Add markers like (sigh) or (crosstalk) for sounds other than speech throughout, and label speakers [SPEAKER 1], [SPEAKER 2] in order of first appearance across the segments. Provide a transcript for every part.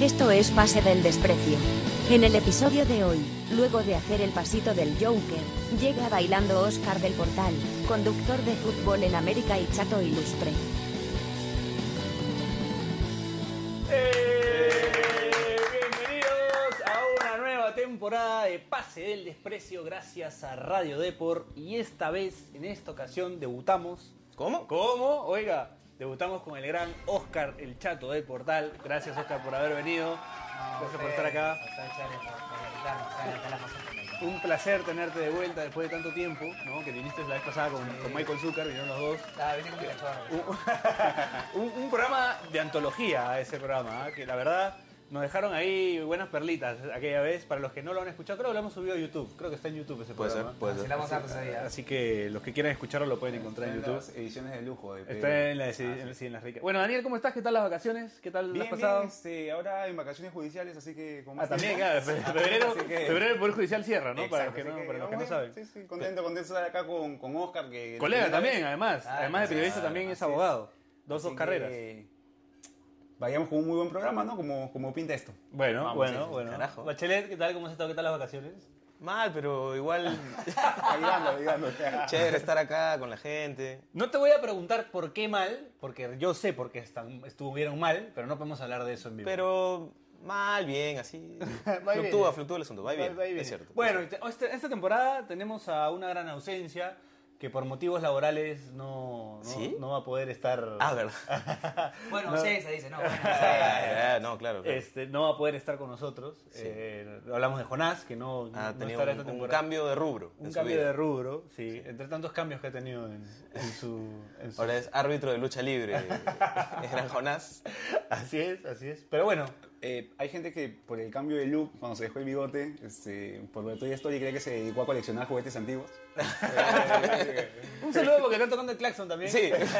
[SPEAKER 1] Esto es Pase del Desprecio. En el episodio de hoy, luego de hacer el pasito del Joker, llega bailando Oscar del Portal, conductor de fútbol en América y chato ilustre.
[SPEAKER 2] Eh, Bienvenidos a una nueva temporada de Pase del Desprecio gracias a Radio Depor y esta vez, en esta ocasión, debutamos.
[SPEAKER 3] ¿Cómo?
[SPEAKER 2] ¿Cómo? Oiga, debutamos con el gran Oscar, el chato del portal. Gracias Oscar por haber venido. Gracias por estar acá. Un placer tenerte de vuelta después de tanto tiempo, ¿no? Que viniste la vez pasada con, con Michael Zucker, vinieron los dos.
[SPEAKER 4] Ah,
[SPEAKER 2] Uh,
[SPEAKER 4] Pues,
[SPEAKER 2] Un, un programa de antología, ese programa, ¿ah? que la verdad nos dejaron ahí buenas perlitas aquella vez. Para los que no lo han escuchado, creo que lo hemos subido a YouTube. Creo que está en YouTube ese
[SPEAKER 3] Puede ser,
[SPEAKER 2] programa.
[SPEAKER 3] puede ser.
[SPEAKER 2] Así que los que quieran escucharlo lo pueden encontrar en YouTube.
[SPEAKER 5] ediciones de lujo de
[SPEAKER 2] Está en la, sí, en- sí, en las ricas. Bueno, Daniel, ¿cómo estás? ¿Qué tal las vacaciones? ¿Qué tal las has pasado?
[SPEAKER 5] este, ahora en vacaciones judiciales, así que con
[SPEAKER 2] Ah,
[SPEAKER 5] más
[SPEAKER 2] también,
[SPEAKER 5] tiempo.
[SPEAKER 2] claro. fe- Febrero,
[SPEAKER 5] Así que-
[SPEAKER 2] febrero el Poder Judicial cierra, ¿no? para los
[SPEAKER 5] Exacto,
[SPEAKER 2] que
[SPEAKER 5] así
[SPEAKER 2] no, para los que no
[SPEAKER 5] bueno,
[SPEAKER 2] saben.
[SPEAKER 5] Sí, sí, contento, contento de estar acá con, con Oscar. Que
[SPEAKER 2] Colega
[SPEAKER 5] primera
[SPEAKER 2] también,
[SPEAKER 5] vez.
[SPEAKER 2] además.
[SPEAKER 5] Ah,
[SPEAKER 2] además de
[SPEAKER 5] claro,
[SPEAKER 2] periodista, también es
[SPEAKER 5] así es.
[SPEAKER 2] abogado. Dos,
[SPEAKER 5] Así
[SPEAKER 2] dos carreras.
[SPEAKER 5] que Vayamos con un muy buen programa, ¿no? Como, como pinta
[SPEAKER 2] (laughs)
[SPEAKER 5] esto.
[SPEAKER 2] Bueno,
[SPEAKER 3] Vamos,
[SPEAKER 2] bueno,
[SPEAKER 3] sí, sí,
[SPEAKER 2] bueno.
[SPEAKER 3] carajo.
[SPEAKER 2] Bachelet, ¿qué tal? ¿Cómo has estado? ¿Qué tal las vacaciones?
[SPEAKER 3] Mal, pero igual
[SPEAKER 5] Ayudando, ayudando.
[SPEAKER 3] chévere estar acá con la gente.
[SPEAKER 2] No te voy a preguntar por qué mal, porque yo sé por qué están- estuvieron mal, pero no podemos hablar de eso en vivo.
[SPEAKER 3] Pero mal, bien,
[SPEAKER 2] (laughs)
[SPEAKER 3] así.
[SPEAKER 2] Va y
[SPEAKER 3] fluctúa,
[SPEAKER 2] viene.
[SPEAKER 3] fluctúa el asunto. Va y
[SPEAKER 2] Va-
[SPEAKER 3] bien,
[SPEAKER 2] va y viene.
[SPEAKER 3] es cierto.
[SPEAKER 2] Bueno, este- este- esta temporada tenemos a una gran ausencia que por motivos laborales no, no,
[SPEAKER 3] ¿Sí?
[SPEAKER 2] no va a poder estar.
[SPEAKER 3] Ah, verdad.
[SPEAKER 2] (laughs)
[SPEAKER 3] (laughs)
[SPEAKER 4] Bueno, Ocesa dice, no. bueno, Ocesa.
[SPEAKER 3] Ah, ah, no, claro. claro.
[SPEAKER 2] Este, no va a poder estar con nosotros. Eh, hablamos de Jonás, que no,
[SPEAKER 3] ha
[SPEAKER 2] no
[SPEAKER 3] tenido
[SPEAKER 2] estará
[SPEAKER 3] Ah, un,
[SPEAKER 2] esta
[SPEAKER 3] un
[SPEAKER 2] temporada.
[SPEAKER 3] cambio de rubro.
[SPEAKER 2] Un
[SPEAKER 3] en su
[SPEAKER 2] cambio
[SPEAKER 3] vida.
[SPEAKER 2] de rubro, sí, Entre tantos cambios que ha tenido en, en su. en su-
[SPEAKER 3] Ahora es árbitro de lucha libre. (laughs) es Gran Jonás.
[SPEAKER 2] (laughs) Así es, así es. Pero bueno,
[SPEAKER 5] Eh, hay gente que por el cambio de look, cuando se dejó el bigote, este, por ver Toy Story, cree que se dedicó a coleccionar juguetes antiguos.
[SPEAKER 2] un saludo porque están tocando el claxon también. (laughs)
[SPEAKER 3] Sí.
[SPEAKER 2] Gracias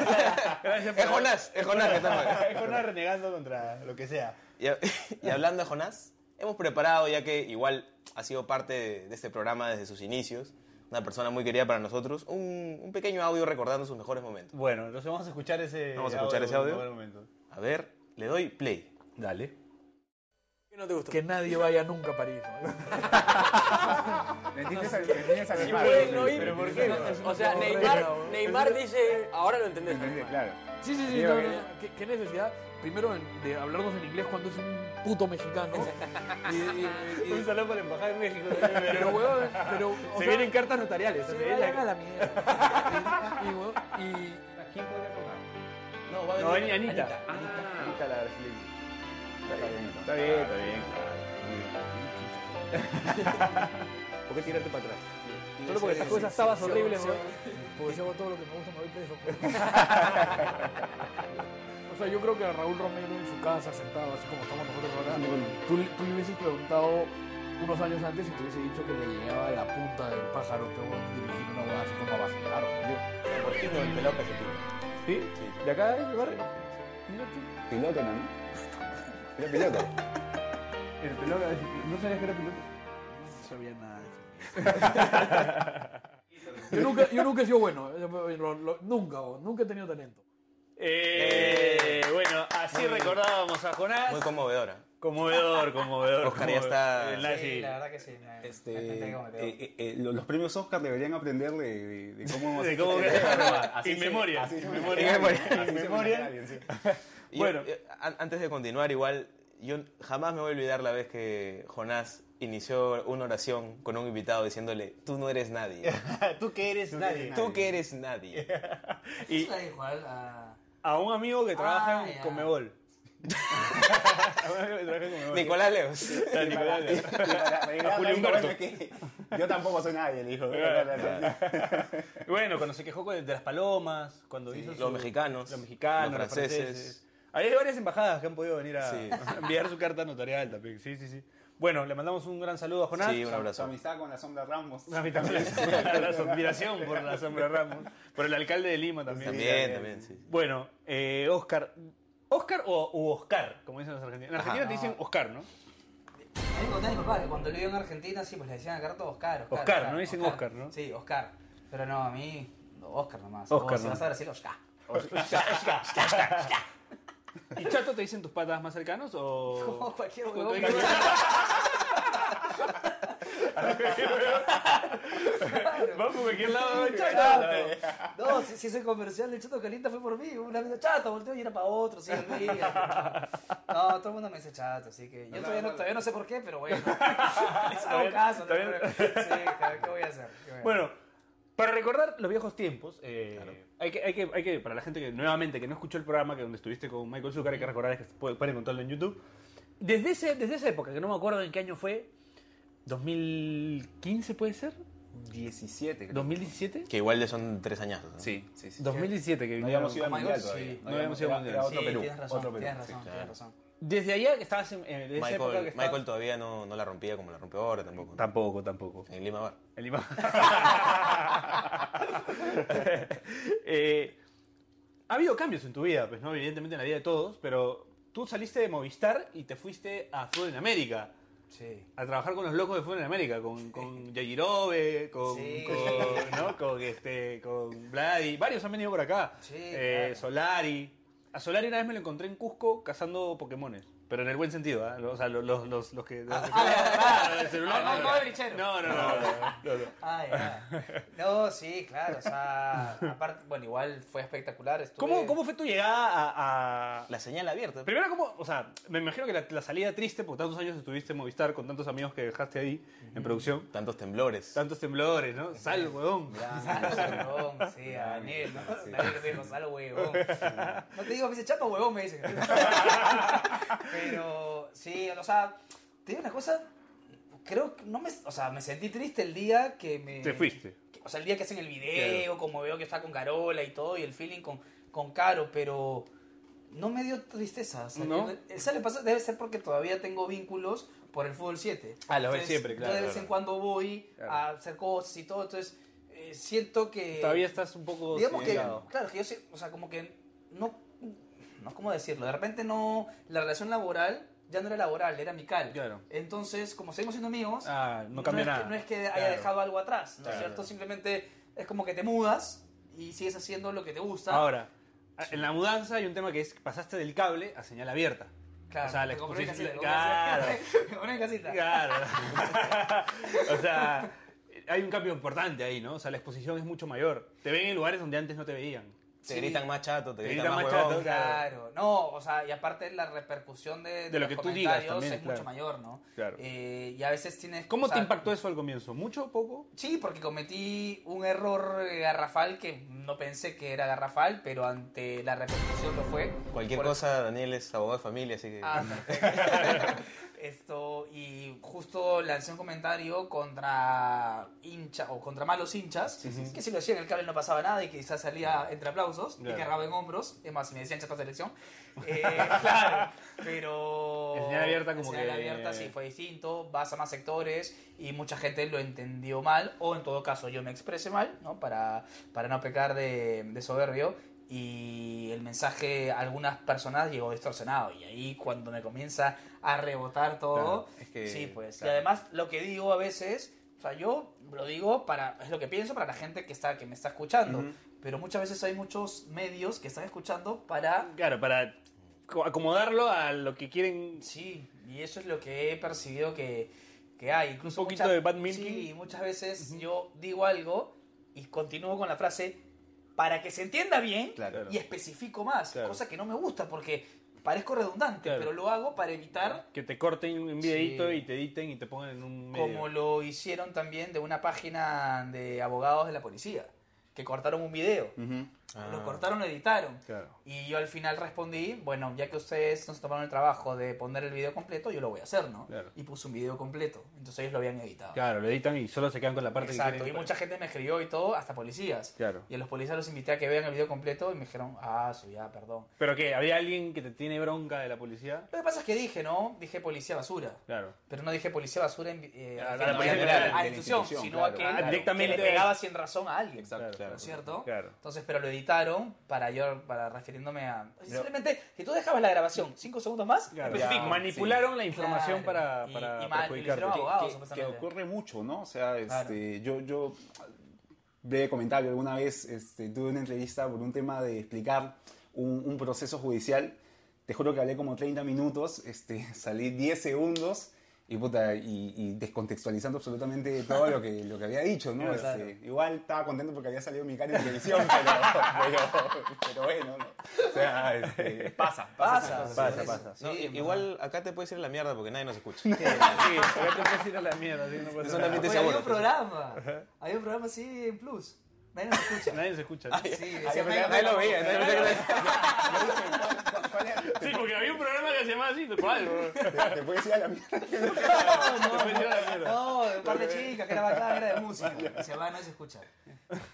[SPEAKER 2] por-
[SPEAKER 3] es Jonás, es Jonás que estamos acá.
[SPEAKER 2] (laughs) Es Jonás renegando contra lo que sea.
[SPEAKER 3] Y, ha- (laughs) y hablando de Jonás, hemos preparado, ya que igual ha sido parte de, de este programa desde sus inicios, una persona muy querida para nosotros, un, un pequeño audio recordando sus mejores momentos.
[SPEAKER 2] Bueno, entonces vamos a escuchar ese
[SPEAKER 3] Vamos a escuchar ese audio.
[SPEAKER 2] en un momento.
[SPEAKER 3] A ver, le doy play.
[SPEAKER 2] Dale.
[SPEAKER 6] Que nadie vaya nunca a París. (laughs) ¿no? Ah,
[SPEAKER 2] ¿Pero por qué?
[SPEAKER 7] O sea, Neymar, Neymar dice, ahora lo entendés.
[SPEAKER 5] Claro.
[SPEAKER 6] Sí, sí, sí.
[SPEAKER 5] Sí,
[SPEAKER 6] no,
[SPEAKER 5] porque-
[SPEAKER 6] no, no. ¿Qué, qué necesidad? Primero en- de hablarnos en inglés cuando es un
[SPEAKER 7] (laughs)
[SPEAKER 6] puto mexicano. Y- y-
[SPEAKER 2] Un
[SPEAKER 6] y-
[SPEAKER 2] saludo para la Embajada de México.
[SPEAKER 6] (laughs) pero, huevón, pero. o
[SPEAKER 2] se
[SPEAKER 6] sea,
[SPEAKER 2] vienen cartas notariales.
[SPEAKER 6] se
[SPEAKER 2] se viene
[SPEAKER 6] vayan
[SPEAKER 2] la-
[SPEAKER 6] a la mierda. Y, y, huevón, y-
[SPEAKER 3] No, va
[SPEAKER 2] No, Ani- Anita. Está bien, está bien. ¿Por qué tirarte para atrás?
[SPEAKER 6] solo porque esas cosas estabas horribles, huevón. Porque si hago todo lo que me gusta, me voy preso. (laughs) pues. O sea, yo creo que a Raúl Romero en su casa, sentado, así como estamos nosotros ahora, tú, le- tú le hubieses preguntado unos años antes y te hubiese dicho que le llegaba la punta del pájaro, que bueno, dirigir una boda así como a vacilar. ¿no?
[SPEAKER 3] ¿Por qué no el pelado calcetín?
[SPEAKER 2] ¿Sí? ¿De acá es el barrio? Mira tú.
[SPEAKER 5] Piloto, ¿no? Era piloto.
[SPEAKER 2] El pelón, ¿no sabías que era piloto?
[SPEAKER 6] No sabía nada. yo, nunca, yo nunca he sido bueno, eh, lo- lo- nunca, oh, nunca he tenido talento.
[SPEAKER 2] Eh, bueno, así recordábamos a Jonás.
[SPEAKER 3] Muy conmovedora.
[SPEAKER 2] Conmovedor, conmovedor.
[SPEAKER 3] Oscar ya está-
[SPEAKER 2] conmovedor. El
[SPEAKER 4] Sí,
[SPEAKER 2] nazi.
[SPEAKER 4] la verdad que sí. la-
[SPEAKER 2] (laughs)
[SPEAKER 5] Este,
[SPEAKER 4] la gente
[SPEAKER 5] eh,
[SPEAKER 4] como que-
[SPEAKER 5] eh, eh, lo- los premios Oscar deberían aprender de, de- de cómo...
[SPEAKER 2] (laughs) De cómo que-
[SPEAKER 5] Así
[SPEAKER 2] In
[SPEAKER 5] se-
[SPEAKER 2] memoria,
[SPEAKER 5] así se
[SPEAKER 2] in
[SPEAKER 5] homenajea
[SPEAKER 2] memoria,
[SPEAKER 5] a
[SPEAKER 2] (laughs)
[SPEAKER 5] alguien,
[SPEAKER 2] in
[SPEAKER 5] así se
[SPEAKER 2] memoria.
[SPEAKER 5] homenajea a alguien, sí.
[SPEAKER 3] Y yo,
[SPEAKER 2] Bueno.
[SPEAKER 3] eh, an- antes de continuar, igual, yo jamás me voy a olvidar la vez que Jonás inició una oración con un invitado diciéndole, tú no
[SPEAKER 2] (laughs)
[SPEAKER 3] eres nadie.
[SPEAKER 2] Tú que eres nadie.
[SPEAKER 3] Tú que eres nadie.
[SPEAKER 2] (laughs) Y
[SPEAKER 4] ¿Quién la dijo? Al- a-
[SPEAKER 2] a un amigo que trabaja
[SPEAKER 4] Ah,
[SPEAKER 2] en
[SPEAKER 4] ya.
[SPEAKER 2] Comebol. a un amigo que trabaja en Comebol.
[SPEAKER 3] Nicolás Leos.
[SPEAKER 2] A Nicolás.
[SPEAKER 5] Y para-
[SPEAKER 2] (laughs) A
[SPEAKER 5] para llegar
[SPEAKER 2] Julio
[SPEAKER 5] ahí, lo bueno
[SPEAKER 2] Humberto.
[SPEAKER 5] es que Yo tampoco soy nadie, le dijo.
[SPEAKER 2] (laughs) Bueno, cuando se quejó con el de las palomas, cuando hizo
[SPEAKER 3] los
[SPEAKER 2] su-
[SPEAKER 3] mexicanos,
[SPEAKER 2] los mexicanos,
[SPEAKER 3] los
[SPEAKER 2] los franceses.
[SPEAKER 3] franceses.
[SPEAKER 2] Hay varias embajadas que han podido venir a,
[SPEAKER 3] Sí.
[SPEAKER 2] a (laughs) enviar su carta notarial también. Sí, sí, sí. Bueno, le mandamos un gran saludo a Jonás.
[SPEAKER 3] Sí, un
[SPEAKER 5] Su
[SPEAKER 3] abrazo.
[SPEAKER 5] amistad con la sombra Ramos.
[SPEAKER 2] (laughs) A mí también la, la admiración por la sombra Ramos, por el alcalde de Lima también.
[SPEAKER 3] También, también, sí.
[SPEAKER 2] Bueno, eh, Oscar. Oscar o u Oscar, como dicen los argentinos. En
[SPEAKER 3] Ajá.
[SPEAKER 2] Argentina te dicen Oscar, ¿no?
[SPEAKER 4] A mí me contaba mi papá que cuando lo vio en Argentina, sí, pues le decían acá todo Oscar. Oscar,
[SPEAKER 2] Oscar, ¿no? Dicen Oscar, ¿no?
[SPEAKER 4] Sí, Oscar. Pero no, a mí, Oscar nomás.
[SPEAKER 2] Oscar,
[SPEAKER 4] O si
[SPEAKER 2] ¿no?
[SPEAKER 4] vas a Brasil, Oscar.
[SPEAKER 2] ¿Y chato te dicen tus patas más cercanos o...?
[SPEAKER 4] (laughs) Como cualquier
[SPEAKER 2] o-
[SPEAKER 4] huevón.
[SPEAKER 2] (laughs) Vamos por cualquier lado, chato.
[SPEAKER 4] No, si, si ese comercial del Chato Calienta fue por mí. Una vez Chato volteó y era para otro, sí, (laughs) amiga. No, todo el mundo me dice Chato, así que yo todavía, no, todavía no sé por qué, pero (laughs) bueno. Les hago
[SPEAKER 2] bien,
[SPEAKER 4] caso.
[SPEAKER 2] está
[SPEAKER 4] les
[SPEAKER 2] bien.
[SPEAKER 4] hago- Sí, claro, ¿qué voy a hacer? ¿Qué voy a
[SPEAKER 2] Bueno, para recordar los viejos tiempos, eh, hay, que, hay, que, hay que, para la gente que nuevamente que no escuchó el programa que donde estuviste con Michael Zucker, hay que recordar que puede- pueden encontrarlo en YouTube. Desde, ese, desde esa época, que no me acuerdo en qué año fue, 2015 puede ser,
[SPEAKER 5] 17, creo.
[SPEAKER 2] 2017.
[SPEAKER 3] Que igual de son tres añazos. ¿no?
[SPEAKER 5] Sí, sí, sí.
[SPEAKER 2] 2017 que
[SPEAKER 5] No
[SPEAKER 2] vinieron.
[SPEAKER 5] habíamos ido al
[SPEAKER 4] Como
[SPEAKER 5] mundial
[SPEAKER 4] yo,
[SPEAKER 5] todavía.
[SPEAKER 4] sí.
[SPEAKER 2] No habíamos ido al
[SPEAKER 5] era-
[SPEAKER 2] mundial.
[SPEAKER 5] era
[SPEAKER 4] hacer?
[SPEAKER 5] otro
[SPEAKER 4] Sí,
[SPEAKER 5] Perú.
[SPEAKER 4] Tienes razón,
[SPEAKER 5] Otro Perú.
[SPEAKER 4] tienes
[SPEAKER 5] sí.
[SPEAKER 4] razón,
[SPEAKER 3] claro.
[SPEAKER 4] tienes razón.
[SPEAKER 2] Desde allá que estabas en, eh, desde esa época
[SPEAKER 3] Michael,
[SPEAKER 2] que estabas-
[SPEAKER 3] Michael todavía no, no la rompía como la rompió ahora tampoco. ¿no?
[SPEAKER 2] Tampoco, tampoco.
[SPEAKER 3] En Lima Bar.
[SPEAKER 2] El
[SPEAKER 4] (laughs)
[SPEAKER 2] imán. (laughs) Eh, ha habido cambios en tu vida, pues no, evidentemente en la vida de todos, pero tú saliste de Movistar y te fuiste a Fútbol en América,
[SPEAKER 4] Sí.
[SPEAKER 2] a trabajar con los locos de Fútbol en América, con, con Yajirobe, con,
[SPEAKER 4] Sí.
[SPEAKER 2] con, ¿no? con, este, con Vladi, varios han venido por acá,
[SPEAKER 4] Sí,
[SPEAKER 2] Eh,
[SPEAKER 4] claro.
[SPEAKER 2] Solari. A Solari una vez me lo encontré en Cusco cazando Pokémones. Pero en el buen sentido, ¿ah? O sea, los, los, los, los que... (laughs) los que- Ah, el celular,
[SPEAKER 4] Ah, no,
[SPEAKER 2] no,
[SPEAKER 4] no, el brichero.
[SPEAKER 2] no, no, no, no, no.
[SPEAKER 4] Ay, ay. Ah, No, sí, claro, o sea, aparte, bueno, igual fue espectacular. Estuve...
[SPEAKER 2] ¿Cómo, ¿Cómo fue tu llegada a, a-
[SPEAKER 3] La señal abierta.
[SPEAKER 2] Primero, ¿cómo...? O sea, me imagino que la, la salida triste, porque tantos años estuviste en Movistar con tantos amigos que dejaste ahí en producción.
[SPEAKER 3] Tantos temblores.
[SPEAKER 2] Tantos temblores, ¿no? Sal, (laughs) huevón.
[SPEAKER 4] Sal, huevón, sí, a Daniel, ¿no? Daniel me dijo, sal, huevón. No te digo, me dice, chato, huevón, me dicen. Pero, sí, o sea, te digo una cosa, creo que no me, o sea, me sentí triste el día que me...
[SPEAKER 2] Te fuiste.
[SPEAKER 4] que- o sea, el día que hacen el video, como veo que está con Carola y todo, y el feeling con, con Caro, pero no me dio tristeza. salir
[SPEAKER 2] ¿No?
[SPEAKER 4] del- esa le pasa, debe ser porque todavía tengo vínculos por el fútbol 7.
[SPEAKER 2] Ah, lo ves
[SPEAKER 4] Entonces,
[SPEAKER 2] siempre, claro,
[SPEAKER 4] Yo de vez
[SPEAKER 2] claro.
[SPEAKER 4] en cuando voy
[SPEAKER 2] Claro.
[SPEAKER 4] a hacer cosas y todo, entonces eh, siento que...
[SPEAKER 2] Todavía estás un poco...
[SPEAKER 4] Digamos que,
[SPEAKER 2] cegado.
[SPEAKER 4] claro, que yo sé, o sea, como que no, no, ¿cómo decirlo? De repente no, la relación laboral ya no era laboral, era amical.
[SPEAKER 2] Claro.
[SPEAKER 4] Entonces, como seguimos siendo amigos,
[SPEAKER 2] Ah, no cambia
[SPEAKER 4] es que-
[SPEAKER 2] nada.
[SPEAKER 4] no es que haya
[SPEAKER 2] Claro.
[SPEAKER 4] dejado algo atrás, ¿no es
[SPEAKER 2] Claro.
[SPEAKER 4] cierto? Simplemente es como que te mudas y sigues haciendo lo que te gusta.
[SPEAKER 2] Ahora, en la mudanza hay un tema que es que pasaste del cable a señal abierta.
[SPEAKER 4] claro,
[SPEAKER 2] o sea, la
[SPEAKER 4] te compré una
[SPEAKER 2] exposición-
[SPEAKER 4] casita,
[SPEAKER 2] Claro.
[SPEAKER 4] te compré una casita. (laughs)
[SPEAKER 2] Claro. (laughs) o sea, hay un cambio importante ahí, ¿no? O sea, la exposición es mucho mayor. Te ven en lugares donde antes no te veían.
[SPEAKER 3] Te
[SPEAKER 4] Sí.
[SPEAKER 3] gritan más chato, te,
[SPEAKER 2] Te
[SPEAKER 3] gritan,
[SPEAKER 2] gritan
[SPEAKER 3] más
[SPEAKER 2] más
[SPEAKER 3] huevón.
[SPEAKER 2] chato.
[SPEAKER 4] Claro, no, o sea, y aparte la repercusión de,
[SPEAKER 2] De lo
[SPEAKER 4] los
[SPEAKER 2] que tú digas
[SPEAKER 4] comentarios
[SPEAKER 2] también,
[SPEAKER 4] es
[SPEAKER 2] claro.
[SPEAKER 4] mucho mayor, ¿no?
[SPEAKER 2] Claro.
[SPEAKER 4] Eh, y a veces tienes...
[SPEAKER 2] ¿Cómo
[SPEAKER 4] o
[SPEAKER 2] te
[SPEAKER 4] sea,
[SPEAKER 2] impactó eso al comienzo? ¿Mucho? ¿Poco?
[SPEAKER 4] Sí, porque cometí un error eh, garrafal que no pensé que era garrafal, pero ante la repercusión lo fue.
[SPEAKER 3] Cualquier
[SPEAKER 4] Por-
[SPEAKER 3] cosa, Daniel es abogado de familia, así que.
[SPEAKER 2] (laughs)
[SPEAKER 4] Ah, perfecto. Esto, y justo lancé un comentario contra hincha o contra malos hinchas, que si lo hacían en el cable no pasaba nada y quizás salía entre aplausos
[SPEAKER 2] Claro.
[SPEAKER 4] y cargaba en hombros. Es más, si me decían
[SPEAKER 2] (laughs)
[SPEAKER 4] chata selección. Eh, claro, pero.
[SPEAKER 2] En señal abierta como
[SPEAKER 4] en señal
[SPEAKER 2] que-
[SPEAKER 4] abierta sí fue distinto, vas a más sectores y mucha gente lo entendió mal, o en todo caso yo me expresé mal, ¿no? Para, para no pecar de, de soberbio. Y el mensaje a algunas personas llegó distorsionado. Y ahí cuando me comienza a rebotar todo.
[SPEAKER 3] Claro, es que-
[SPEAKER 4] sí, pues.
[SPEAKER 3] claro.
[SPEAKER 4] Y además lo que digo a veces. O sea, yo lo digo para. Es lo que pienso para la gente que está, que me está escuchando. Pero muchas veces hay muchos medios que están escuchando para
[SPEAKER 2] Claro, para co- acomodarlo a lo que quieren.
[SPEAKER 4] Sí, y eso es lo que he percibido que, que hay. Incluso
[SPEAKER 2] Un poquito de bad milking.
[SPEAKER 4] Sí, muchas veces yo digo algo y continúo con la frase para que se entienda bien
[SPEAKER 5] Claro.
[SPEAKER 4] y especifico más,
[SPEAKER 2] Claro.
[SPEAKER 4] cosa que no me gusta porque parezco redundante,
[SPEAKER 2] Claro.
[SPEAKER 4] pero lo hago para evitar
[SPEAKER 2] Que te corten un videito
[SPEAKER 4] Sí.
[SPEAKER 2] y te editen y te pongan en un medio.
[SPEAKER 4] como lo hicieron también de una página de abogados de la policía, que cortaron un video.
[SPEAKER 3] Ah.
[SPEAKER 4] Lo cortaron, lo editaron.
[SPEAKER 2] Claro.
[SPEAKER 4] Y yo al final respondí, bueno, ya que ustedes no se tomaron el trabajo de poner el video completo, yo lo voy a hacer, ¿no?
[SPEAKER 2] Claro.
[SPEAKER 4] Y puse un video completo. Entonces ellos lo habían editado.
[SPEAKER 2] Claro, lo editan y solo se quedan con la parte que
[SPEAKER 4] Exacto. Y
[SPEAKER 2] quieren.
[SPEAKER 4] mucha gente me escribió y todo, hasta policías.
[SPEAKER 2] Claro.
[SPEAKER 4] Y a los policías los invité a que vean el video completo y me dijeron, ah, su ya, perdón.
[SPEAKER 2] Pero que había alguien que te tiene bronca de la policía.
[SPEAKER 4] Lo que pasa es que dije, ¿no? Dije policía basura.
[SPEAKER 2] Claro.
[SPEAKER 4] Pero no dije policía basura en- eh,
[SPEAKER 2] A la
[SPEAKER 4] en general,
[SPEAKER 2] policía
[SPEAKER 4] a
[SPEAKER 2] general,
[SPEAKER 4] la
[SPEAKER 5] de la
[SPEAKER 4] institución,
[SPEAKER 5] institución,
[SPEAKER 4] sino
[SPEAKER 5] claro.
[SPEAKER 4] a que,
[SPEAKER 2] Ah, directamente.
[SPEAKER 4] que le pegaba sin razón a alguien.
[SPEAKER 5] Exacto,
[SPEAKER 4] ¿No
[SPEAKER 5] claro.
[SPEAKER 4] es cierto?
[SPEAKER 2] Claro.
[SPEAKER 4] Entonces, pero lo editaron para yo, para refiriéndome a... Simplemente, si tú dejabas la grabación cinco segundos más,
[SPEAKER 2] Claro.
[SPEAKER 4] especifico.
[SPEAKER 2] Manipularon la información
[SPEAKER 4] Claro.
[SPEAKER 2] para,
[SPEAKER 4] Y-
[SPEAKER 2] para
[SPEAKER 4] y mal, y lo hicieron
[SPEAKER 2] perjudicarte.
[SPEAKER 4] abogado. abogados,
[SPEAKER 5] que- que,
[SPEAKER 4] supuestamente.
[SPEAKER 5] ocurre mucho, ¿no? O sea,
[SPEAKER 4] Claro.
[SPEAKER 5] este, yo, yo, breve comentario, alguna vez este, tuve una entrevista por un tema de explicar un, un proceso judicial Te juro que hablé como 30 minutos, este, (laughs) salí 10 segundos y, puta, y, y descontextualizando absolutamente todo lo que, lo que había dicho, ¿no?
[SPEAKER 4] Claro.
[SPEAKER 5] Este, igual estaba contento porque había salido mi cara en televisión, (laughs) pero, pero, pero bueno, ¿no? O sea, este, pasa,
[SPEAKER 4] Pasa,
[SPEAKER 2] Pasa,
[SPEAKER 4] sí,
[SPEAKER 2] pasa.
[SPEAKER 4] sí,
[SPEAKER 3] No,
[SPEAKER 4] sí,
[SPEAKER 3] i- igual acá te puedes ir a la mierda porque nadie nos escucha.
[SPEAKER 2] Sí, pero te puedes ir a la mierda, así que no pasa
[SPEAKER 3] Es un
[SPEAKER 2] nada.
[SPEAKER 3] ambiente
[SPEAKER 4] Oye,
[SPEAKER 3] seguro,
[SPEAKER 4] había un
[SPEAKER 3] pues.
[SPEAKER 4] programa. Había un programa así en Plus. Nadie nos escucha.
[SPEAKER 2] (laughs) Nadie se escucha.
[SPEAKER 4] Sí, decía,
[SPEAKER 3] Nadie
[SPEAKER 4] "Venga,
[SPEAKER 3] (laughs) nadie lo
[SPEAKER 4] venga".
[SPEAKER 3] veía, nadie lo veía.
[SPEAKER 2] Sí, porque había un programa que se llamaba así, ¿cuál? bro?
[SPEAKER 5] Te, te puedes ir a la mierda.
[SPEAKER 2] Te puedes ir a la mierda.
[SPEAKER 4] No, un par de chicas que era bacán, era de música. Y se va, no se escucha.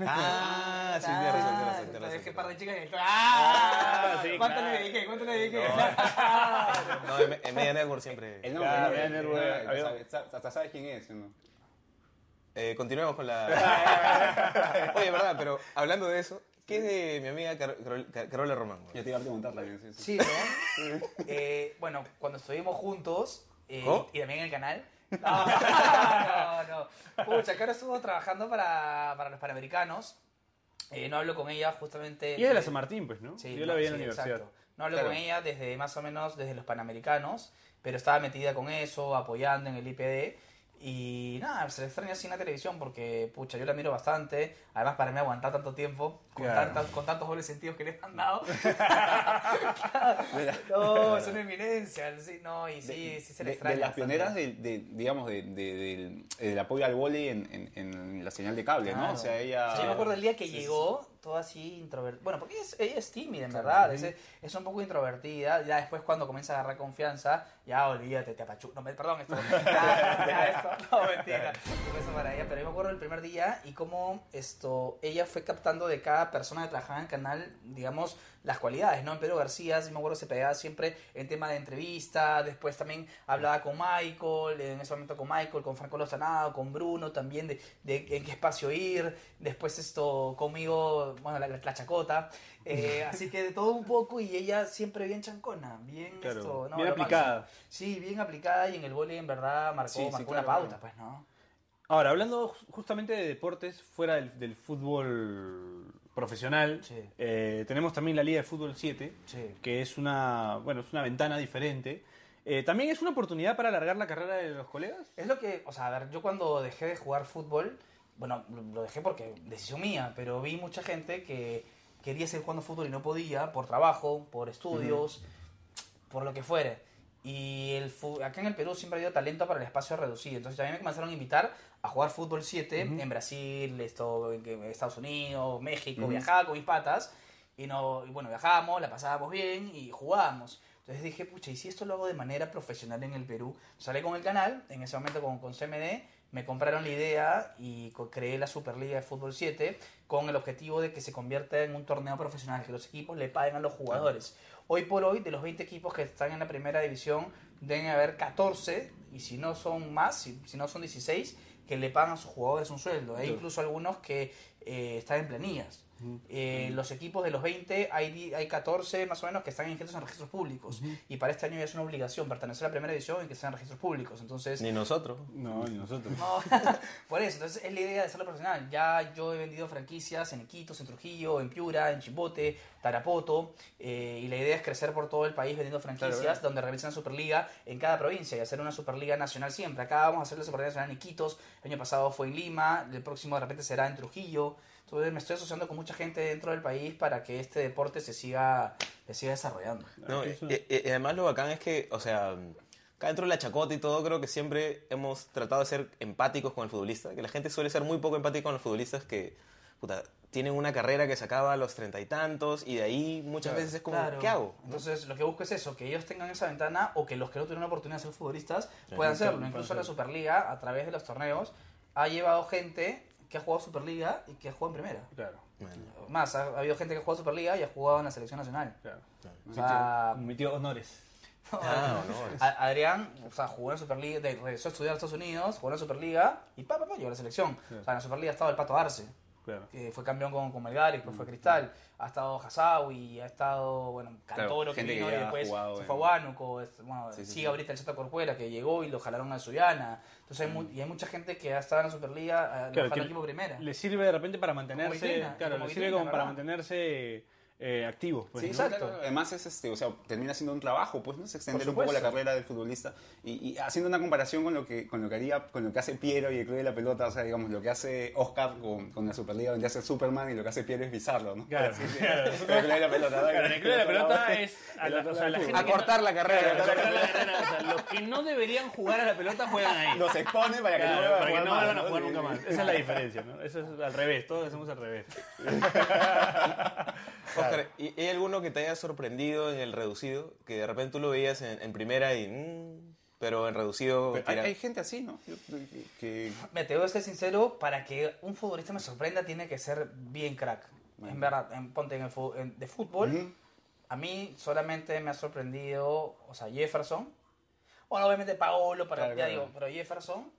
[SPEAKER 3] Ah, sí, tienes razón, tienes razón, tienes
[SPEAKER 4] Entonces,
[SPEAKER 3] razón,
[SPEAKER 4] que
[SPEAKER 3] tienes
[SPEAKER 4] par
[SPEAKER 3] razón.
[SPEAKER 4] de chicas y- ¡Ah!
[SPEAKER 2] Ah, sí,
[SPEAKER 4] ¿Cuánto
[SPEAKER 2] claro.
[SPEAKER 4] le dediqué? ¿Cuánto le dediqué? (laughs) Ah,
[SPEAKER 3] No, en, en Media Network siempre.
[SPEAKER 5] El
[SPEAKER 2] Claro,
[SPEAKER 5] nombre,
[SPEAKER 2] bien,
[SPEAKER 5] el nombre,
[SPEAKER 2] bueno,
[SPEAKER 5] el nombre,
[SPEAKER 2] había-
[SPEAKER 5] hasta- hasta hasta sabes quién es, ¿no?
[SPEAKER 3] Eh, continuemos con la.
[SPEAKER 4] (laughs)
[SPEAKER 3] Oye, verdad, pero hablando de eso, ¿qué es de mi amiga Car- Carol- Car- Carola Román? güey?
[SPEAKER 5] Yo te iba a preguntar también, sí, sí.
[SPEAKER 4] Sí, ¿no? (laughs) Eh, bueno, cuando estuvimos juntos eh,
[SPEAKER 3] ¿Oh?
[SPEAKER 4] y también en el canal. (laughs) No, no, no. Pucha, que ahora estuvo trabajando para, para los Panamericanos. Eh, no hablo con ella justamente...
[SPEAKER 2] Y es de la
[SPEAKER 4] de-
[SPEAKER 2] San Martín, pues, ¿no?
[SPEAKER 4] Eh, Sí,
[SPEAKER 2] Yo la veía en
[SPEAKER 4] sí,
[SPEAKER 2] la universidad.
[SPEAKER 4] exacto. No hablo
[SPEAKER 3] Claro.
[SPEAKER 4] con ella desde más o menos desde los panamericanos, pero estaba metida con eso, apoyando en el IPD. Y nada, se le extraña así en la televisión porque, pucha, yo la miro bastante. Además, para mí aguantar tanto tiempo, con,
[SPEAKER 2] Claro.
[SPEAKER 4] tantas- con tantos dobles sentidos que le
[SPEAKER 2] (laughs)
[SPEAKER 4] han dado. no, es una eminencia. Sí, no, y sí, sí se le
[SPEAKER 5] de,
[SPEAKER 4] extraña.
[SPEAKER 5] de las
[SPEAKER 4] bastante.
[SPEAKER 5] pioneras del- de, digamos, de- de- del, del apoyo al vóley en, en- en la señal de cable, ¿no?
[SPEAKER 4] Claro.
[SPEAKER 5] O sea, ella...
[SPEAKER 4] Sí, yo me acuerdo el día que
[SPEAKER 5] Sí, sí,
[SPEAKER 4] llegó, toda así introvertida. Bueno, porque ella es, ella es tímida, en verdad. Es, es un poco introvertida. Ya después, cuando comienza a agarrar confianza, ya olvídate, te apachu. No, me- perdón, esto. ya, ya, esto.
[SPEAKER 5] (laughs)
[SPEAKER 4] No, mentira. Un beso para ella. Pero yo me acuerdo el primer día y cómo esto, ella fue captando de cada persona que trabajaba en el canal, digamos, las cualidades, ¿no? En Pedro García, sí me acuerdo, se pegaba siempre en tema de entrevista. Después también hablaba con Michael, en ese momento con Michael, con Franco Lozanado, con Bruno también, de, de en qué espacio ir. Después esto conmigo, bueno, la, la chacota. Eh, así que de todo un poco y ella siempre bien chancona, bien
[SPEAKER 2] Claro,
[SPEAKER 4] esto, ¿no?
[SPEAKER 2] bien
[SPEAKER 4] Lo máximo.
[SPEAKER 2] aplicada.
[SPEAKER 4] Sí, bien aplicada y en el vóley en verdad marcó,
[SPEAKER 5] Sí, sí,
[SPEAKER 4] marcó
[SPEAKER 5] claro,
[SPEAKER 4] una pauta,
[SPEAKER 5] claro.
[SPEAKER 4] pues, ¿no?
[SPEAKER 2] Ahora, hablando ju- justamente de deportes fuera del, del fútbol profesional,
[SPEAKER 4] Sí.
[SPEAKER 2] eh, tenemos también la Liga de Fútbol 7,
[SPEAKER 4] Sí.
[SPEAKER 2] que es una, bueno, es una ventana diferente. Eh, también es una oportunidad para alargar la carrera de los colegas.
[SPEAKER 4] Es lo que, o sea, a ver, yo cuando dejé de jugar fútbol, bueno, lo- lo dejé porque decisión mía, pero vi mucha gente que quería seguir jugando fútbol y no podía por trabajo, por estudios, por lo que fuere. Y el fu- acá en el Perú siempre ha habido talento para el espacio reducido. Entonces también me comenzaron a invitar a jugar fútbol 7 en Brasil, esto, en que- en Estados Unidos, México, viajaba con mis patas. Y, no, y bueno, viajábamos, la pasábamos bien y jugábamos. Entonces dije, pucha, ¿y si esto lo hago de manera profesional en el Perú? Salí con el canal, en ese momento con, con CMD, me compraron la idea y co- creé la Superliga de Fútbol 7 con el objetivo de que se convierta en un torneo profesional, que los equipos le paguen a los jugadores. Hoy por hoy, de los 20 equipos que están en la primera división, deben haber 14, y si no son más, si, si no son 16, que le pagan a sus jugadores un sueldo. Hay incluso algunos que eh, están en planillas. Eh, Los equipos de los 20, hay, di- hay 14 más o menos que están inscritos en registros públicos. Y para este año ya es una obligación pertenecer a la primera división y que sean registros públicos. Entonces,
[SPEAKER 3] Ni nosotros.
[SPEAKER 2] No, ni nosotros.
[SPEAKER 4] no, (laughs) por eso, entonces es la idea de hacerlo profesional. Ya yo he vendido franquicias en Iquitos, en Trujillo, en Piura, en Chimbote, Tarapoto, eh, y la idea es crecer por todo el país vendiendo franquicias, donde realicen la Superliga en cada provincia y hacer una Superliga nacional siempre. Acá vamos a hacer la Superliga nacional en Iquitos, el año pasado fue en Lima, el próximo de repente será en Trujillo. Entonces me estoy asociando con mucha gente dentro del país para que este deporte se siga, se siga desarrollando.
[SPEAKER 3] No, y, y- y además lo bacán es que, o sea, acá dentro de la chacota y todo, creo que siempre hemos tratado de ser empáticos con el futbolista, que la gente suele ser muy poco empática con los futbolistas que, puta, tienen una carrera que se acaba a los treinta y tantos y de ahí muchas veces es como,
[SPEAKER 4] Claro.
[SPEAKER 3] ¿qué hago?
[SPEAKER 4] Entonces, lo que busco es eso, que ellos tengan esa ventana o que los que no tuvieron la oportunidad de ser futbolistas puedan hacerlo. Incluso la Superliga, a través de los torneos, ha llevado gente que ha jugado Superliga y que ha jugado en primera.
[SPEAKER 2] Claro,
[SPEAKER 4] Más, ha, ha habido gente que ha jugado Superliga y ha jugado en la selección nacional.
[SPEAKER 2] claro.
[SPEAKER 4] O sea,
[SPEAKER 2] Mi tío Honores.
[SPEAKER 3] Ah, no,
[SPEAKER 4] A- Adrián, o sea, jugó en la Superliga, de- regresó a estudiar a Estados Unidos, jugó en la Superliga y pa, pa, pa, llegó a la selección. O sea, en la Superliga estaba el Pato Arce,
[SPEAKER 2] Claro.
[SPEAKER 4] que fue campeón con, con Melgar y
[SPEAKER 5] Mm,
[SPEAKER 4] después fue Cristal. Ha estado Hasawi, ha estado, bueno, Cantoro,
[SPEAKER 5] gente
[SPEAKER 4] que
[SPEAKER 5] que
[SPEAKER 4] vino
[SPEAKER 5] ya
[SPEAKER 4] y
[SPEAKER 5] ha
[SPEAKER 4] después
[SPEAKER 5] jugado
[SPEAKER 4] se
[SPEAKER 5] en-
[SPEAKER 4] fue a Huánuco. es- Bueno,
[SPEAKER 5] Sí, sí,
[SPEAKER 4] sigue
[SPEAKER 5] sí.
[SPEAKER 4] ahorita el Chato Corcuera, que llegó y lo jalaron a Suyana. Entonces, hay
[SPEAKER 5] Mm.
[SPEAKER 4] mu- y hay mucha gente que ha estado en la Superliga, eh, lo
[SPEAKER 2] Claro,
[SPEAKER 4] jaló
[SPEAKER 2] que
[SPEAKER 4] al equipo primera.
[SPEAKER 2] Le sirve de repente para mantenerse,
[SPEAKER 4] vitrina,
[SPEAKER 2] claro,
[SPEAKER 4] como
[SPEAKER 2] le sirve
[SPEAKER 4] vitrina,
[SPEAKER 2] como para
[SPEAKER 4] ¿verdad?
[SPEAKER 2] mantenerse eh, activo. pues,
[SPEAKER 5] Sí,
[SPEAKER 2] ¿no?
[SPEAKER 5] exacto. Además es este, o sea, termina siendo un trabajo, pues, ¿no? Es extender un poco la carrera del futbolista. Y, y haciendo una comparación con lo que, con lo que haría, con lo que hace Piero y el Club de la Pelota, o sea, digamos, lo que hace Oscar con, con la Superliga, donde hace Superman, y lo que hace Piero es bizarro, ¿no?
[SPEAKER 2] Claro,
[SPEAKER 5] Sí, sí.
[SPEAKER 2] claro.
[SPEAKER 5] El Club de la Pelota. ¿no?
[SPEAKER 2] Claro, en el club de la pelota
[SPEAKER 5] (laughs)
[SPEAKER 2] es a la, o sea, la gente que no-
[SPEAKER 4] Acortar la carrera.
[SPEAKER 2] Claro, acortar la carrera. O sea, los que no deberían jugar a la pelota juegan ahí.
[SPEAKER 5] Los expone para que
[SPEAKER 2] Claro,
[SPEAKER 5] no
[SPEAKER 2] para que no
[SPEAKER 5] más,
[SPEAKER 2] vuelvan a jugar
[SPEAKER 5] Sí,
[SPEAKER 2] nunca
[SPEAKER 5] sí.
[SPEAKER 2] más. Esa es la diferencia, ¿no? Eso es al revés, todos hacemos al revés.
[SPEAKER 3] Oscar, ¿y hay alguno que te haya sorprendido en el reducido? Que de repente tú lo veías en, en primera y... mm, pero en reducido...
[SPEAKER 5] Pero hay,
[SPEAKER 3] tira-
[SPEAKER 5] hay gente así, ¿no? Yo- que- que-
[SPEAKER 4] Me tengo que ser sincero, para que un futbolista me sorprenda tiene que ser bien crack. En verdad, en, ponte en el fu- en- de fútbol,
[SPEAKER 5] Ujú.
[SPEAKER 4] a mí solamente me ha sorprendido, o sea, Jefferson. Bueno, obviamente Paolo, para,
[SPEAKER 5] Claro,
[SPEAKER 4] ya
[SPEAKER 5] claro.
[SPEAKER 4] digo, pero Jefferson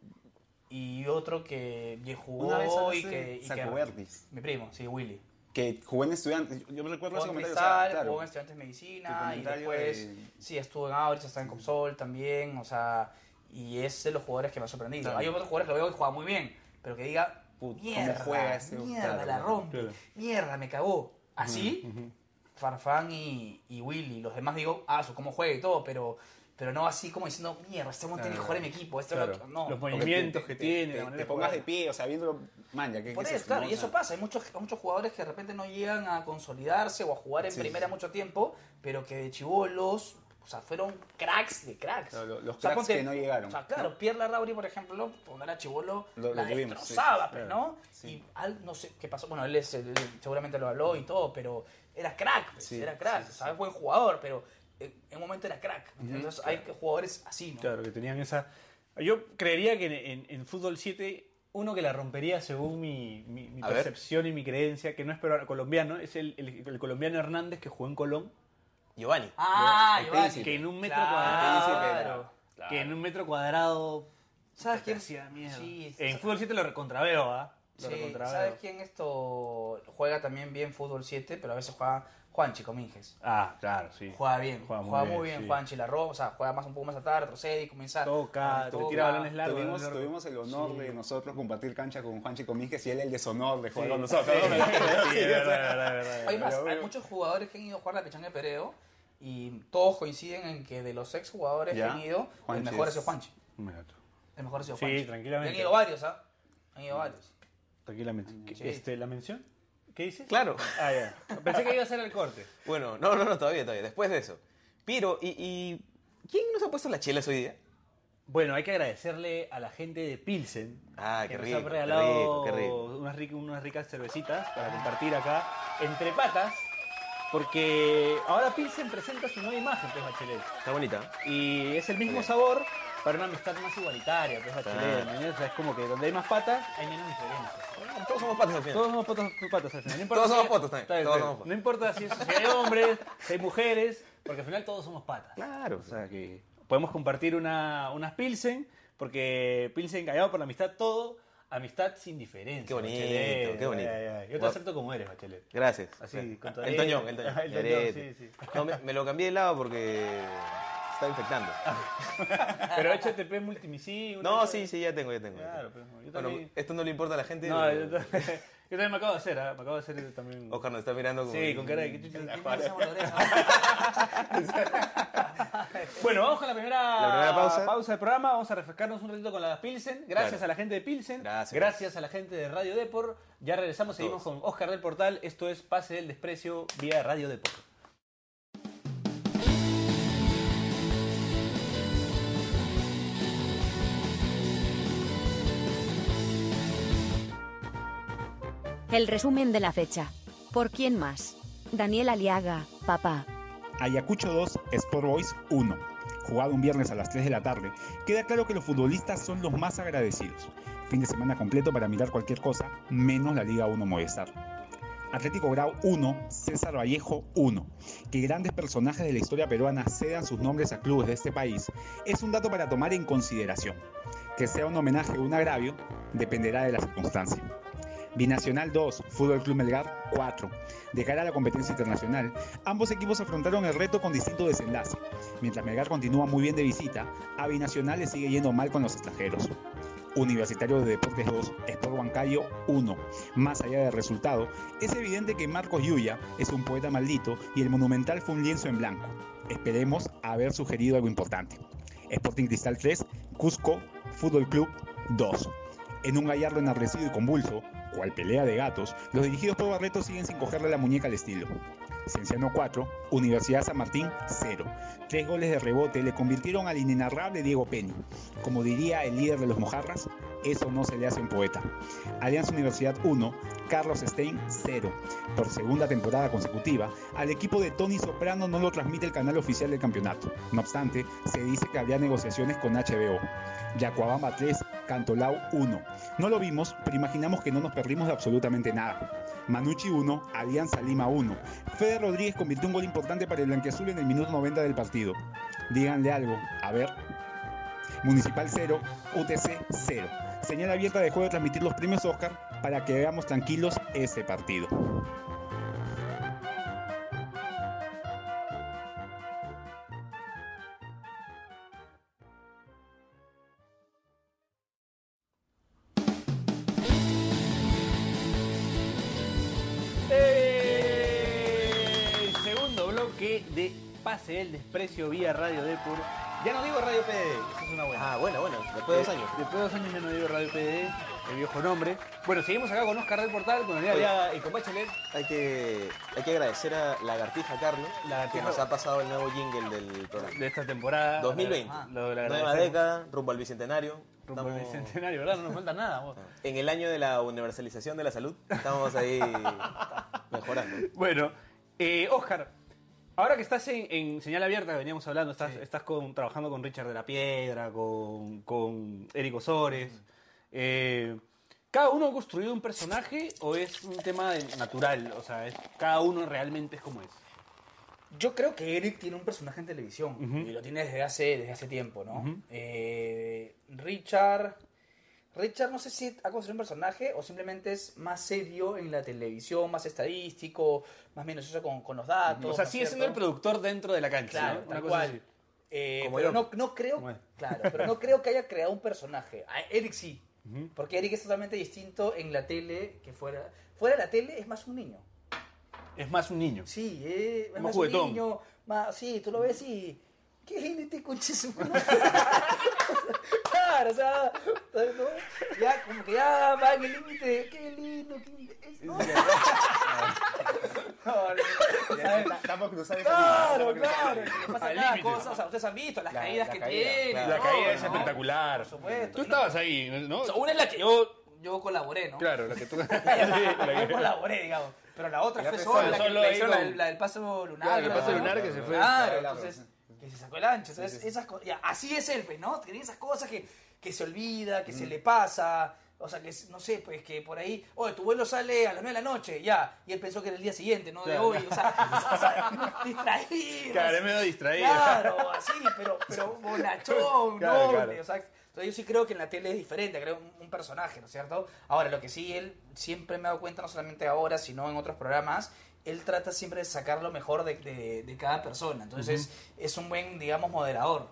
[SPEAKER 4] y otro que bien jugó
[SPEAKER 5] Una vez
[SPEAKER 4] y
[SPEAKER 5] hablaste
[SPEAKER 4] que...
[SPEAKER 5] de
[SPEAKER 4] y que-
[SPEAKER 5] Sacoverdis,
[SPEAKER 4] mi primo, sí, Willy.
[SPEAKER 5] que jugó en estudiantes. Yo, yo me recuerdo ese
[SPEAKER 4] Jugó en
[SPEAKER 5] comentario. o sea,
[SPEAKER 4] Cristal,
[SPEAKER 5] claro.
[SPEAKER 4] jugó en Estudiantes de
[SPEAKER 5] Tu
[SPEAKER 4] Medicina y
[SPEAKER 5] comentario
[SPEAKER 4] después
[SPEAKER 5] de-
[SPEAKER 4] sí estuvo en Aurich, está en Copsol también, o sea, y es de los jugadores que me ha sorprendido.
[SPEAKER 5] Claro.
[SPEAKER 4] Hay otros jugadores que lo veo que juega muy bien, pero que diga,
[SPEAKER 5] Put-
[SPEAKER 4] mierda,
[SPEAKER 5] ¿cómo juega ese?
[SPEAKER 4] mierda,
[SPEAKER 5] Claro,
[SPEAKER 4] la
[SPEAKER 5] claro,
[SPEAKER 4] rompe,
[SPEAKER 2] claro.
[SPEAKER 4] mierda, me cagó. Así, Farfán y, y Willy, los demás digo, ah, su cómo juega y todo, pero, pero no así como diciendo, mierda, este montón tiene que jugar en mi equipo, esto es lo que... No,
[SPEAKER 2] Los
[SPEAKER 5] Porque te-
[SPEAKER 2] movimientos
[SPEAKER 5] te-
[SPEAKER 2] que
[SPEAKER 5] te-
[SPEAKER 2] tiene. la
[SPEAKER 5] te- Te,
[SPEAKER 2] manera de
[SPEAKER 5] pongas de
[SPEAKER 2] jugar.
[SPEAKER 5] pie, o sea, viéndolo, man, ya que
[SPEAKER 4] Por
[SPEAKER 5] que
[SPEAKER 4] eso,
[SPEAKER 5] se-
[SPEAKER 4] claro,
[SPEAKER 5] ¿no?
[SPEAKER 4] y
[SPEAKER 5] O sea,
[SPEAKER 4] eso pasa. Hay muchos, muchos jugadores que de repente no llegan a consolidarse o a jugar en
[SPEAKER 5] Sí,
[SPEAKER 4] primera
[SPEAKER 5] sí.
[SPEAKER 4] mucho tiempo, pero que de chivolos, o sea, fueron cracks de cracks.
[SPEAKER 5] Claro, lo- los
[SPEAKER 4] O sea,
[SPEAKER 5] cracks que no llegaron,
[SPEAKER 4] O sea, claro, Pierre Larrauri, por ejemplo, cuando era chivolo,
[SPEAKER 5] Lo-
[SPEAKER 4] la
[SPEAKER 5] lo tuvimos, sí,
[SPEAKER 4] destrozaba,
[SPEAKER 5] sí,
[SPEAKER 4] pues,
[SPEAKER 5] claro,
[SPEAKER 4] ¿no?
[SPEAKER 5] sí.
[SPEAKER 4] Y al, no sé qué pasó. Bueno, él, es, el- el- seguramente lo habló y todo, pero era crack, pues,
[SPEAKER 5] Sí,
[SPEAKER 4] era crack.
[SPEAKER 5] sí, sí,
[SPEAKER 4] o sea, es buen jugador, pero eh, en un momento era crack. Entonces hay que- jugadores así, ¿no?
[SPEAKER 2] Claro, que tenían esa. Yo creería que en, en- en Fútbol 7, uno que la rompería según mi, mi- mi
[SPEAKER 3] A ver.
[SPEAKER 2] percepción y mi creencia, que no es peruano, colombiano, es el, el- el colombiano Hernández que jugó en Colón,
[SPEAKER 3] Giovanni.
[SPEAKER 4] Ah,
[SPEAKER 5] El
[SPEAKER 4] Giovanni.
[SPEAKER 5] príncipe.
[SPEAKER 2] que en un metro
[SPEAKER 4] Claro.
[SPEAKER 2] cuadrado.
[SPEAKER 4] Claro.
[SPEAKER 2] Que en un metro cuadrado.
[SPEAKER 4] ¿Sabes
[SPEAKER 2] te
[SPEAKER 4] quién?
[SPEAKER 2] hacía mierda.
[SPEAKER 4] Sí,
[SPEAKER 2] en
[SPEAKER 4] sa-
[SPEAKER 2] Fútbol 7 lo recontraveo, ¿ah? Lo
[SPEAKER 4] Sí,
[SPEAKER 2] recontraveo.
[SPEAKER 4] ¿sabes quién esto juega también bien fútbol 7, pero a veces juega Juanchi Cominges?
[SPEAKER 2] Ah, claro, sí.
[SPEAKER 4] Juega bien,
[SPEAKER 2] Juega
[SPEAKER 4] juega
[SPEAKER 2] muy
[SPEAKER 4] muy,
[SPEAKER 2] bien,
[SPEAKER 4] bien,
[SPEAKER 2] sí.
[SPEAKER 4] Juanchi la roba, o sea, juega más un poco más atrás, retrocede y comienza
[SPEAKER 2] Toca, te
[SPEAKER 4] toca.
[SPEAKER 2] tira balones largos.
[SPEAKER 5] Tuvimos,
[SPEAKER 2] balones largos.
[SPEAKER 5] tuvimos el honor de nosotros compartir cancha con Juan Chico Mínquez y él el deshonor de jugar con
[SPEAKER 2] Sí,
[SPEAKER 5] nosotros.
[SPEAKER 2] sí, sí, es verdad, es verdad, es
[SPEAKER 4] (laughs)
[SPEAKER 2] verdad.
[SPEAKER 4] Hay más,
[SPEAKER 5] Pero,
[SPEAKER 4] hay
[SPEAKER 5] pero-
[SPEAKER 4] muchos jugadores que han ido a jugar la pechanga de Pereo y todos coinciden en que de los ex jugadores que
[SPEAKER 5] Ya.
[SPEAKER 4] han ido, el
[SPEAKER 5] Juanchi
[SPEAKER 4] mejor ha
[SPEAKER 5] es-
[SPEAKER 4] sido Juanchi.
[SPEAKER 2] Mira tú.
[SPEAKER 4] El mejor ha sido
[SPEAKER 2] Sí,
[SPEAKER 4] Juanchi.
[SPEAKER 2] tranquilamente.
[SPEAKER 4] Y han ido varios, ¿ah? Han ido varios.
[SPEAKER 2] Tranquilamente.
[SPEAKER 4] Sí.
[SPEAKER 2] Este, ¿La mención? ¿Qué dices?
[SPEAKER 3] Claro.
[SPEAKER 2] Ah, ya. Pensé que iba a ser el corte.
[SPEAKER 3] Bueno, no, no, no, todavía, todavía. Después de eso. Pero, ¿y, y quién nos ha puesto las chelas hoy día?
[SPEAKER 2] Bueno, hay que agradecerle a la gente de Pilsen.
[SPEAKER 3] Ah,
[SPEAKER 2] que
[SPEAKER 3] qué
[SPEAKER 2] nos
[SPEAKER 3] rico,
[SPEAKER 2] ha
[SPEAKER 3] qué
[SPEAKER 2] regalado
[SPEAKER 3] rico, qué rico.
[SPEAKER 2] Unas, ric- unas ricas cervecitas para compartir acá entre patas. Porque ahora Pilsen presenta su nueva imagen, pues, Bachelet.
[SPEAKER 3] Está bonita. ¿eh?
[SPEAKER 2] Y es el mismo sabor para una amistad más igualitaria, pues, Bachelet.
[SPEAKER 3] Claro.
[SPEAKER 2] ¿no? O sea, es como que donde hay más patas, hay menos diferencias.
[SPEAKER 3] Todos somos patas al final.
[SPEAKER 2] Ah, Todos somos patas, patas al final. No importa
[SPEAKER 3] Todos somos
[SPEAKER 2] si-
[SPEAKER 3] patas también,
[SPEAKER 2] Está bien,
[SPEAKER 3] todos
[SPEAKER 2] está bien.
[SPEAKER 3] somos patas.
[SPEAKER 2] No importa si, es, si hay hombres, si hay mujeres, porque al final todos somos patas.
[SPEAKER 3] Claro.
[SPEAKER 2] O sea que podemos compartir una, unas Pilsen, porque Pilsen callado por la amistad todo, amistad sin diferencia.
[SPEAKER 3] Qué bonito,
[SPEAKER 2] Bachelet.
[SPEAKER 3] qué bonito.
[SPEAKER 2] Ay, ay, ay. Yo te
[SPEAKER 3] Guap-
[SPEAKER 2] acepto como eres, Bachelet.
[SPEAKER 3] Gracias.
[SPEAKER 2] Así,
[SPEAKER 3] Gracias.
[SPEAKER 2] Ah, con tu
[SPEAKER 3] el toñón,
[SPEAKER 2] arete.
[SPEAKER 3] el
[SPEAKER 2] (laughs)
[SPEAKER 3] toñón.
[SPEAKER 2] El
[SPEAKER 3] mi
[SPEAKER 2] toñón,
[SPEAKER 3] arete.
[SPEAKER 2] sí, sí.
[SPEAKER 3] No, me, me lo cambié de lado porque está infectando.
[SPEAKER 2] Ah, Pero HTP es multimisil. una
[SPEAKER 3] No,
[SPEAKER 2] cosa-
[SPEAKER 3] sí, sí, ya tengo, ya tengo. ya
[SPEAKER 2] Claro,
[SPEAKER 3] tengo.
[SPEAKER 2] pero yo
[SPEAKER 3] Bueno,
[SPEAKER 2] también...
[SPEAKER 3] esto no le importa a la gente.
[SPEAKER 2] No,
[SPEAKER 3] pero
[SPEAKER 2] yo, ta- yo también (laughs) me acabo de hacer, ¿ah? me acabo de hacer también...
[SPEAKER 3] Oscar nos está mirando como...
[SPEAKER 2] Sí, con cara de que chucha-
[SPEAKER 4] Esa boludeza.
[SPEAKER 2] (laughs) Bueno, vamos con la primera,
[SPEAKER 3] La primera pausa.
[SPEAKER 2] del programa. Vamos a refrescarnos un ratito con las Pilsen. Gracias
[SPEAKER 3] Claro.
[SPEAKER 2] a la gente de Pilsen.
[SPEAKER 3] Gracias.
[SPEAKER 2] a la gente de Radio Depor. Ya regresamos, seguimos con Oscar del Portal. Esto es Pase del Desprecio vía Radio Depor.
[SPEAKER 1] El resumen de la fecha. ¿Por quién más? Daniel Aliaga, papá.
[SPEAKER 8] Ayacucho 2, Sport Boys 1. Jugado un viernes a las 3 de la tarde, queda claro que los futbolistas son los más agradecidos. Fin de semana completo para mirar cualquier cosa, menos la Liga 1 Movistar. Atlético Grau 1, César Vallejo 1. Que grandes personajes de la historia peruana cedan sus nombres a clubes de este país es un dato para tomar en consideración. Que sea un homenaje o un agravio dependerá de la circunstancia. Binacional 2, Fútbol Club Melgar 4. De cara a la competencia internacional, Ambos equipos afrontaron el reto con distinto desenlace. Mientras Melgar continúa muy bien de visita, a Binacional le sigue yendo mal con los extranjeros. Universitario de Deportes 2, Sport Bancario 1. Más allá del resultado, es evidente que Marcos Yuya es un poeta maldito y el Monumental fue un lienzo en blanco. Esperemos haber sugerido algo importante. Sporting Cristal 3, Cusco Fútbol Club 2. En un gallardo enardecido y convulso, cual pelea de gatos, los dirigidos por Barreto siguen sin cogerle la muñeca al estilo. Cienciano 4, Universidad San Martín 0. Tres goles de rebote le convirtieron al inenarrable Diego Peña. Como diría el líder de los Mojarras, eso no se le hace a un poeta. Alianza Universidad 1, Carlos Stein 0. Por segunda temporada consecutiva, al equipo de Tony Soprano no lo transmite el canal oficial del campeonato. No obstante, se dice que habría negociaciones con HBO. Yacuabamba 3, Cantolao 1. No lo vimos, pero imaginamos que no nos perdimos de absolutamente nada. Manucci 1, Alianza Lima 1. Fede Rodríguez convirtió un gol importante para el blanquiazul en el minuto 90 del partido. Díganle algo, a ver. Municipal 0, UTC 0. Señal abierta dejó de transmitir los premios Oscar para que veamos tranquilos ese partido.
[SPEAKER 3] Eh,
[SPEAKER 2] ¡Ey! Segundo bloque de Pase el Desprecio vía Radio Depor. Ya no digo Radio PD, eso es una buena.
[SPEAKER 3] Ah, bueno, bueno, después de
[SPEAKER 2] Eh,
[SPEAKER 3] dos años.
[SPEAKER 2] Después de dos años ya no digo Radio PD, el viejo nombre. Bueno, seguimos acá con Oscar del Portal, con Daniel Ayala.
[SPEAKER 3] Oye, y con Bachelet hay que, hay que agradecer a Lagartija Carlos, que
[SPEAKER 2] Lagartija.
[SPEAKER 3] nos ha pasado el nuevo jingle del programa.
[SPEAKER 2] de esta temporada. Ah,
[SPEAKER 3] 2020,
[SPEAKER 2] Lo, lo
[SPEAKER 3] nueva
[SPEAKER 2] agradecemos.
[SPEAKER 3] década, rumbo al bicentenario.
[SPEAKER 2] Rumbo al
[SPEAKER 3] Estamos
[SPEAKER 2] bicentenario, ¿verdad? No nos falta nada. vos.
[SPEAKER 3] En el año de la universalización de la salud, estamos ahí mejorando.
[SPEAKER 2] Bueno, eh, Oscar, ahora que estás en, en señal abierta, que veníamos hablando, estás, estás con, trabajando con Richard de la Piedra, con, con Eric Osores. eh, ¿Cada uno ha construido un personaje o es un tema de- natural? O sea, es- cada uno realmente es como es.
[SPEAKER 4] Yo creo que Eric tiene un personaje en televisión
[SPEAKER 2] Ujú.
[SPEAKER 4] y lo tiene desde hace, desde hace tiempo, ¿no?
[SPEAKER 2] Ujú.
[SPEAKER 4] Eh, Richard. Richard no sé si ha construido un personaje o simplemente es más serio en la televisión, más estadístico, más minucioso con, con los datos.
[SPEAKER 2] O sea,
[SPEAKER 4] ¿no
[SPEAKER 2] sigue siendo el
[SPEAKER 4] cierto?
[SPEAKER 2] productor dentro de la cancha.
[SPEAKER 4] Claro,
[SPEAKER 2] ¿no? Una
[SPEAKER 4] tal
[SPEAKER 2] cosa
[SPEAKER 4] cual.
[SPEAKER 2] así.
[SPEAKER 4] Eh,
[SPEAKER 3] Como
[SPEAKER 4] pero
[SPEAKER 3] yo.
[SPEAKER 4] no, no creo,
[SPEAKER 2] Bueno.
[SPEAKER 4] claro, pero no creo que haya creado un personaje. A Eric sí,
[SPEAKER 2] Ujú.
[SPEAKER 4] porque Eric es totalmente distinto en la tele que fuera. Fuera de la tele es más un niño.
[SPEAKER 2] Es más un niño.
[SPEAKER 4] Sí, eh,
[SPEAKER 2] Más
[SPEAKER 4] es más
[SPEAKER 2] juguetón.
[SPEAKER 4] un niño, más, sí, tú lo ves y... ¿Qué lindo este coche
[SPEAKER 2] (laughs)
[SPEAKER 4] su madre! Claro, o sea, ¿no? ya como que ya va en el límite, qué lindo, qué lindo. es, ¿no? (laughs) No,
[SPEAKER 5] (laughs)
[SPEAKER 4] no,
[SPEAKER 5] Ya,
[SPEAKER 4] ¿sabes?
[SPEAKER 5] está- está por cruzar esa
[SPEAKER 4] Claro,
[SPEAKER 5] línea, está por
[SPEAKER 4] claro.
[SPEAKER 5] cruzar esa
[SPEAKER 4] le
[SPEAKER 5] línea.
[SPEAKER 4] pasa
[SPEAKER 2] Al
[SPEAKER 4] cada
[SPEAKER 2] límite.
[SPEAKER 4] cosa, o sea, ustedes han visto las
[SPEAKER 5] La-
[SPEAKER 4] caídas
[SPEAKER 5] la
[SPEAKER 4] que
[SPEAKER 5] caída,
[SPEAKER 4] tiene.
[SPEAKER 5] claro.
[SPEAKER 2] La
[SPEAKER 4] ¿no?
[SPEAKER 2] caída es
[SPEAKER 4] ¿no?
[SPEAKER 2] espectacular.
[SPEAKER 4] Por supuesto.
[SPEAKER 2] Tú estabas ahí, ¿no?
[SPEAKER 4] O sea, una es la que yo, yo colaboré, ¿no?
[SPEAKER 2] Claro, la que tú...
[SPEAKER 4] (laughs) Yo colaboré, digamos. Pero la otra
[SPEAKER 5] Ya
[SPEAKER 4] fue
[SPEAKER 5] empezó,
[SPEAKER 4] sola, la, que,
[SPEAKER 2] solo
[SPEAKER 4] la,
[SPEAKER 2] ahí
[SPEAKER 4] hicieron la
[SPEAKER 2] con-
[SPEAKER 4] del- la del paso lunar.
[SPEAKER 2] Claro, el
[SPEAKER 4] ¿no?
[SPEAKER 2] paso
[SPEAKER 5] Claro,
[SPEAKER 2] lunar que se
[SPEAKER 5] claro,
[SPEAKER 2] fue.
[SPEAKER 4] Claro,
[SPEAKER 5] Claro,
[SPEAKER 4] entonces,
[SPEAKER 5] sí.
[SPEAKER 4] que se sacó el ancho. Entonces, esas co- ya, así es él, pues, ¿no? Tenía esas cosas que, que se olvida, que
[SPEAKER 5] Mm.
[SPEAKER 4] se le pasa. O sea, que es- no sé, pues que por ahí, oye, tu vuelo sale a las 9 de la noche, ya. Y él pensó que era el día siguiente, no de
[SPEAKER 2] Claro.
[SPEAKER 4] hoy. O sea, (laughs) o sea, distraído.
[SPEAKER 2] Claro,
[SPEAKER 4] así.
[SPEAKER 2] es medio distraído. (laughs)
[SPEAKER 4] Claro, así, pero, pero bonachón,
[SPEAKER 2] Claro,
[SPEAKER 4] noble,
[SPEAKER 2] claro.
[SPEAKER 4] o sea, entonces yo sí creo que en la tele es diferente, creo un, un personaje, ¿no es cierto? Ahora, lo que sí, él siempre me he dado cuenta, no solamente ahora, sino en otros programas, él trata siempre de sacar lo mejor de, de- de cada persona. Entonces, es un buen, digamos, moderador.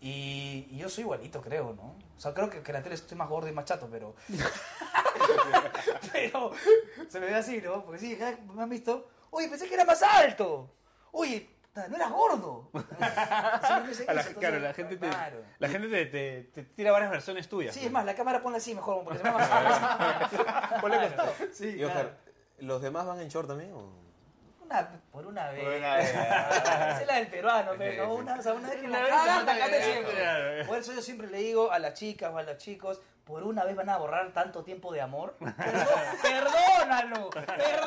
[SPEAKER 4] y, y yo soy igualito, creo, ¿no? O sea, creo que, que en la tele estoy más gordo y más chato, pero... (laughs) pero se me ve así, ¿no? Porque sí, ya me han visto. Oye, pensé que era más alto. Oye, puta, no eras gordo.
[SPEAKER 2] (laughs)
[SPEAKER 4] Sí, no sé
[SPEAKER 2] A Ah, la-
[SPEAKER 4] eso, entonces,
[SPEAKER 2] claro, la gente, te,
[SPEAKER 4] claro.
[SPEAKER 2] la gente te, te- te tira varias versiones tuyas.
[SPEAKER 4] Sí, es más, la cámara ponla así mejor, porque se me
[SPEAKER 2] (laughs)
[SPEAKER 4] va más
[SPEAKER 2] Ponle al costado.
[SPEAKER 4] Sí,
[SPEAKER 3] Y Oscar, ¿los demás van en short también? o?
[SPEAKER 4] Una, por una vez.
[SPEAKER 5] Por una vez.
[SPEAKER 4] Esa (laughs) es la del peruano, pero no, una, o sea, una vez que la cagan, la cagan siempre.
[SPEAKER 2] Claro.
[SPEAKER 4] Por eso yo siempre le digo a las chicas o a los chicos, por una vez van a borrar tanto tiempo de
[SPEAKER 3] (laughs)
[SPEAKER 4] amor. Perdón- Perdónalo,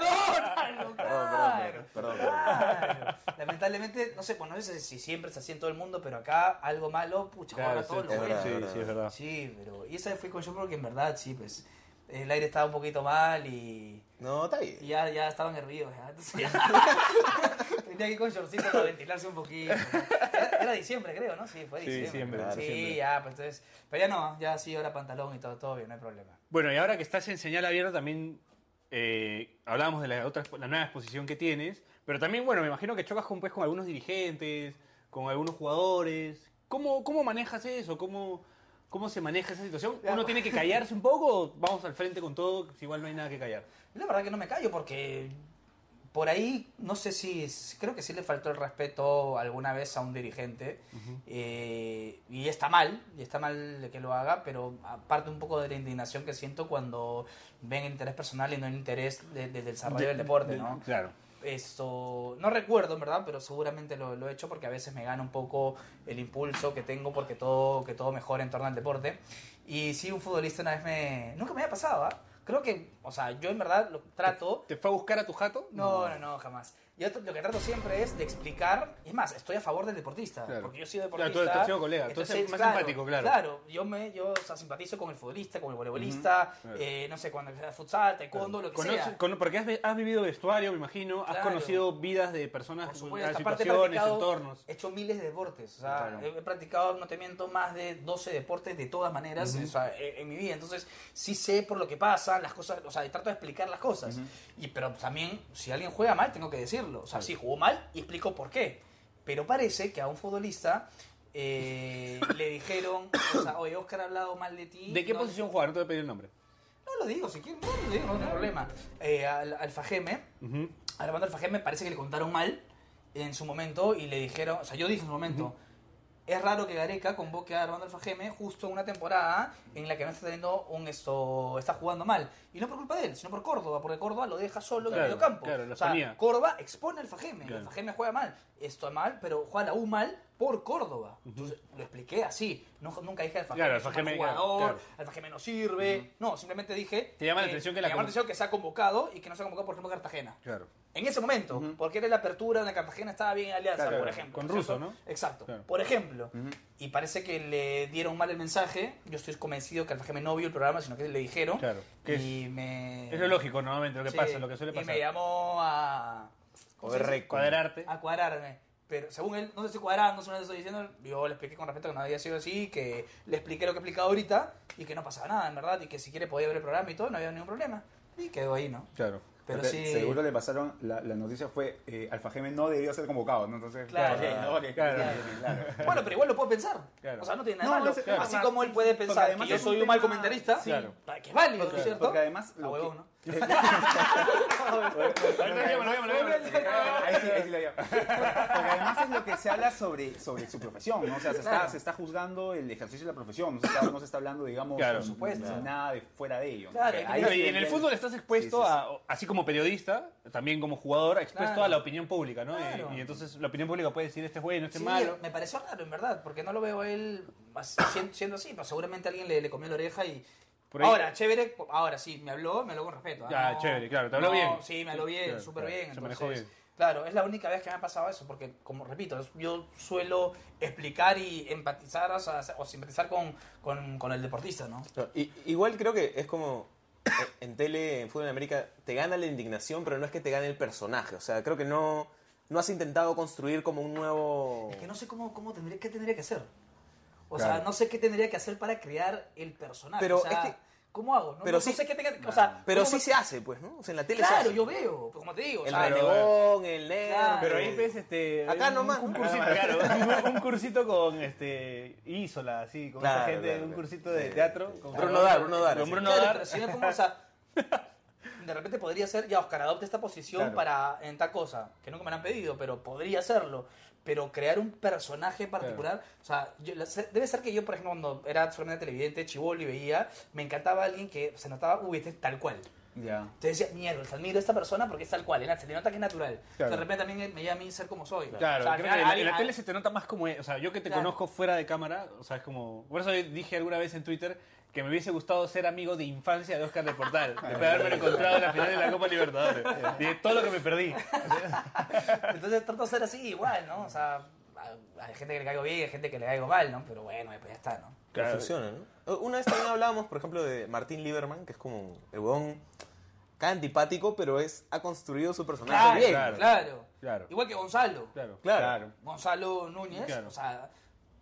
[SPEAKER 4] perdónalo, claro.
[SPEAKER 3] perdón, perdón, perdón.
[SPEAKER 4] claro. Lamentablemente, no sé, pues no sé si siempre es así en todo el mundo, pero acá algo malo, pucha,
[SPEAKER 2] Claro,
[SPEAKER 4] ahora
[SPEAKER 2] sí,
[SPEAKER 4] todo lo
[SPEAKER 2] es
[SPEAKER 4] bueno.
[SPEAKER 2] verdad, sí, sí, es verdad.
[SPEAKER 4] Sí, pero y esa fue con yo porque en verdad, sí, pues el aire estaba un poquito mal y,
[SPEAKER 3] No, está
[SPEAKER 4] y
[SPEAKER 3] bien.
[SPEAKER 4] ya, ya estaban hervidos. ya, entonces ya- (laughs) tenía que ir con shortcito para ventilarse un poquito. ¿no? Era, era diciembre, creo, ¿no? Sí, fue
[SPEAKER 2] Sí,
[SPEAKER 4] diciembre.
[SPEAKER 2] diciembre,
[SPEAKER 4] claro. sí,
[SPEAKER 2] diciembre.
[SPEAKER 4] ya, pues entonces. Pero ya no, ya sí, ahora pantalón y todo, todo bien, no hay problema.
[SPEAKER 2] Bueno, y ahora que estás en señal abierta también eh, hablábamos de la, otra, expo- la nueva exposición que tienes, pero también, bueno, me imagino que chocas con, pues, con algunos dirigentes, con algunos jugadores. ¿Cómo, cómo manejas eso? ¿Cómo, ¿Cómo se maneja esa situación? ¿Uno tiene que callarse un poco o vamos al frente con todo? Si igual no hay nada que callar.
[SPEAKER 4] La verdad que no me callo porque por ahí, no sé si, creo que sí le faltó el respeto alguna vez a un dirigente. Eh, y está mal, y está mal que lo haga, pero aparte un poco de la indignación que siento cuando ven interés personal y no interés de- de- del desarrollo del deporte, ¿no?
[SPEAKER 2] Claro.
[SPEAKER 4] Esto, no recuerdo, en verdad, pero seguramente lo, lo he hecho porque a veces me gana un poco el impulso que tengo porque todo, que todo mejora en torno al deporte. Y sí, un futbolista una vez me... Nunca me había pasado, ¿ah? Creo que, o sea, yo en verdad lo trato...
[SPEAKER 2] ¿Te fue a buscar a tu jato?
[SPEAKER 4] No, no, no, jamás. Yo t- lo que trato siempre es de explicar, y es más, estoy a favor del deportista,
[SPEAKER 2] Claro.
[SPEAKER 4] porque yo soy
[SPEAKER 2] Claro,
[SPEAKER 4] deportista.
[SPEAKER 2] tú- tú has sido colega, tú eres más simpático, claro.
[SPEAKER 4] Claro, yo, me, yo o sea, simpatizo con el futbolista, con el voleibolista,
[SPEAKER 2] Claro.
[SPEAKER 4] eh, no sé, cuando empieza futsal, taekwondo, lo que
[SPEAKER 2] Conoce-
[SPEAKER 4] sea.
[SPEAKER 2] cono- porque has, ve- has vivido vestuario, me imagino, has
[SPEAKER 4] Claro.
[SPEAKER 2] conocido vidas de personas,
[SPEAKER 4] Por supuesto, aparte he
[SPEAKER 2] situaciones,
[SPEAKER 4] practicado,
[SPEAKER 2] entornos.
[SPEAKER 4] he hecho miles de deportes. O sea,
[SPEAKER 2] Claro.
[SPEAKER 4] he, he practicado, no te miento, más de 12 deportes de todas maneras o sea, e, en, en mi vida. Entonces, sí sé por lo que pasa, las cosas, o sea, y trato de explicar las cosas. y, pero también, si alguien juega mal, tengo que decirlo. O sea, sí, jugó mal y explico por qué. Pero parece que a un futbolista eh, le dijeron, o sea, oye, Oscar ha hablado mal de ti.
[SPEAKER 2] ¿De qué
[SPEAKER 4] no-
[SPEAKER 2] posición juega? No te voy a pedir el nombre.
[SPEAKER 4] No lo digo, si quieres, no lo digo, no tengo problema. Eh, al, al Fajeme,
[SPEAKER 2] Ujú.
[SPEAKER 4] a Armando Alfajén me parece que le contaron mal en su momento y le dijeron, o sea, yo dije en su momento, es raro que Gareca convoque a Armando Alfajeme justo en una temporada en la que no está teniendo un esto, está jugando mal. Y no por culpa de él, sino por Córdoba, porque Córdoba lo deja solo en
[SPEAKER 2] Claro,
[SPEAKER 4] el medio campo.
[SPEAKER 2] claro, lo
[SPEAKER 4] o sea,
[SPEAKER 2] ponía.
[SPEAKER 4] Córdoba expone al Fajeme,
[SPEAKER 2] Claro.
[SPEAKER 4] el Fajeme juega mal, esto es mal, pero juega la U mal por Córdoba. Entonces lo expliqué así, no, nunca dije al Fajeme,
[SPEAKER 2] Claro,
[SPEAKER 4] es un mal
[SPEAKER 2] Alfajeme, claro,
[SPEAKER 4] jugador,
[SPEAKER 2] claro.
[SPEAKER 4] Alfajeme no sirve, no, simplemente dije...
[SPEAKER 2] Te llama la atención que la
[SPEAKER 4] me llama
[SPEAKER 2] convoque.
[SPEAKER 4] atención que se ha convocado y que no se ha convocado, por ejemplo, Cartagena.
[SPEAKER 2] Claro.
[SPEAKER 4] En ese momento, porque era la apertura donde Cartagena estaba bien en alianza,
[SPEAKER 2] Claro,
[SPEAKER 4] por
[SPEAKER 2] claro.
[SPEAKER 4] ejemplo.
[SPEAKER 2] Con
[SPEAKER 4] ¿no es
[SPEAKER 2] Russo,
[SPEAKER 4] cierto?
[SPEAKER 2] ¿no?
[SPEAKER 4] Exacto.
[SPEAKER 2] Claro.
[SPEAKER 4] Por ejemplo. Y parece que le dieron mal el mensaje. Yo estoy convencido que Cartagena no vio el programa, sino que le dijeron.
[SPEAKER 2] Claro, que
[SPEAKER 4] Y me...
[SPEAKER 2] Es lo lógico, normalmente, lo que
[SPEAKER 4] Sí,
[SPEAKER 2] pasa, lo que suele
[SPEAKER 4] Y me
[SPEAKER 2] pasar.
[SPEAKER 4] llamó a... ¿cómo se dice?
[SPEAKER 2] Cuadrarte.
[SPEAKER 4] A cuadrarme. Pero según él, no te estoy cuadrando, no sé lo que estoy diciendo. Yo le expliqué con respeto que no había sido así, que le expliqué lo que he explicado ahorita y que no pasaba nada, en verdad, y que si quiere podía ver el programa y todo, no había ningún problema. Y quedó ahí,
[SPEAKER 5] (laughs)
[SPEAKER 4] ¿no? (laughs)
[SPEAKER 2] Claro.
[SPEAKER 4] Pero
[SPEAKER 5] Porque
[SPEAKER 4] sí.
[SPEAKER 5] Seguro le pasaron, la, la noticia fue, eh, Alfa Geme no debió ser convocado, ¿no? Entonces,
[SPEAKER 4] Claro.
[SPEAKER 5] no, que-
[SPEAKER 2] Claro.
[SPEAKER 5] claro.
[SPEAKER 4] Bueno, pero igual lo puedo pensar.
[SPEAKER 2] Claro.
[SPEAKER 4] O sea, no tiene nada
[SPEAKER 5] No,
[SPEAKER 4] de malo.
[SPEAKER 5] ese- claro.
[SPEAKER 4] Así como él puede pensar
[SPEAKER 5] además
[SPEAKER 4] que yo
[SPEAKER 5] es un
[SPEAKER 4] soy un
[SPEAKER 5] tema-
[SPEAKER 4] mal comentarista,
[SPEAKER 2] Sí. Claro.
[SPEAKER 4] que es válido, ¿no es cierto?
[SPEAKER 5] Porque además...
[SPEAKER 4] La
[SPEAKER 5] lo
[SPEAKER 4] huevón,
[SPEAKER 5] que-
[SPEAKER 4] ¿no?
[SPEAKER 5] Ahí sí, ahí sí lo llevo. (laughs) Porque además es lo que se habla sobre, sobre su profesión, ¿no? O sea, se,
[SPEAKER 4] Claro.
[SPEAKER 5] está, se está juzgando el ejercicio de la profesión, no se está, no se está hablando, digamos,
[SPEAKER 2] Claro.
[SPEAKER 5] por
[SPEAKER 4] supuesto.
[SPEAKER 5] nada de fuera de ello. ¿no?
[SPEAKER 4] Claro,
[SPEAKER 5] Ahí
[SPEAKER 4] claro,
[SPEAKER 2] Claro, y en el fútbol estás expuesto,
[SPEAKER 5] Sí, sí, sí.
[SPEAKER 2] A, así como periodista, también como jugador, expuesto
[SPEAKER 4] Claro.
[SPEAKER 2] a la opinión pública, ¿no? Y-
[SPEAKER 4] Claro.
[SPEAKER 2] Y, entonces la opinión pública puede decir, este es bueno, este
[SPEAKER 4] Sí,
[SPEAKER 2] es malo.
[SPEAKER 4] me pareció raro, en verdad, porque no lo veo a él así- sien- siendo así, pero seguramente alguien le, le comió la oreja y...
[SPEAKER 2] Por ahí-
[SPEAKER 4] Ahora, chévere, ahora sí, me habló, me habló con respeto. ¿ah?
[SPEAKER 2] Ya, chévere, claro, te habló bien.
[SPEAKER 4] Sí, me habló bien,
[SPEAKER 2] Claro,
[SPEAKER 4] súper
[SPEAKER 2] claro,
[SPEAKER 4] bien.
[SPEAKER 2] se manejó
[SPEAKER 4] entonces,
[SPEAKER 2] bien.
[SPEAKER 4] Claro, es la única vez que me ha pasado eso, porque, como repito, es- yo suelo explicar y empatizar o, sea, o simpatizar con, con, con el deportista, ¿no?
[SPEAKER 3] No, i- igual creo que es como eh, en tele, en Fútbol en América, te gana la indignación, pero no es que te gane el personaje. O sea, creo que no, no has intentado construir como un nuevo...
[SPEAKER 4] Es que no sé cómo, cómo tendría, qué tendría que hacer. O
[SPEAKER 5] Claro.
[SPEAKER 4] sea, no sé qué tendría que hacer para crear el personaje.
[SPEAKER 3] Pero
[SPEAKER 4] o sea,
[SPEAKER 3] es que-
[SPEAKER 4] ¿cómo hago? No,
[SPEAKER 3] pero
[SPEAKER 4] no- no
[SPEAKER 3] sí-
[SPEAKER 4] sé qué tenga O sea,
[SPEAKER 3] Pero
[SPEAKER 4] ¿cómo
[SPEAKER 3] sí
[SPEAKER 4] me-
[SPEAKER 3] se hace, pues, ¿no? O sea, en la tele se
[SPEAKER 4] Claro,
[SPEAKER 3] hace.
[SPEAKER 4] yo veo, pero como te digo. o
[SPEAKER 3] El
[SPEAKER 4] sea,
[SPEAKER 3] renegón, el negro.
[SPEAKER 4] Claro.
[SPEAKER 2] Pero ahí ves este.
[SPEAKER 3] Acá
[SPEAKER 2] un-
[SPEAKER 3] nomás,
[SPEAKER 2] Un
[SPEAKER 3] ¿no?
[SPEAKER 2] cursito, claro. (laughs) Un, un cursito con este. Isola, así, con
[SPEAKER 3] Claro,
[SPEAKER 2] esa gente,
[SPEAKER 3] claro,
[SPEAKER 2] un
[SPEAKER 3] claro.
[SPEAKER 2] cursito de teatro. Con
[SPEAKER 3] Bruno Dar, Bruno Dar.
[SPEAKER 2] Con Bruno
[SPEAKER 4] claro,
[SPEAKER 2] Dar.
[SPEAKER 4] pero si yo me pongo, o sea, (laughs) de repente podría ser, ya Oscar, adopta esta posición
[SPEAKER 5] Claro.
[SPEAKER 4] para en tal cosa, que nunca me la han pedido, pero podría hacerlo. Pero crear un personaje particular, o sea, yo- la- se- debe ser que yo, por ejemplo, cuando era solamente televidente, chivolo y veía, me encantaba alguien que se notaba, uy, este es tal cual.
[SPEAKER 5] Ya.
[SPEAKER 4] Te decía, mierda, admiro a esta persona porque es tal cual, en se le nota que es natural.
[SPEAKER 2] Claro.
[SPEAKER 4] De repente también me lleva a mí ser como soy.
[SPEAKER 2] Claro,
[SPEAKER 4] O sea,
[SPEAKER 2] creo
[SPEAKER 4] al final
[SPEAKER 2] que en la- en
[SPEAKER 4] alguien-
[SPEAKER 2] la tele se te nota más como. eh, O sea, yo que te
[SPEAKER 4] Claro.
[SPEAKER 2] conozco fuera de cámara, o sea, es como. Por eso dije alguna vez en Twitter que me hubiese gustado ser amigo de infancia de Oscar del
[SPEAKER 5] (laughs)
[SPEAKER 2] Portal, después de haberme encontrado en la final de la Copa Libertadores. Y de todo lo que me perdí.
[SPEAKER 4] Entonces trato de ser así igual, ¿no? O sea, a- hay gente que le caigo bien, hay gente que le caigo mal, ¿no? Pero bueno, pues ya está, ¿no?
[SPEAKER 3] Pero funciona, ¿no? Una vez también hablábamos, por ejemplo, de Martín Lieberman, que es como el huevón acá antipático, pero es ha construido su personaje bien.
[SPEAKER 4] claro.
[SPEAKER 2] Claro.
[SPEAKER 4] Igual que Gonzalo.
[SPEAKER 2] Claro.
[SPEAKER 3] Claro.
[SPEAKER 4] Gonzalo Núñez,
[SPEAKER 2] Claro.
[SPEAKER 4] o sea,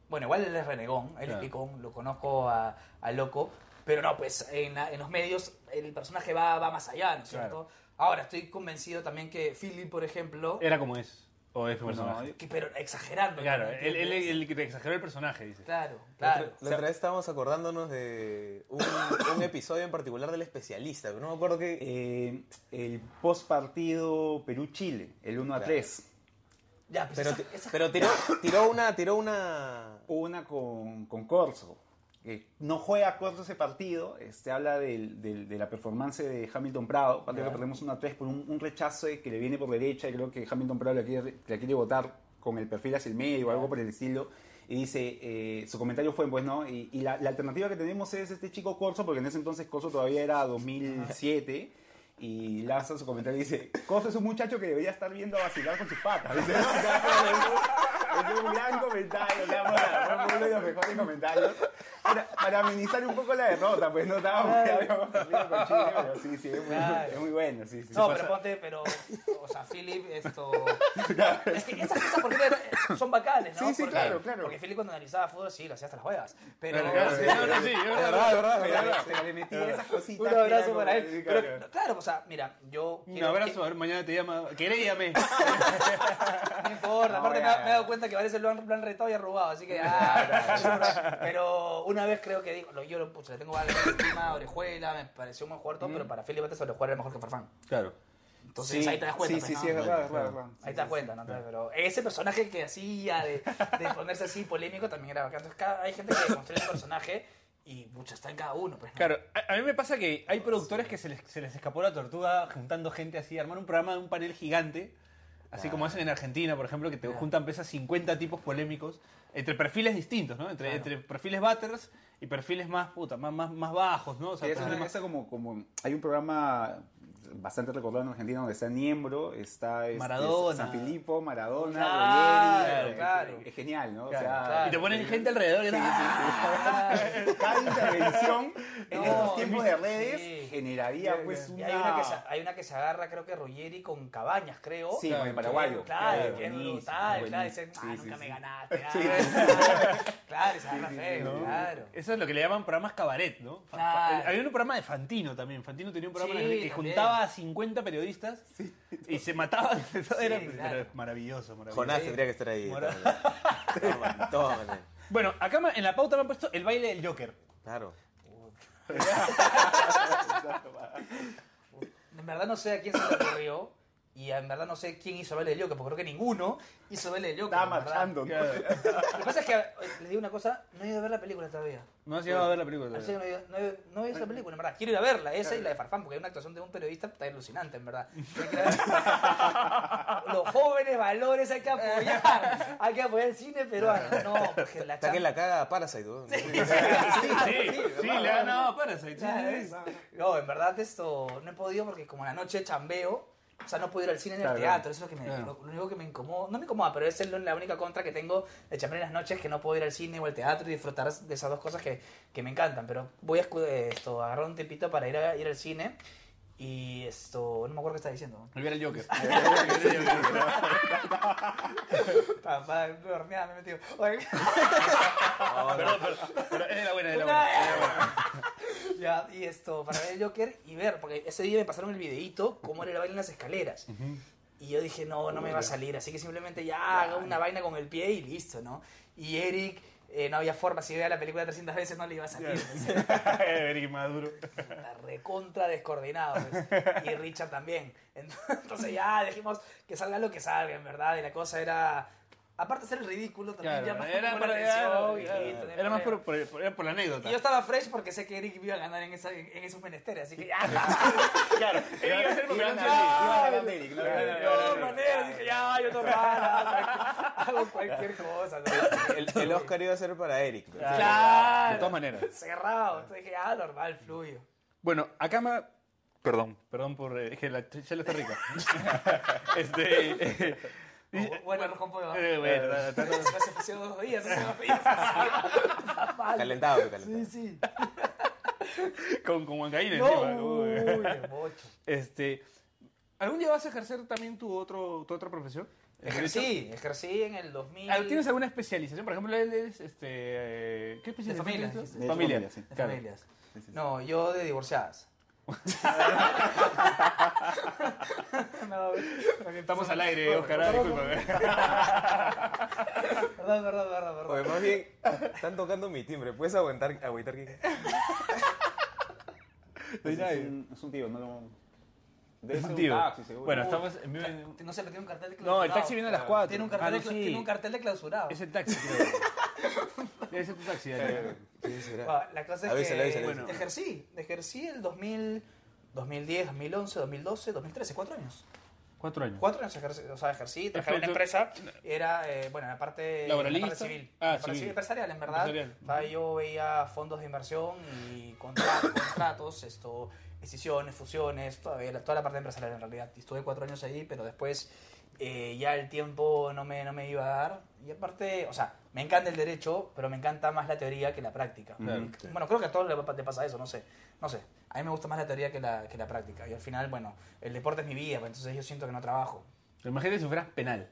[SPEAKER 4] bueno, igual él es renegón, él
[SPEAKER 2] Claro.
[SPEAKER 4] es picón, lo conozco a, a loco, pero no, pues en, la- en los medios el personaje va, va más allá, ¿no es
[SPEAKER 2] Claro.
[SPEAKER 4] cierto? Ahora, estoy convencido también que Philip, por ejemplo,
[SPEAKER 2] Era como es. O es un
[SPEAKER 5] Pues No,
[SPEAKER 2] personaje.
[SPEAKER 5] yo-
[SPEAKER 4] Que- Pero exagerando.
[SPEAKER 2] Claro,
[SPEAKER 4] ¿me
[SPEAKER 2] él, él,
[SPEAKER 4] entiendes?
[SPEAKER 2] él que te exageró el personaje, dice.
[SPEAKER 4] Claro,
[SPEAKER 3] La
[SPEAKER 4] claro.
[SPEAKER 3] otra- La otra vez estábamos acordándonos de un, un episodio en particular del especialista, pero no me acuerdo qué.
[SPEAKER 5] Eh, el post partido Perú-Chile, el 1 a
[SPEAKER 3] Claro.
[SPEAKER 5] 3.
[SPEAKER 4] Ya, pues
[SPEAKER 3] Pero,
[SPEAKER 4] esa-
[SPEAKER 3] ti-
[SPEAKER 4] esa-
[SPEAKER 3] pero tiró, tiró una. Tiró una.
[SPEAKER 5] Una con, con Corso. que no juega Corso ese partido. Este, habla del- del- de la performance de Hamilton Prado. Partido que perdemos 1 a 3 por un, un rechazo de que le viene por derecha. Y creo que Hamilton Prado la quiere, la quiere votar con el perfil hacia el medio o algo por el estilo. Y dice, eh, su comentario fue, pues, ¿no? Y, y la, la alternativa que tenemos es este chico Corso, porque en ese entonces Corso todavía era 2007. Y lanza su comentario y dice, Corso es un muchacho que debería estar viendo a vacilar con sus patas. Dice, (laughs) es un gran comentario, te amo, la- fue uno de los mejores comentarios. Para, para amenizar un poco la derrota, pues no estábamos ya habíamos perdido con Chile, pero sí, sí, es muy,
[SPEAKER 4] Claro.
[SPEAKER 5] es muy bueno, sí, sí.
[SPEAKER 4] No,
[SPEAKER 5] Pasa-
[SPEAKER 4] pero ponte, pero. O sea, Philip,
[SPEAKER 5] (laughs)
[SPEAKER 4] esto. es que esas cosas, por ejemplo, son bacanes, ¿no?
[SPEAKER 5] Sí, sí,
[SPEAKER 4] Porque-
[SPEAKER 5] claro, claro.
[SPEAKER 4] Porque Philip cuando analizaba fútbol, sí, lo hacía hasta las juegas. Pero.
[SPEAKER 2] Claro, claro, sí, no, no, sí, es verdad.
[SPEAKER 5] Pero se le metía esas cositas.
[SPEAKER 4] Un
[SPEAKER 5] que era
[SPEAKER 4] abrazo
[SPEAKER 5] como-
[SPEAKER 4] para
[SPEAKER 5] sí,
[SPEAKER 4] él.
[SPEAKER 5] claro.
[SPEAKER 4] Pero, pues, claro, o sea, mira, yo.
[SPEAKER 2] Un
[SPEAKER 4] quiero-
[SPEAKER 2] abrazo, a ver, mañana te llama. Queréame.
[SPEAKER 4] No importa,
[SPEAKER 5] (laughs) No,
[SPEAKER 4] aparte
[SPEAKER 5] ya,
[SPEAKER 4] me, ha-
[SPEAKER 5] ya.
[SPEAKER 4] me he dado cuenta que varios lo han, lo han retado y han robado, así que.
[SPEAKER 5] (laughs)
[SPEAKER 4] Ah, pero una vez creo que dijo, lo- yo lo puse, le tengo algo encima, orejuela, me pareció un buen jugador, todo, pero para Philip Bates orejuela era mejor que Farfán.
[SPEAKER 2] Claro.
[SPEAKER 4] Entonces
[SPEAKER 5] Sí,
[SPEAKER 4] ahí te das cuenta.
[SPEAKER 5] Sí,
[SPEAKER 4] pues,
[SPEAKER 5] sí,
[SPEAKER 4] ¿no?
[SPEAKER 5] sí, es verdad, es verdad, es verdad.
[SPEAKER 4] Ahí te das cuenta, ¿no? Pero ese personaje que hacía de, de ponerse así polémico también era bacán. Entonces, cada- hay gente que construye el personaje y mucho está en cada uno. Pues, ¿no?
[SPEAKER 2] Claro, a, a mí me pasa que hay productores que se les, se les escapó la tortuga juntando gente así, armar un programa de un panel gigante, así
[SPEAKER 4] Ah.
[SPEAKER 2] como hacen en Argentina, por ejemplo, que te juntan pesas 50 tipos polémicos, entre perfiles distintos, ¿no? Entre, entre perfiles batters y perfiles más, puta, más, más, más bajos, ¿no? O sea,
[SPEAKER 5] Sí, esa es una-
[SPEAKER 2] perfiles más-
[SPEAKER 5] esa como, como- hay un programa bastante recordado en Argentina donde está Niembro, está este,
[SPEAKER 2] Maradona.
[SPEAKER 5] San Filippo, Maradona,
[SPEAKER 4] Claro,
[SPEAKER 5] Ruggeri,
[SPEAKER 4] claro.
[SPEAKER 5] Es, genial, ¿no?
[SPEAKER 2] Claro.
[SPEAKER 5] o sea,
[SPEAKER 4] Claro.
[SPEAKER 2] Y te ponen gente alrededor. y-
[SPEAKER 4] Ah,
[SPEAKER 5] Cada intervención en
[SPEAKER 4] No,
[SPEAKER 5] estos tiempos de
[SPEAKER 4] sí.
[SPEAKER 5] redes generaría pues
[SPEAKER 4] Y
[SPEAKER 5] una...
[SPEAKER 4] hay una, que se, hay una que se agarra, creo que Ruggeri con Cabañas, creo.
[SPEAKER 5] Sí, con el paraguayo.
[SPEAKER 4] Claro, que es
[SPEAKER 5] buenísimo,
[SPEAKER 4] brutal, claro,
[SPEAKER 5] buenísimo.
[SPEAKER 4] dicen,
[SPEAKER 5] Sí,
[SPEAKER 4] ah,
[SPEAKER 5] sí,
[SPEAKER 4] nunca
[SPEAKER 5] sí.
[SPEAKER 4] me ganaste, ah,
[SPEAKER 5] Sí.
[SPEAKER 4] (laughs) claro, y se agarra feo,
[SPEAKER 2] ¿no?
[SPEAKER 4] claro.
[SPEAKER 2] Eso es lo que le llaman programas cabaret, ¿no? Fa- fa-
[SPEAKER 4] Claro.
[SPEAKER 2] Había un programa de Fantino también. Fantino tenía un programa
[SPEAKER 4] Sí,
[SPEAKER 2] en el que
[SPEAKER 4] también.
[SPEAKER 2] juntaba a 50 periodistas y se mataban. (laughs) era
[SPEAKER 4] claro.
[SPEAKER 2] pero maravilloso, maravilloso.
[SPEAKER 3] Jonás tendría que estar ahí. de
[SPEAKER 2] Mora-
[SPEAKER 3] todas maneras. De todas maneras.
[SPEAKER 2] Bueno, acá ma- en la pauta me han puesto el baile del Joker.
[SPEAKER 3] Claro.
[SPEAKER 4] En verdad no sé a quién se le ocurrió y en verdad no sé quién hizo Vele de Joker, porque creo que ninguno hizo Vele de Joker.
[SPEAKER 5] Estaba
[SPEAKER 4] en verdad.
[SPEAKER 5] marchando, ¿no?
[SPEAKER 4] Lo que pasa es que, eh, les digo una cosa, no he ido a ver la película todavía.
[SPEAKER 2] No has llegado a ver la película
[SPEAKER 4] En serio,
[SPEAKER 2] todavía.
[SPEAKER 4] no, he ido- no he- no he visto la película, en verdad. Quiero ir a verla, esa y la de Farfán, porque hay una actuación de un periodista está alucinante, en verdad. Hay que ver- Los jóvenes valores hay que apoyar. Hay que apoyar el cine peruano. No, porque la
[SPEAKER 3] Está que
[SPEAKER 4] chamba-
[SPEAKER 3] la caga a Parasite, weón.
[SPEAKER 2] (laughs) Sí, sí, le han dado Parasite. sí,
[SPEAKER 4] Claro,
[SPEAKER 2] sí, sí.
[SPEAKER 4] es- No, en verdad esto no he podido porque como en la noche chambeo, o sea, no puedo ir al cine ni al
[SPEAKER 5] Claro. Ah.
[SPEAKER 4] teatro, eso es lo que me
[SPEAKER 2] Claro.
[SPEAKER 4] lo, lo único que me incomoda, no me incomoda, pero esa es lo- la única contra que tengo de chambear en las noches que no puedo ir al cine o al teatro y disfrutar de esas dos cosas que, que me encantan, pero voy a escu- esto, agarrar un tiempito para ir a ir al cine y esto, no me acuerdo qué estaba diciendo.
[SPEAKER 2] Volver al
[SPEAKER 4] (laughs)
[SPEAKER 2] Joker.
[SPEAKER 4] Papá, me horneaba, me he metido. Oye,
[SPEAKER 2] Perdón, perdón, pero es de la buena, es de la buena.
[SPEAKER 4] (laughs) Ya, y esto, para ver el Joker y ver, porque ese día me pasaron el videíto, cómo era el baile en las escaleras. Y yo dije, no, no me va a salir, así que simplemente ya hago una vaina con el pie y listo, ¿no? Y Eric, eh, no había forma, si veía la película 300 veces no le iba a salir. (laughs)
[SPEAKER 2] (laughs) Eric Maduro.
[SPEAKER 4] Puta, recontra descoordinado. pues. Y Richard también. (laughs) Entonces ya dijimos que salga lo que salga, en verdad. Y la cosa era... Aparte de ser el ridículo, también
[SPEAKER 2] Claro,
[SPEAKER 4] llama un
[SPEAKER 2] era,
[SPEAKER 4] poco
[SPEAKER 2] para-
[SPEAKER 4] la
[SPEAKER 2] era-
[SPEAKER 4] atención y
[SPEAKER 2] era-
[SPEAKER 4] listo, no hay
[SPEAKER 2] era más
[SPEAKER 4] problema.
[SPEAKER 2] por, por- por- era por la anécdota.
[SPEAKER 4] Y yo estaba fresh porque sé que Eric iba a ganar en, esa, en, en esos menesteres, así que ya. (laughs)
[SPEAKER 2] Claro, Eric iba a ser
[SPEAKER 5] Iba
[SPEAKER 2] papelón
[SPEAKER 5] a
[SPEAKER 2] sí.
[SPEAKER 5] ganar Eric, ¿no?
[SPEAKER 4] De todas maneras, dije, ya, yo normal, ah, hago cualquier cosa. ¿no?
[SPEAKER 3] El, el Oscar iba a ser para Eric. weón.
[SPEAKER 4] Claro.
[SPEAKER 2] De todas maneras.
[SPEAKER 4] Cerrado. Entonces dije, ah, normal, fluyo.
[SPEAKER 2] Bueno, acá me... Perdón. Perdón por... eh, Es que la chela está rica. (laughs) este... (laughs) eh, dice-
[SPEAKER 4] O- Bueno, arroz con pollo.
[SPEAKER 2] eh, bueno, nada, tanto-
[SPEAKER 4] Se me hace oficio dos días, hace dos días. Está mal.
[SPEAKER 3] Calentado, pero calentado.
[SPEAKER 4] Sí, sí.
[SPEAKER 2] con, con huancaína encima. eh.
[SPEAKER 4] No,
[SPEAKER 2] uy.
[SPEAKER 4] uy, el bocho.
[SPEAKER 2] Este... ¿Algún día vas a ejercer también tu, otro, tu otra profesión? ¿El derecho?
[SPEAKER 4] Ejercí, ejercí en el 2000.
[SPEAKER 2] Ah, ¿Tienes alguna especialización? Por ejemplo, él es... Este, eh, ¿Qué
[SPEAKER 4] De
[SPEAKER 2] especialización
[SPEAKER 4] familia.
[SPEAKER 2] tienes tú?
[SPEAKER 5] De
[SPEAKER 2] Familia.
[SPEAKER 5] familia, sí.
[SPEAKER 4] De
[SPEAKER 2] Claro. (laughs)
[SPEAKER 4] familias. No, yo de divorciadas.
[SPEAKER 2] Estamos al aire, Oscar, ah, discúlpame.
[SPEAKER 4] Perdón, perdón, perdón, perdón.
[SPEAKER 3] Oye, más bien, están tocando mi timbre. ¿Puedes aguantar, aguantar que...
[SPEAKER 5] Es, es un, es un tío, no lo. Debe
[SPEAKER 2] Es
[SPEAKER 5] ser
[SPEAKER 2] un tío.
[SPEAKER 5] taxi, seguro.
[SPEAKER 2] Bueno, estamos en vivo en-
[SPEAKER 4] No sé, pero tiene un cartel de clausurado.
[SPEAKER 2] No, el taxi viene a las 4.
[SPEAKER 4] Tiene un cartel,
[SPEAKER 2] Ah, no,
[SPEAKER 4] de, cla-
[SPEAKER 2] sí.
[SPEAKER 4] tiene un cartel de clausurado.
[SPEAKER 2] Es el taxi, creo. (laughs) Debe ser tu taxi, Daniel.
[SPEAKER 3] ¿Quién será?
[SPEAKER 4] Ah, La clase es
[SPEAKER 3] Avísale,
[SPEAKER 4] que
[SPEAKER 3] avísale,
[SPEAKER 2] avísale.
[SPEAKER 4] ejercí, ejercí el 2000, 2010, 2011, 2012, 2013, cuatro años.
[SPEAKER 2] Cuatro años.
[SPEAKER 4] Cuatro años ejercí, o sea, ejercí, trabajé en una
[SPEAKER 2] Respecto-
[SPEAKER 4] empresa, era, eh, bueno, en la parte, en la parte
[SPEAKER 2] ¿Laboralista?
[SPEAKER 4] civil,
[SPEAKER 2] Ah,
[SPEAKER 4] en la parte
[SPEAKER 2] civil.
[SPEAKER 4] civil empresarial, en verdad,
[SPEAKER 2] Empresarial.
[SPEAKER 4] O sea, yo veía fondos de inversión y contra- (coughs) contratos, esto, decisiones, fusiones, todavía, toda la parte empresarial en realidad, Y estuve cuatro años ahí, pero después eh, ya el tiempo no me, no me iba a dar, y aparte, o sea, me encanta el derecho, pero me encanta más la teoría que la práctica,
[SPEAKER 5] Claro.
[SPEAKER 4] bueno, creo que a todos le pa- le pasa eso, no sé. No sé. A mí me gusta más la teoría que la, que la práctica. Y al final, bueno, el deporte es mi vida, pues, entonces yo siento que no trabajo.
[SPEAKER 2] Imagínate si fueras penal.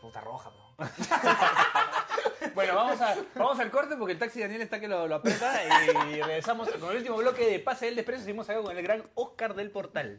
[SPEAKER 4] Puta roja,
[SPEAKER 2] (laughs)
[SPEAKER 4] pero.
[SPEAKER 2] Bueno, vamos, a, vamos al corte porque el taxi Daniel está que lo, lo aprieta y regresamos con el último bloque de Pase del Desprecio. Seguimos acá con el gran Oscar del Portal.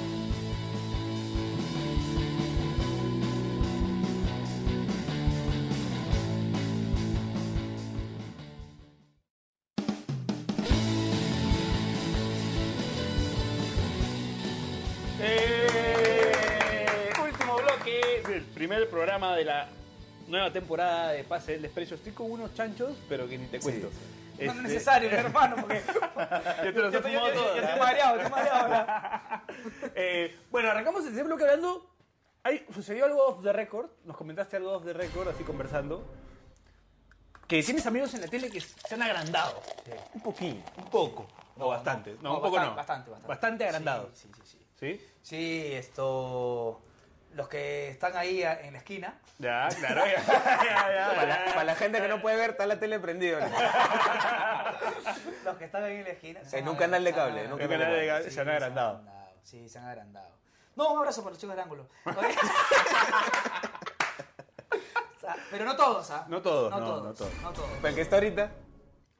[SPEAKER 2] Eh, último bloque del primer programa de la nueva temporada de Pase del Desprecio. Estoy con unos chanchos, pero que ni te cuento.
[SPEAKER 4] No es
[SPEAKER 2] Este,
[SPEAKER 4] necesario, (laughs) mi hermano,
[SPEAKER 2] (laughs)
[SPEAKER 4] porque.
[SPEAKER 2] Yo te los he
[SPEAKER 4] yo, yo-
[SPEAKER 2] fumado
[SPEAKER 4] yo- yo
[SPEAKER 2] todos.
[SPEAKER 4] estoy mareado, estoy mareado. ahora.
[SPEAKER 2] (laughs) Eh, bueno, arrancamos el tercer bloque hablando. Hay, sucedió algo off the record. Nos comentaste algo off the record, así conversando. Que tienes amigos en la tele que se han agrandado. Un poquito. Un poco. No, bastante. No, un poco
[SPEAKER 4] bastan-
[SPEAKER 2] no.
[SPEAKER 4] Bastante, bastante.
[SPEAKER 2] Bastante agrandados.
[SPEAKER 4] Sí, sí, sí. sí.
[SPEAKER 2] ¿Sí?
[SPEAKER 4] Sí, esto. Los que están ahí a- en la esquina. (laughs)
[SPEAKER 2] Ya, claro. ya, (laughs) ya, ya,
[SPEAKER 3] Para la,
[SPEAKER 2] ya.
[SPEAKER 3] para la gente que no puede ver, está la tele prendida. ¿no?
[SPEAKER 4] Los que están ahí en la esquina. se
[SPEAKER 3] En
[SPEAKER 4] han
[SPEAKER 3] un canal de
[SPEAKER 4] agrandado,
[SPEAKER 3] cable,
[SPEAKER 4] se han
[SPEAKER 3] en un
[SPEAKER 4] agrandado.
[SPEAKER 2] canal de cable,
[SPEAKER 4] Sí,
[SPEAKER 2] se han agrandado.
[SPEAKER 4] Sí, se han agrandado. No, un abrazo para los chicos del
[SPEAKER 2] (laughs)
[SPEAKER 4] ángulo. Oye. (laughs) O sea, Pero no todos, ¿ah?
[SPEAKER 2] No todos,
[SPEAKER 4] No
[SPEAKER 2] no,
[SPEAKER 4] todos.
[SPEAKER 2] no
[SPEAKER 4] No
[SPEAKER 2] todos.
[SPEAKER 4] todos.
[SPEAKER 3] Para el que está ahorita,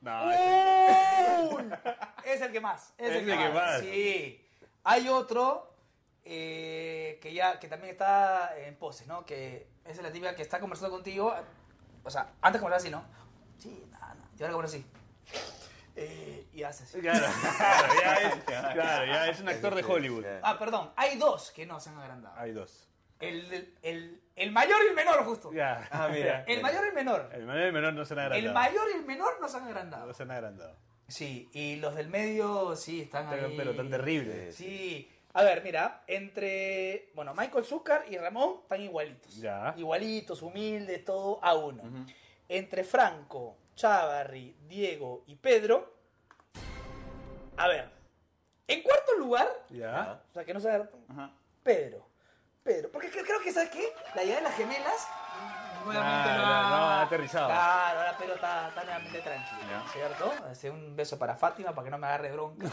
[SPEAKER 2] No,
[SPEAKER 4] Es el que más. Es,
[SPEAKER 2] Es
[SPEAKER 4] el, que, más. Sí. Hay otro eh, que ya que también está en poses, ¿no? Que esa es la típica que está conversando contigo. O sea, antes conversaba así, ¿no? Sí, nada, nada. Y ahora conversa así. Eh, y hace así.
[SPEAKER 2] Claro, claro, ya es, claro, ya es un actor de Hollywood.
[SPEAKER 4] Ah, perdón. Hay dos que no se han agrandado.
[SPEAKER 2] Hay dos.
[SPEAKER 4] El, el, el, el mayor y el menor, justo.
[SPEAKER 2] Ya.
[SPEAKER 3] Ah, mira.
[SPEAKER 4] El mayor y el menor.
[SPEAKER 2] (laughs) El mayor y el menor no se han agrandado.
[SPEAKER 4] El mayor y el menor no se han
[SPEAKER 2] No
[SPEAKER 4] agrandado.
[SPEAKER 2] se han agrandado.
[SPEAKER 4] Sí, y los del medio sí están ahí.
[SPEAKER 2] Pero tan terrible.
[SPEAKER 4] Sí. A ver, mira, entre, bueno, Michael Zucker y Ramón están igualitos.
[SPEAKER 2] Ya.
[SPEAKER 4] Igualitos, humildes, todo a uno. Entre Franco, Chavarri, Diego y Pedro. A ver, en cuarto lugar,
[SPEAKER 2] Ya.
[SPEAKER 4] o sea, que no se agarra-
[SPEAKER 5] Ajá.
[SPEAKER 4] Pedro. Pedro, porque cre- creo que, ¿sabes qué? La idea de las gemelas. Nuevamente
[SPEAKER 2] Claro,
[SPEAKER 4] no ha-
[SPEAKER 2] no ha aterrizado.
[SPEAKER 4] Claro, ahora Pedro está, está nuevamente tranquilo,
[SPEAKER 5] Ya.
[SPEAKER 4] ¿cierto? Así, un beso para Fátima para que no me agarre bronca.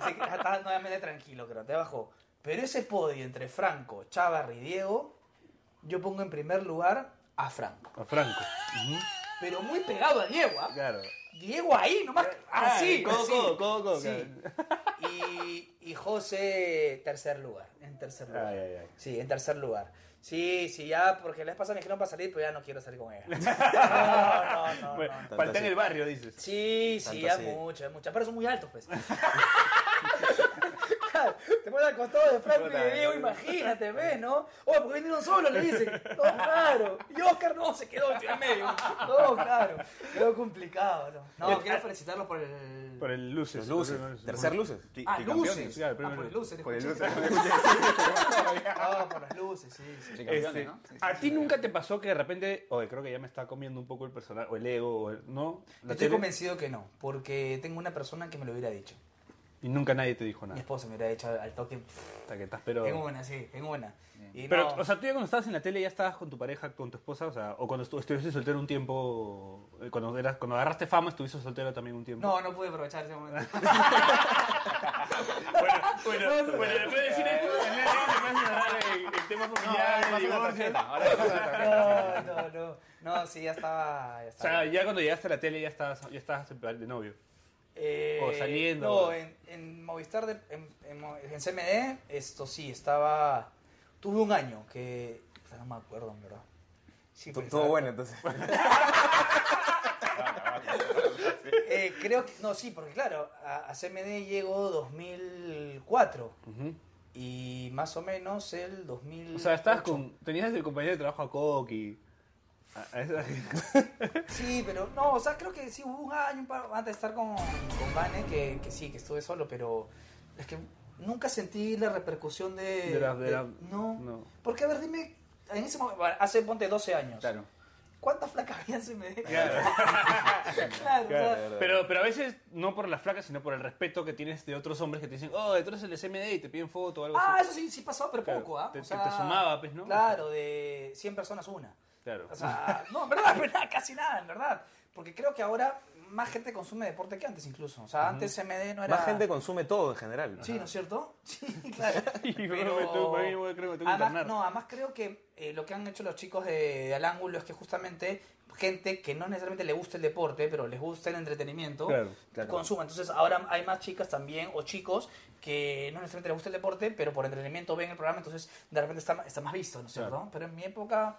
[SPEAKER 4] Así que está nuevamente tranquilo, creo, te bajó. Pero ese podio entre Franco, Chávarri y Diego, yo pongo en primer lugar a Franco.
[SPEAKER 2] A Franco.
[SPEAKER 4] Pero muy pegado a Diego, ¿ah?
[SPEAKER 2] Claro.
[SPEAKER 4] Diego ahí, nomás. Así,
[SPEAKER 2] codo,
[SPEAKER 4] así.
[SPEAKER 2] codo, codo, codo,
[SPEAKER 4] Sí. Y, y José, tercer lugar. En tercer lugar.
[SPEAKER 2] Ay, ay, ay.
[SPEAKER 4] Sí, en tercer lugar. Sí, sí, ya, porque les pasa me dijeron para salir, pero ya no quiero salir
[SPEAKER 2] (laughs)
[SPEAKER 4] con ella. No, no, no.
[SPEAKER 2] Bueno,
[SPEAKER 4] no.
[SPEAKER 2] falta en el barrio, dices.
[SPEAKER 4] Sí, sí,
[SPEAKER 3] Tanto
[SPEAKER 4] ya
[SPEAKER 3] así.
[SPEAKER 4] mucho, ya mucho. Pero son muy altos, pues. (laughs) Claro, Te pones al costado de Franco y de Diego, imagínate, ¿ves, no? Oh, porque vinieron solos, le dicen. No, claro. Y Oscar no, se quedó entre el medio. No, claro. Quedó complicado, ¿no? No, quiero felicitarlos por el...
[SPEAKER 2] Por el luces.
[SPEAKER 3] los luces.
[SPEAKER 2] Por el-
[SPEAKER 3] Tercer luces.
[SPEAKER 5] Tri-
[SPEAKER 4] Ah,
[SPEAKER 5] tricampeones.
[SPEAKER 4] luces.
[SPEAKER 2] claro,
[SPEAKER 4] Ah,
[SPEAKER 2] primero
[SPEAKER 4] por el
[SPEAKER 2] luces.
[SPEAKER 4] luces.
[SPEAKER 5] Por el
[SPEAKER 4] escuché. (laughs)
[SPEAKER 5] luces.
[SPEAKER 4] Ah, por las luces, sí, sí.
[SPEAKER 2] Este,
[SPEAKER 5] Tricampeones, ¿no? Sí, sí,
[SPEAKER 2] ¿A
[SPEAKER 5] sí.
[SPEAKER 2] ti nunca te pasó que de repente, oye, creo que ya me está comiendo un poco el personaje, o el ego, o el- ¿no? La
[SPEAKER 4] Estoy
[SPEAKER 2] tele.
[SPEAKER 4] convencido que no, porque tengo una persona que me lo hubiera dicho.
[SPEAKER 2] Y nunca nadie te dijo
[SPEAKER 3] Ah.
[SPEAKER 4] Mi
[SPEAKER 2] nada.
[SPEAKER 4] esposo me hubiera dicho al, al toque.
[SPEAKER 2] Hasta que estás, pero...
[SPEAKER 4] Es buena, sí, es buena. Y
[SPEAKER 2] Pero,
[SPEAKER 4] no,
[SPEAKER 2] o sea, tú ya cuando estabas en la tele ya estabas con tu pareja, con tu esposa, o sea, o cuando estu- estuviste soltero un tiempo, eh, cuando, eras, cuando agarraste fama, estuviste soltero también un tiempo.
[SPEAKER 4] no, no pude aprovechar
[SPEAKER 2] (laughs)
[SPEAKER 4] ese momento.
[SPEAKER 2] bueno, bueno, después de decir esto, Daniel, te vas a agarrar el, el tema familiar, el divorcio.
[SPEAKER 4] No, no, no. No, sí, ya estaba. Ya
[SPEAKER 2] O sea,
[SPEAKER 4] estaba.
[SPEAKER 2] ya cuando llegaste a la tele ya estabas, ya estabas de novio.
[SPEAKER 4] Eh,
[SPEAKER 2] o saliendo.
[SPEAKER 4] No, en, en Movistar, de- en, en Mo- en CMD, esto sí, estaba. Tuve un año que. puta, No me acuerdo, en verdad. Sí,
[SPEAKER 3] Tú-
[SPEAKER 4] pues,
[SPEAKER 3] Todo
[SPEAKER 4] estaba-
[SPEAKER 3] bueno, entonces.
[SPEAKER 4] Eh, creo que. No, sí, porque claro, a, a CMD llegó 2004 y más o menos el 2000.
[SPEAKER 2] O sea, estabas con, tenías el compañero de trabajo a Coqui. a- a esa gente.
[SPEAKER 4] Sí, pero no, o sea, creo que sí hubo un año un par- antes de estar con, con Vane que, que sí, que estuve solo, pero es que nunca sentí la repercusión de.
[SPEAKER 2] De la- de la-
[SPEAKER 4] no,
[SPEAKER 2] no.
[SPEAKER 4] Porque, a ver, dime, en ese momento, bueno, hace ponte 12 años.
[SPEAKER 5] Claro.
[SPEAKER 4] ¿Cuántas flacas habían se me (laughs) claro, o sea,
[SPEAKER 2] Pero, pero a veces no por las flacas, sino por el respeto que tienes de otros hombres que te dicen, oh, tú eres el SMD y te piden foto o algo
[SPEAKER 4] Ah,
[SPEAKER 2] así.
[SPEAKER 4] eso sí, sí pasó, pero
[SPEAKER 2] Claro,
[SPEAKER 4] poco, ¿ah?
[SPEAKER 2] te-
[SPEAKER 4] O
[SPEAKER 2] te-
[SPEAKER 4] sea,
[SPEAKER 2] te sumaba, pues, ¿no?
[SPEAKER 4] Claro, de 100 personas una.
[SPEAKER 2] Claro.
[SPEAKER 4] O sea, no, en verdad, (laughs) en verdad, casi nada, en verdad. Porque creo que ahora más gente consume deporte que antes incluso. O sea, antes MD no era...
[SPEAKER 3] Más gente consume todo en general.
[SPEAKER 4] Sí, ¿no es cierto? (laughs) Sí, claro.
[SPEAKER 2] (laughs) Y yo
[SPEAKER 4] Pero-
[SPEAKER 2] me tengo- para mí me creo que me tengo que internar.
[SPEAKER 4] además, no, además creo que eh, lo que han hecho los chicos de, de Al Ángulo es que justamente gente que no necesariamente le gusta el deporte, pero les gusta el entretenimiento,
[SPEAKER 2] Claro,
[SPEAKER 4] consuma. Entonces ahora hay más chicas también, o chicos, que no necesariamente les gusta el deporte, pero por entretenimiento ven el programa, entonces de repente está, está más visto, ¿no es cierto? Pero en mi época,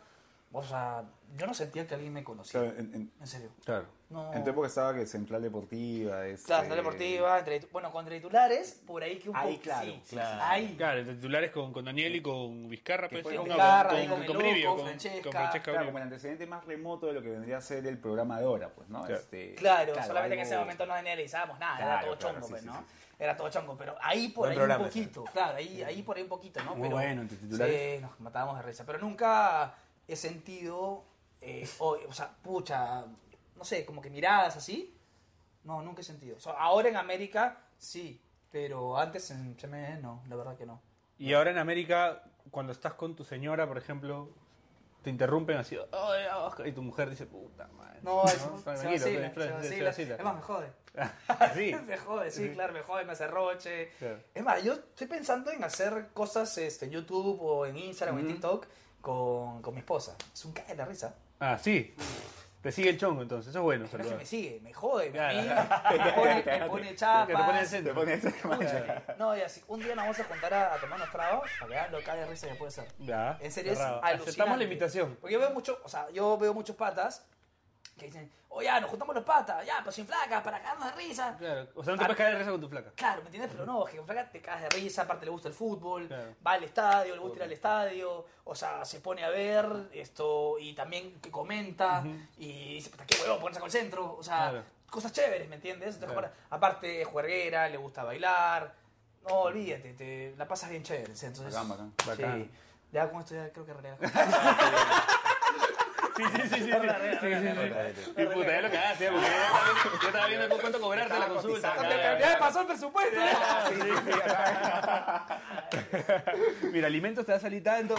[SPEAKER 4] o sea, yo no sentía que alguien me conocía.
[SPEAKER 5] Claro, en, en-
[SPEAKER 4] En serio.
[SPEAKER 2] Claro. eh,
[SPEAKER 4] No.
[SPEAKER 5] en tu época estaba que Central Deportiva. Este...
[SPEAKER 4] Claro, Central Deportiva, entre, bueno, contra titulares, por ahí que un
[SPEAKER 5] Ahí,
[SPEAKER 4] poco-
[SPEAKER 5] claro,
[SPEAKER 4] sí, sí,
[SPEAKER 3] claro.
[SPEAKER 4] sí, ahí.
[SPEAKER 2] Claro, de titulares con, con Daniel y con Vizcarra, pues,
[SPEAKER 4] fue con
[SPEAKER 2] con-
[SPEAKER 4] Vizcarra,
[SPEAKER 2] con-
[SPEAKER 4] ahí con
[SPEAKER 2] con
[SPEAKER 4] Meluco,
[SPEAKER 2] Brivio, con-
[SPEAKER 4] Francesca.
[SPEAKER 2] con Francesca
[SPEAKER 5] Claro,
[SPEAKER 2] Brivio.
[SPEAKER 5] como el antecedente más remoto de lo que vendría a ser el programa de ahora, pues, ¿no? Este,
[SPEAKER 4] Claro, solamente que en
[SPEAKER 5] algo-
[SPEAKER 4] ese momento no analizábamos nada, era
[SPEAKER 5] Claro,
[SPEAKER 4] todo
[SPEAKER 5] claro,
[SPEAKER 4] chongo,
[SPEAKER 5] sí,
[SPEAKER 4] pues,
[SPEAKER 5] sí,
[SPEAKER 4] ¿no?
[SPEAKER 5] sí,
[SPEAKER 4] Era todo chongo, pero ahí por
[SPEAKER 3] Buen
[SPEAKER 4] ahí
[SPEAKER 3] programa,
[SPEAKER 4] un poquito, claro, ahí, ahí por ahí un poquito, ¿no?
[SPEAKER 5] Muy
[SPEAKER 4] pero,
[SPEAKER 5] bueno, entre titulares.
[SPEAKER 4] Sí, nos matábamos de risa, pero nunca he sentido, eh, o, o sea, pucha, no sé, como que miradas así, no, nunca he sentido. O sea, ahora en América sí, pero antes en CME no, la verdad que no.
[SPEAKER 2] Y ahora en América, cuando estás con tu señora, por ejemplo, te interrumpen así, "Ay, Oscar", y tu mujer dice, puta madre. (laughs)
[SPEAKER 4] No, es, se
[SPEAKER 2] Tranquilo,
[SPEAKER 4] vacila,
[SPEAKER 2] Fran,
[SPEAKER 4] se
[SPEAKER 2] Fran, se
[SPEAKER 4] vacila.
[SPEAKER 2] vacila.
[SPEAKER 4] Es más, me jode.
[SPEAKER 2] Sí.
[SPEAKER 4] (laughs) Me jode, sí, claro, me jode, me hace roche.
[SPEAKER 2] Claro.
[SPEAKER 4] Es más, yo estoy pensando en hacer cosas este, en YouTube o en Instagram o en TikTok con, con mi esposa. Es un cae de la risa.
[SPEAKER 2] Ah, sí. Te sigue el chongo entonces, eso es bueno.
[SPEAKER 4] Pero es que
[SPEAKER 2] saludar.
[SPEAKER 4] me sigue, me jode, me,
[SPEAKER 2] Claro. (laughs)
[SPEAKER 4] mira, me pone, me pone chapas.
[SPEAKER 2] Que te pone en el centro.
[SPEAKER 5] Te pones
[SPEAKER 4] Pucha, No, y así, un día nos vamos a juntar a, a tomar unos tragos para que vean lo cae de risa que puede ser.
[SPEAKER 2] Ya,
[SPEAKER 4] En serio, es
[SPEAKER 2] cerrado.
[SPEAKER 4] alucinante.
[SPEAKER 2] Aceptamos la invitación.
[SPEAKER 4] Porque yo veo mucho, o sea, yo veo muchos patas que dicen, oh ya, nos juntamos los patas, ya, pero sin flacas, para cagarnos de risa.
[SPEAKER 2] Claro. O sea, no te puedes caer de risa con tu flaca.
[SPEAKER 4] Claro, ¿me entiendes? Pero no, es que con Flaca te cagas de risa, aparte le gusta el fútbol,
[SPEAKER 2] Claro.
[SPEAKER 4] va al estadio, le gusta ir al estadio, o sea, se pone a ver esto y también que comenta y dice, puta, qué huevo, ponerse con el centro, o sea,
[SPEAKER 2] Claro.
[SPEAKER 4] cosas chéveres, ¿me entiendes? Entonces,
[SPEAKER 2] Claro.
[SPEAKER 4] para- aparte es juerguera, le gusta bailar, no, olvídate, te la pasas bien chévere, ¿sí? entonces...
[SPEAKER 5] Bacán, bacán,
[SPEAKER 4] sí.
[SPEAKER 2] bacán.
[SPEAKER 4] Ya con esto ya creo que arreglé las cosas. (laughs)
[SPEAKER 2] Sí, sí, sí, sí. sí, sí, sí, sí. Y puta, ya lo cagaste, ya, porque yo estaba- yo estaba viendo cu- cuánto cobrarte la consulta.
[SPEAKER 4] Ya me pasó el presupuesto, ¿eh?
[SPEAKER 2] Mira, alimentos te va a salir tanto.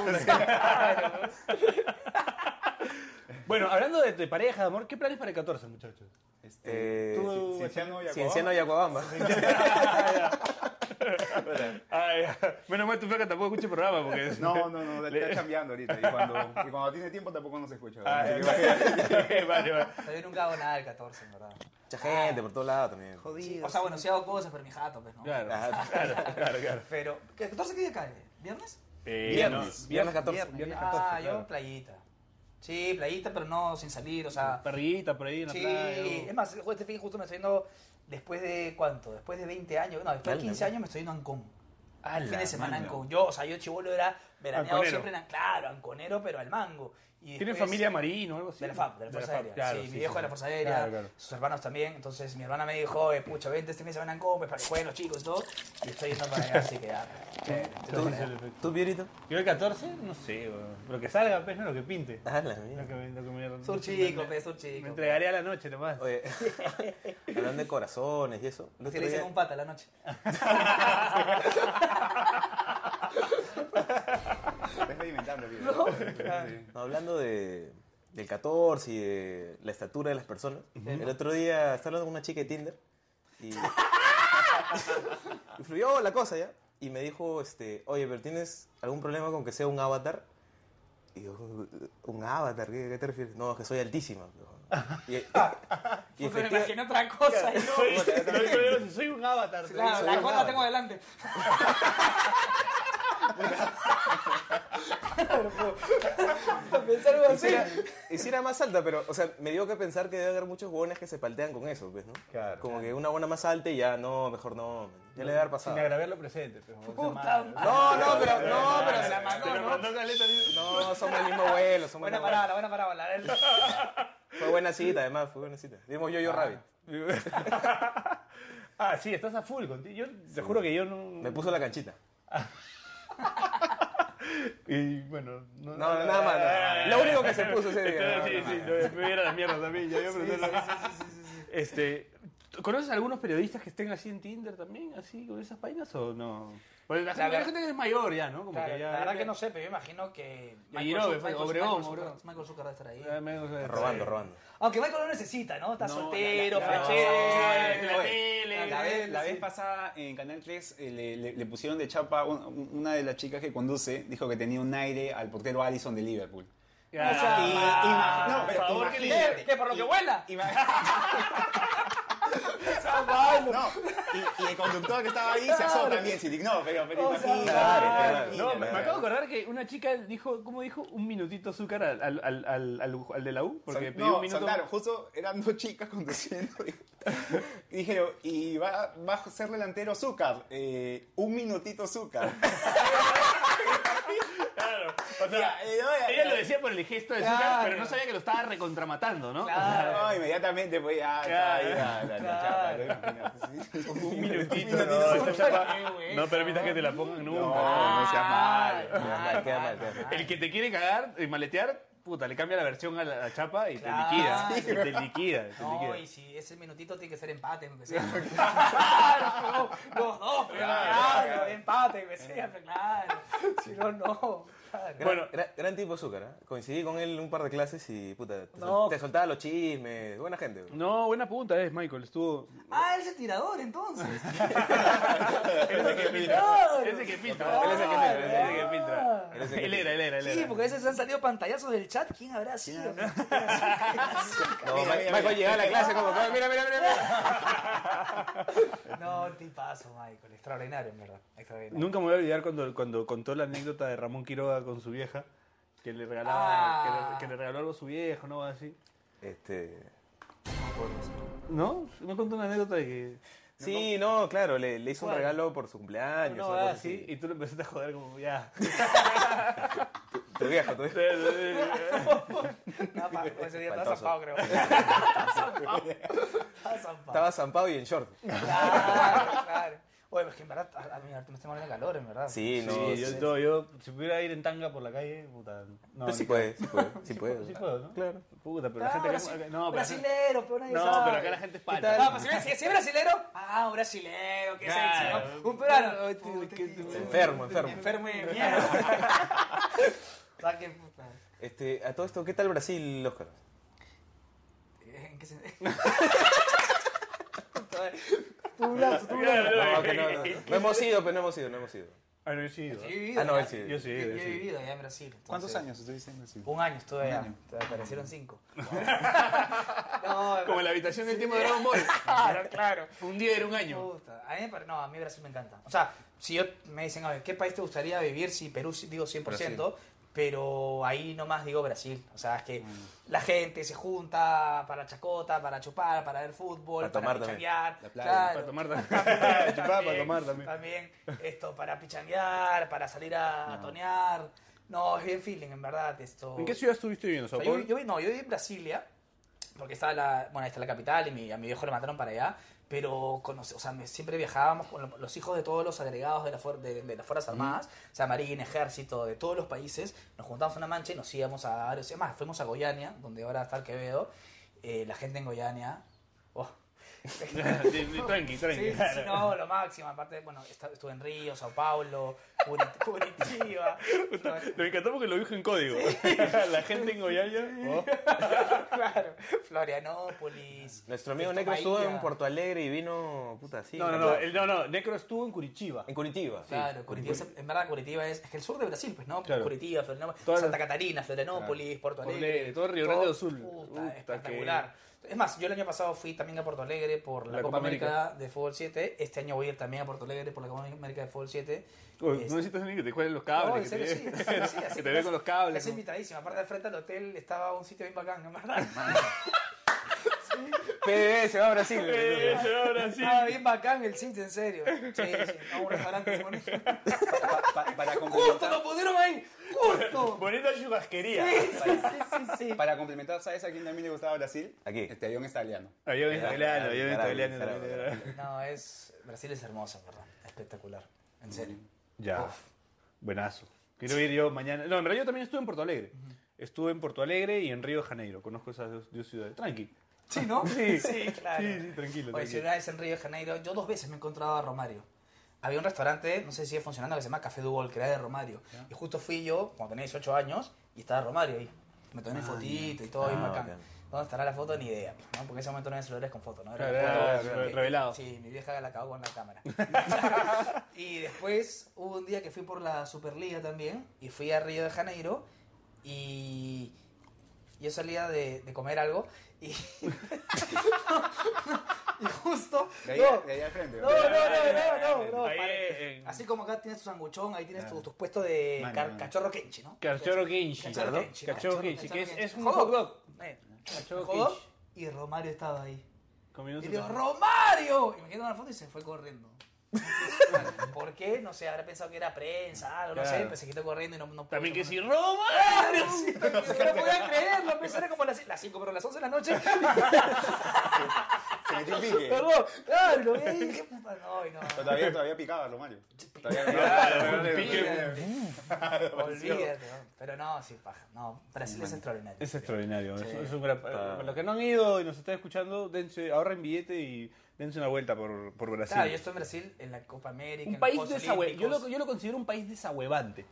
[SPEAKER 2] bueno, hablando de, de pareja, de amor, ¿qué planes para el 14, muchachos?
[SPEAKER 3] Eh,
[SPEAKER 5] Este, Tú, Cienciano y Acuabamba.
[SPEAKER 3] Cienciano y Acuabamba.
[SPEAKER 2] Ay, menos mal tu flaca tampoco escucha el programa porque es-
[SPEAKER 5] No, no, no, está cambiando ahorita. Y (laughs) cuando, y cuando tiene tiempo tampoco nos escucha. Así que
[SPEAKER 2] vale, Ah, vale.
[SPEAKER 4] O sea, yo nunca hago nada el 14, en verdad.
[SPEAKER 3] Mucha gente por todos lados también.
[SPEAKER 4] O sea, bueno, sí hago cosas, pero mi jato, pues, ¿no?
[SPEAKER 2] Claro,
[SPEAKER 3] Ah,
[SPEAKER 2] claro, claro, claro.
[SPEAKER 4] Pero, ¿qué- ¿14 qué día cae? ¿Viernes?
[SPEAKER 2] Eh,
[SPEAKER 3] Viernes, viernes 14.
[SPEAKER 4] ah, yo playita. Sí, playita, pero no sin salir, o sea.
[SPEAKER 2] Perrita por ahí en la
[SPEAKER 4] Sí,
[SPEAKER 2] playa. algo.
[SPEAKER 4] es más, este fin justo me estoy yendo después de cuánto, después de 20 años, no, después de
[SPEAKER 3] Dale,
[SPEAKER 4] 15 años me estoy yendo a Ancón. Al fin de semana
[SPEAKER 5] manga.
[SPEAKER 4] Ancón. Yo, o sea, yo chivolo era veraneado
[SPEAKER 2] Anconero.
[SPEAKER 4] siempre en An- claro, Anconero, pero al mango. Y
[SPEAKER 2] ¿Tiene
[SPEAKER 4] después-
[SPEAKER 2] familia marino o algo así?
[SPEAKER 4] de la FAP, de la Fuerza Aérea.
[SPEAKER 2] claro,
[SPEAKER 4] sí, mi viejo de la Fuerza Aérea,
[SPEAKER 2] Claro, claro.
[SPEAKER 4] sus hermanos también. Entonces mi hermana me dijo, oye, pucha, vente este mes a Ancón, pues, para que jueguen los chicos y todo. Y estoy yendo para allá, así que ah,
[SPEAKER 2] (laughs)
[SPEAKER 4] ya.
[SPEAKER 3] ¿Tú, ¿Tú, Pierito?
[SPEAKER 2] Yo el 14, no sé, bro. Lo que salga, pues, no lo que pinte.
[SPEAKER 4] (laughs)
[SPEAKER 3] Ah, la
[SPEAKER 2] Lo
[SPEAKER 3] mía.
[SPEAKER 2] que, me- lo que me
[SPEAKER 4] Sur chico, pe, sur chico.
[SPEAKER 2] Me entregaré a la noche nomás.
[SPEAKER 3] Oye, (laughs) hablando de corazones y eso. el
[SPEAKER 4] Se
[SPEAKER 3] otro
[SPEAKER 4] le dice
[SPEAKER 3] día-
[SPEAKER 4] con pata a la noche.
[SPEAKER 5] Deja de inventarlo, pibe.
[SPEAKER 4] Ah.
[SPEAKER 3] No, hablando de, del 14 y de la estatura de las personas, el otro día estaba hablando con una chica de Tinder
[SPEAKER 2] (laughs)
[SPEAKER 3] y. y fluyó la cosa ya. Y me dijo, este, oye, pero ¿tienes algún problema con que sea un avatar? Y yo, ¿un avatar? ¿Qué, qué te refieres? No, es que soy altísima.
[SPEAKER 2] (laughs)
[SPEAKER 3] Y, y
[SPEAKER 2] Pues
[SPEAKER 4] Puta, me
[SPEAKER 3] efectiva-
[SPEAKER 4] imaginé otra cosa. y no.
[SPEAKER 2] (laughs) Soy, soy- soy un avatar. te
[SPEAKER 4] Claro,
[SPEAKER 2] digo.
[SPEAKER 4] la cola la tengo delante. Pensar algo
[SPEAKER 3] Y
[SPEAKER 4] así.
[SPEAKER 3] si era- y si era más alta, pero, o sea, me dio que pensar que debe haber muchos hueones que se paltean con eso, pues, ¿no?
[SPEAKER 2] Claro.
[SPEAKER 3] Como que una buena más alta y ya, no, mejor no. man. Ya le debe haber pasado.
[SPEAKER 2] Sin agraviar lo presente. pues, pero-
[SPEAKER 4] Puta madre.
[SPEAKER 3] No, no, pero, no, pero.
[SPEAKER 4] Se la mandó,
[SPEAKER 2] Te lo
[SPEAKER 4] ¿no?
[SPEAKER 2] mandó Caleta, dice.
[SPEAKER 3] No, somos el mismo vuelo, somos el
[SPEAKER 4] Buena
[SPEAKER 3] mismo vuelo.
[SPEAKER 4] parábola, buena parábola.
[SPEAKER 3] Fue buena cita, además, fue buena cita. Dimos yo-yo rabbit.
[SPEAKER 2] (laughs) Ah, sí, estás a full contigo. Yo te juro que yo
[SPEAKER 3] Me
[SPEAKER 2] no.
[SPEAKER 3] puso la canchita.
[SPEAKER 2] Y bueno, no.
[SPEAKER 3] No, no, nada más. no. Lo único que se puso ese día. no,
[SPEAKER 2] Entonces,
[SPEAKER 3] no,
[SPEAKER 2] sí,
[SPEAKER 3] no.
[SPEAKER 2] sí, no, me hubiera la mierda también. Ya yo pregunté la- Este, ¿tú ¿Conoces algunos periodistas que estén así en Tinder también, así con esas páginas o no? Porque la,
[SPEAKER 4] La
[SPEAKER 2] gente, la
[SPEAKER 4] ver-
[SPEAKER 2] gente que es mayor ya, ¿no? Como
[SPEAKER 4] Claro,
[SPEAKER 2] que ya,
[SPEAKER 4] la verdad que no sé, pero yo imagino que.
[SPEAKER 2] Giró,
[SPEAKER 4] Zu-
[SPEAKER 2] fue
[SPEAKER 4] Michael-
[SPEAKER 2] Obregón,
[SPEAKER 4] Michael Zucker-
[SPEAKER 2] Obregón.
[SPEAKER 4] Michael Zucker debe estar ahí.
[SPEAKER 2] Ya me-
[SPEAKER 3] Robando, robando.
[SPEAKER 4] Aunque Michael no necesita, ¿no? Está
[SPEAKER 5] No,
[SPEAKER 4] soltero,
[SPEAKER 5] la- la- la- Ah,
[SPEAKER 4] fachero.
[SPEAKER 5] la- la-
[SPEAKER 2] tele,
[SPEAKER 5] La vez, la vez
[SPEAKER 2] sí.
[SPEAKER 5] pasada en Canal 3 eh, le, le- le pusieron de chapa un- un- una de las chicas que conduce, dijo que tenía un aire al portero Allison de Liverpool.
[SPEAKER 2] Ya,
[SPEAKER 5] Y- ima- no,
[SPEAKER 2] por
[SPEAKER 5] pero
[SPEAKER 2] favor, que
[SPEAKER 5] imagínate.
[SPEAKER 4] ¿Qué? ¿Qué? ¿Por lo que vuela?
[SPEAKER 5] No, y, y el conductor que estaba ahí se asó también, se indignó, pero, pero imagínate,
[SPEAKER 2] Claro,
[SPEAKER 5] imagínate.
[SPEAKER 2] No, me, me acabo de acordar que una chica dijo, ¿cómo dijo? Un minutito azúcar al, al, al, al, al- al de la U, porque
[SPEAKER 5] Sol-
[SPEAKER 2] pidió
[SPEAKER 5] no,
[SPEAKER 2] un minuto.
[SPEAKER 5] soltaron, justo eran dos chicas conduciendo. Y, y dijeron, y va, va a ser delantero Zúcar, eh, un minutito Zúcar.
[SPEAKER 2] Claro, o sea,
[SPEAKER 5] Ya, eh, no, ya,
[SPEAKER 2] ella
[SPEAKER 5] ya.
[SPEAKER 2] lo decía por el gesto de azúcar,
[SPEAKER 4] Claro.
[SPEAKER 2] pero no sabía que lo estaba recontramatando, ¿no?
[SPEAKER 4] Claro.
[SPEAKER 5] No, inmediatamente pues ya,
[SPEAKER 2] Claro.
[SPEAKER 5] ya, ya, ya,
[SPEAKER 4] Claro.
[SPEAKER 5] ya, imagínate, sí.
[SPEAKER 2] (laughs) Un minutito, no, esa (laughs) chapa-
[SPEAKER 4] Qué güey,
[SPEAKER 2] no permitas que te la pongan nunca. Ah.
[SPEAKER 5] No, no seas malo.
[SPEAKER 3] Queda mal, queda mal, queda mal.
[SPEAKER 2] El que te quiere cagar y maletear, puta, le cambia la versión a la, a la chapa y
[SPEAKER 4] Claro.
[SPEAKER 2] te liquida. y te liquida. te
[SPEAKER 4] No,
[SPEAKER 2] liquida.
[SPEAKER 4] y si ese minutito tiene que ser empate, aunque sea. claro, los dos, pero claro, empate, aunque sea, pero claro. Si no, no. Claro.
[SPEAKER 3] Gran,
[SPEAKER 2] Bueno.
[SPEAKER 3] gran, gran tipo Zúcar, ¿eh? Coincidí con él un par de clases y, puta, te, sol-
[SPEAKER 2] No.
[SPEAKER 3] te soltaba los chismes. Buena gente. güey.
[SPEAKER 2] No, buena punta es, Michael. Estuvo.
[SPEAKER 4] Ah, él es el tirador, entonces.
[SPEAKER 2] Ese que
[SPEAKER 4] Claro.
[SPEAKER 2] filtra. Ese que filtra.
[SPEAKER 3] Él es el que filtra,
[SPEAKER 2] Ese que filtra.
[SPEAKER 3] Él es el que
[SPEAKER 2] Él era, él era, él
[SPEAKER 4] Sí,
[SPEAKER 2] era.
[SPEAKER 4] porque a veces han salido pantallazos del chat. ¿Quién habrá sido?
[SPEAKER 3] No,
[SPEAKER 5] Mira,
[SPEAKER 3] Ma-
[SPEAKER 5] mira,
[SPEAKER 3] Michael
[SPEAKER 5] mira.
[SPEAKER 3] llegaba a la clase como, mira, mira, mira.
[SPEAKER 2] (laughs)
[SPEAKER 3] mira.
[SPEAKER 4] No, tipazo, Michael. Extraordinario, en verdad. Extraordinario.
[SPEAKER 2] Nunca me voy a olvidar cuando, cuando contó la anécdota de Ramón Quiroga con su vieja. Que le regalaba,
[SPEAKER 4] Ah.
[SPEAKER 2] que, le, que le regaló algo a su viejo, ¿no? Así.
[SPEAKER 3] Este...
[SPEAKER 2] ¿No? Me contó una anécdota de que.
[SPEAKER 3] Sí, no, claro, le, le hizo un
[SPEAKER 2] ¿Cuál?
[SPEAKER 3] regalo por su cumpleaños.
[SPEAKER 2] No,
[SPEAKER 3] una cosa
[SPEAKER 2] así. Y tú lo empezaste a joder como ya.
[SPEAKER 3] Tu viejo,
[SPEAKER 2] (laughs)
[SPEAKER 3] tu viejo.
[SPEAKER 4] No, Ah, pa- ese día estaba
[SPEAKER 3] Espantoso.
[SPEAKER 2] (laughs)
[SPEAKER 4] zampado, creo. Estaba zampado. Estaba zampado.
[SPEAKER 3] Estaba zampado y en short. Ah,
[SPEAKER 4] Claro, claro. Oye, pero es que en verdad, a, a mí ahorita me estoy muriendo de calor, en verdad.
[SPEAKER 3] Sí, no.
[SPEAKER 2] Sí,
[SPEAKER 3] sí,
[SPEAKER 2] yo,
[SPEAKER 3] sí.
[SPEAKER 2] no, yo, si pudiera ir en tanga por la calle, puta. No,
[SPEAKER 3] Pero sí
[SPEAKER 2] no.
[SPEAKER 3] puede, sí puede, sí puede.
[SPEAKER 2] Sí puedo, ¿no?
[SPEAKER 3] Claro.
[SPEAKER 2] Puta, pero
[SPEAKER 4] Ah,
[SPEAKER 2] la gente.
[SPEAKER 4] Brasil-
[SPEAKER 2] acá- no, pero, la gente-
[SPEAKER 4] brasilero, pero nadie
[SPEAKER 2] no,
[SPEAKER 4] sabe.
[SPEAKER 2] pero acá la gente es
[SPEAKER 4] Ah,
[SPEAKER 2] palta.
[SPEAKER 4] pero si, es- si, es brasilero, ah, un brasilero, qué
[SPEAKER 2] Claro.
[SPEAKER 4] sexy, ¿no? Un peruano.
[SPEAKER 2] Puta, qué-
[SPEAKER 3] Enfermo, enfermo.
[SPEAKER 4] Enfermo de mierda. Ah, qué puta.
[SPEAKER 3] Este, a todo esto, ¿qué tal Brasil, Oscar?
[SPEAKER 4] ¿En
[SPEAKER 2] (laughs)
[SPEAKER 4] qué sentido? Tú blanco, tú blanco.
[SPEAKER 2] (laughs)
[SPEAKER 3] No, que no, no, no. No hemos ido, pero no hemos ido, no hemos ido.
[SPEAKER 2] Ah, no, sí,
[SPEAKER 4] Yo
[SPEAKER 2] ¿no?
[SPEAKER 4] he vivido
[SPEAKER 3] Ah, no,
[SPEAKER 4] ya.
[SPEAKER 3] él sí.
[SPEAKER 2] Yo sí,
[SPEAKER 4] Yo
[SPEAKER 2] yo
[SPEAKER 4] he
[SPEAKER 2] sí.
[SPEAKER 4] vivido allá en Brasil. entonces-
[SPEAKER 5] ¿Cuántos años estoy diciendo así?
[SPEAKER 4] Un año estuve allá.
[SPEAKER 5] año.
[SPEAKER 4] Te aparecieron
[SPEAKER 5] (laughs)
[SPEAKER 4] cinco. no, en
[SPEAKER 2] (laughs) Como en la habitación del tiempo de Dragon Ball.
[SPEAKER 4] (laughs) Claro, claro.
[SPEAKER 2] Un día era un año.
[SPEAKER 4] Puta, A mí, me pare- no, a mí Brasil me encanta. O sea, si yo me dicen, a ver, ¿qué país te gustaría vivir? Si Perú, sí, digo 100%, pero ahí nomás digo Brasil. O sea, es que
[SPEAKER 2] Mm.
[SPEAKER 4] la gente se junta para chacota, para chupar, para ver fútbol,
[SPEAKER 3] Para
[SPEAKER 4] para,
[SPEAKER 3] tomar también.
[SPEAKER 4] pichanguear.
[SPEAKER 5] La playa.
[SPEAKER 4] claro.
[SPEAKER 2] Para tomar también. (laughs)
[SPEAKER 4] También,
[SPEAKER 2] Chupar, para tomar también.
[SPEAKER 4] esto, para pichanguear, para salir a tonear. No, es bien feeling, en verdad. Esto.
[SPEAKER 2] ¿En qué ciudad estuviste viviendo?
[SPEAKER 4] O
[SPEAKER 2] ¿Sao
[SPEAKER 4] sea, yo,
[SPEAKER 2] Paulo?
[SPEAKER 4] yo vi- no, yo viví en Brasilia, porque estaba la, bueno, ahí está la capital y mi, a mi viejo le mataron para allá, pero conoce- o sea, me- siempre viajábamos con lo- los hijos de todos los agregados de, la fuer- de, de las Fuerzas Armadas, o sea, Marina, Ejército, de todos los países, nos juntábamos en una mancha y nos íbamos a varios, es más, fuimos a Goiania, donde ahora está el Quevedo, eh, la gente en Goiania, oh.
[SPEAKER 2] (laughs) tranqui, tranqui. (laughs)
[SPEAKER 4] Sí, sí, sí, no, lo máximo. Aparte, bueno, est- estuve en Río, Sao Paulo, Curit- (laughs)
[SPEAKER 3] (laughs)
[SPEAKER 4] Curitiba. Flor- (laughs)
[SPEAKER 2] Me encantó porque lo dijo en código. (laughs) La gente en Goyaya. oh.
[SPEAKER 4] claro, Florianópolis.
[SPEAKER 3] Nuestro amigo
[SPEAKER 4] Puerto
[SPEAKER 3] Necro estuvo
[SPEAKER 4] Bahía.
[SPEAKER 3] en Porto Alegre y vino, puta, sí.
[SPEAKER 2] No, no, no, el- no, no, Necro estuvo en Curitiba.
[SPEAKER 3] En Curitiba.
[SPEAKER 4] Claro, Curitiba, es- en verdad Curitiba es, es que el sur de Brasil, pues, ¿no?
[SPEAKER 2] Claro.
[SPEAKER 4] Curitiba, Florianópolis,
[SPEAKER 2] Todas
[SPEAKER 4] Santa Catarina, Florianópolis, Porto
[SPEAKER 2] Porto
[SPEAKER 4] Alegre.
[SPEAKER 2] Alegre, todo Río Grande do Sul.
[SPEAKER 4] Puta,
[SPEAKER 2] Puta,
[SPEAKER 4] espectacular. Es más, yo el año pasado fui también a Porto Alegre por la, Copa América. de Fútbol 7. Este año voy a ir también a Porto Alegre por la Copa América de Fútbol 7.
[SPEAKER 2] Uy,
[SPEAKER 4] Este,
[SPEAKER 2] no necesitas ni que te jueguen los
[SPEAKER 4] No,
[SPEAKER 2] cables.
[SPEAKER 4] en serio,
[SPEAKER 2] que
[SPEAKER 4] sí.
[SPEAKER 2] te,
[SPEAKER 4] sí, sí, así
[SPEAKER 2] (laughs) que te
[SPEAKER 4] que
[SPEAKER 2] ve
[SPEAKER 4] es-
[SPEAKER 2] con los cables.
[SPEAKER 4] Es
[SPEAKER 2] ¿no?
[SPEAKER 4] invitadísima. Aparte, de frente al hotel estaba un sitio bien bacán, (laughs) en verdad.
[SPEAKER 2] Ah,
[SPEAKER 3] PDB se va a Brasil.
[SPEAKER 2] Eh, ahora sí.
[SPEAKER 4] Estaba Ah, bien bacán el sitio, en serio. Sí, sí. A un
[SPEAKER 2] (laughs)
[SPEAKER 4] restaurante se pone.
[SPEAKER 5] Pa- pa- para
[SPEAKER 4] ¡Justo
[SPEAKER 5] complementar,
[SPEAKER 4] lo pusieron ahí! ¡Justo!
[SPEAKER 2] Bonita
[SPEAKER 4] (laughs)
[SPEAKER 2] chubasquería.
[SPEAKER 4] Sí, sí, sí, sí, sí.
[SPEAKER 5] para complementar, ¿sabes a quién también le gustaba Brasil?
[SPEAKER 3] ¿A quién?
[SPEAKER 5] Este avión italiano.
[SPEAKER 2] Avión italiano,
[SPEAKER 3] Claro,
[SPEAKER 2] avión
[SPEAKER 3] claro,
[SPEAKER 2] italiano.
[SPEAKER 3] claro,
[SPEAKER 2] avión
[SPEAKER 3] claro.
[SPEAKER 2] italiano.
[SPEAKER 4] No, es. Brasil es hermoso, en verdad. Espectacular. En serio.
[SPEAKER 2] Ya. Buenazo. Quiero ir yo mañana. No, en realidad yo también estuve en Porto Alegre. Estuve en Porto Alegre y en Río de Janeiro. Conozco esas dos, dos ciudades. Tranqui.
[SPEAKER 4] Sí, ¿no? Sí, claro.
[SPEAKER 2] Sí, sí, tranquilo.
[SPEAKER 4] Oye, si
[SPEAKER 2] tranquilo.
[SPEAKER 4] una vez en Río de Janeiro, yo dos veces me he encontrado a Romario. Había un restaurante, no sé si sigue funcionando, que se llama Café Dubol, que era de Romario. Y justo fui yo, cuando tenía 18 años, y estaba Romario ahí. Me tomé mi fotito y todo, y
[SPEAKER 3] Ah,
[SPEAKER 4] bacán.
[SPEAKER 3] bacán.
[SPEAKER 4] ¿Dónde estará la foto? Ni idea, ¿no? Porque en ese momento no había celulares con foto, ¿no?
[SPEAKER 2] Claro,
[SPEAKER 4] la foto,
[SPEAKER 2] era
[SPEAKER 4] sí,
[SPEAKER 2] re-
[SPEAKER 4] que-
[SPEAKER 2] revelado.
[SPEAKER 4] Sí, mi vieja la cagó con la cámara.
[SPEAKER 2] (laughs)
[SPEAKER 4] y después hubo un día que fui por la Superliga también, y fui a Río de Janeiro, y yo salía de, de comer algo, y... (laughs) y justo...
[SPEAKER 5] De ahí,
[SPEAKER 4] no,
[SPEAKER 5] de ahí al frente.
[SPEAKER 4] no,
[SPEAKER 5] ¿verdad?
[SPEAKER 4] no, no, no, no,
[SPEAKER 2] Ahí,
[SPEAKER 4] pare.
[SPEAKER 2] en-
[SPEAKER 4] Así como acá tienes tu sanguchón, ahí tienes tus tus puestos de
[SPEAKER 5] Mano,
[SPEAKER 4] car-
[SPEAKER 5] mano.
[SPEAKER 4] cachorro kenchi, ¿no?
[SPEAKER 2] Cachorro Kenchi.
[SPEAKER 4] Cachorro
[SPEAKER 2] ¿Perdón?
[SPEAKER 4] kenchi, ¿no?
[SPEAKER 2] Cachorro Kenchi, que es,
[SPEAKER 4] cachorro
[SPEAKER 2] es un
[SPEAKER 4] kenchi.
[SPEAKER 2] hot dog.
[SPEAKER 4] Eh,
[SPEAKER 2] Cachorro
[SPEAKER 4] hot dog,
[SPEAKER 2] kenchi.
[SPEAKER 4] Y Romario estaba ahí.
[SPEAKER 2] Comiendo
[SPEAKER 4] Y
[SPEAKER 2] su
[SPEAKER 4] digo,
[SPEAKER 2] cachorro.
[SPEAKER 4] ¡Romario! Y me quedé una foto y se fue corriendo. (laughs) ¿Por qué? No sé, habrá pensado que era prensa, algo, no sé,
[SPEAKER 2] Claro.
[SPEAKER 4] pero se quitó corriendo y no, no
[SPEAKER 2] También que
[SPEAKER 4] pudo tomar-
[SPEAKER 2] si Roma.
[SPEAKER 4] Sí, pero No podía creerlo, pensé era como las las 5, pero las 11 de la noche.
[SPEAKER 5] Se metió un pique.
[SPEAKER 4] Perdón, claro, lo vi ahí, dije, puta, no, y no.
[SPEAKER 5] Pero todavía, todavía picaba, Romario. Todavía
[SPEAKER 2] Claro,
[SPEAKER 5] picaba.
[SPEAKER 4] Olvídate. Olvídate, ¿no? pero no, sí, paja. No, Brasil es extraordinario.
[SPEAKER 2] Es extraordinario.
[SPEAKER 4] Sí.
[SPEAKER 2] Es, es un gran- Para los que no han ido y nos están escuchando, dense, ahorren billete y dense una vuelta por, por Brasil.
[SPEAKER 4] Claro, yo estoy en Brasil, en la Copa América. en
[SPEAKER 2] un
[SPEAKER 4] los
[SPEAKER 2] país
[SPEAKER 4] Juegos
[SPEAKER 2] desahue... yo, lo,
[SPEAKER 4] Olímpicos.
[SPEAKER 2] yo lo considero un país desahuevante.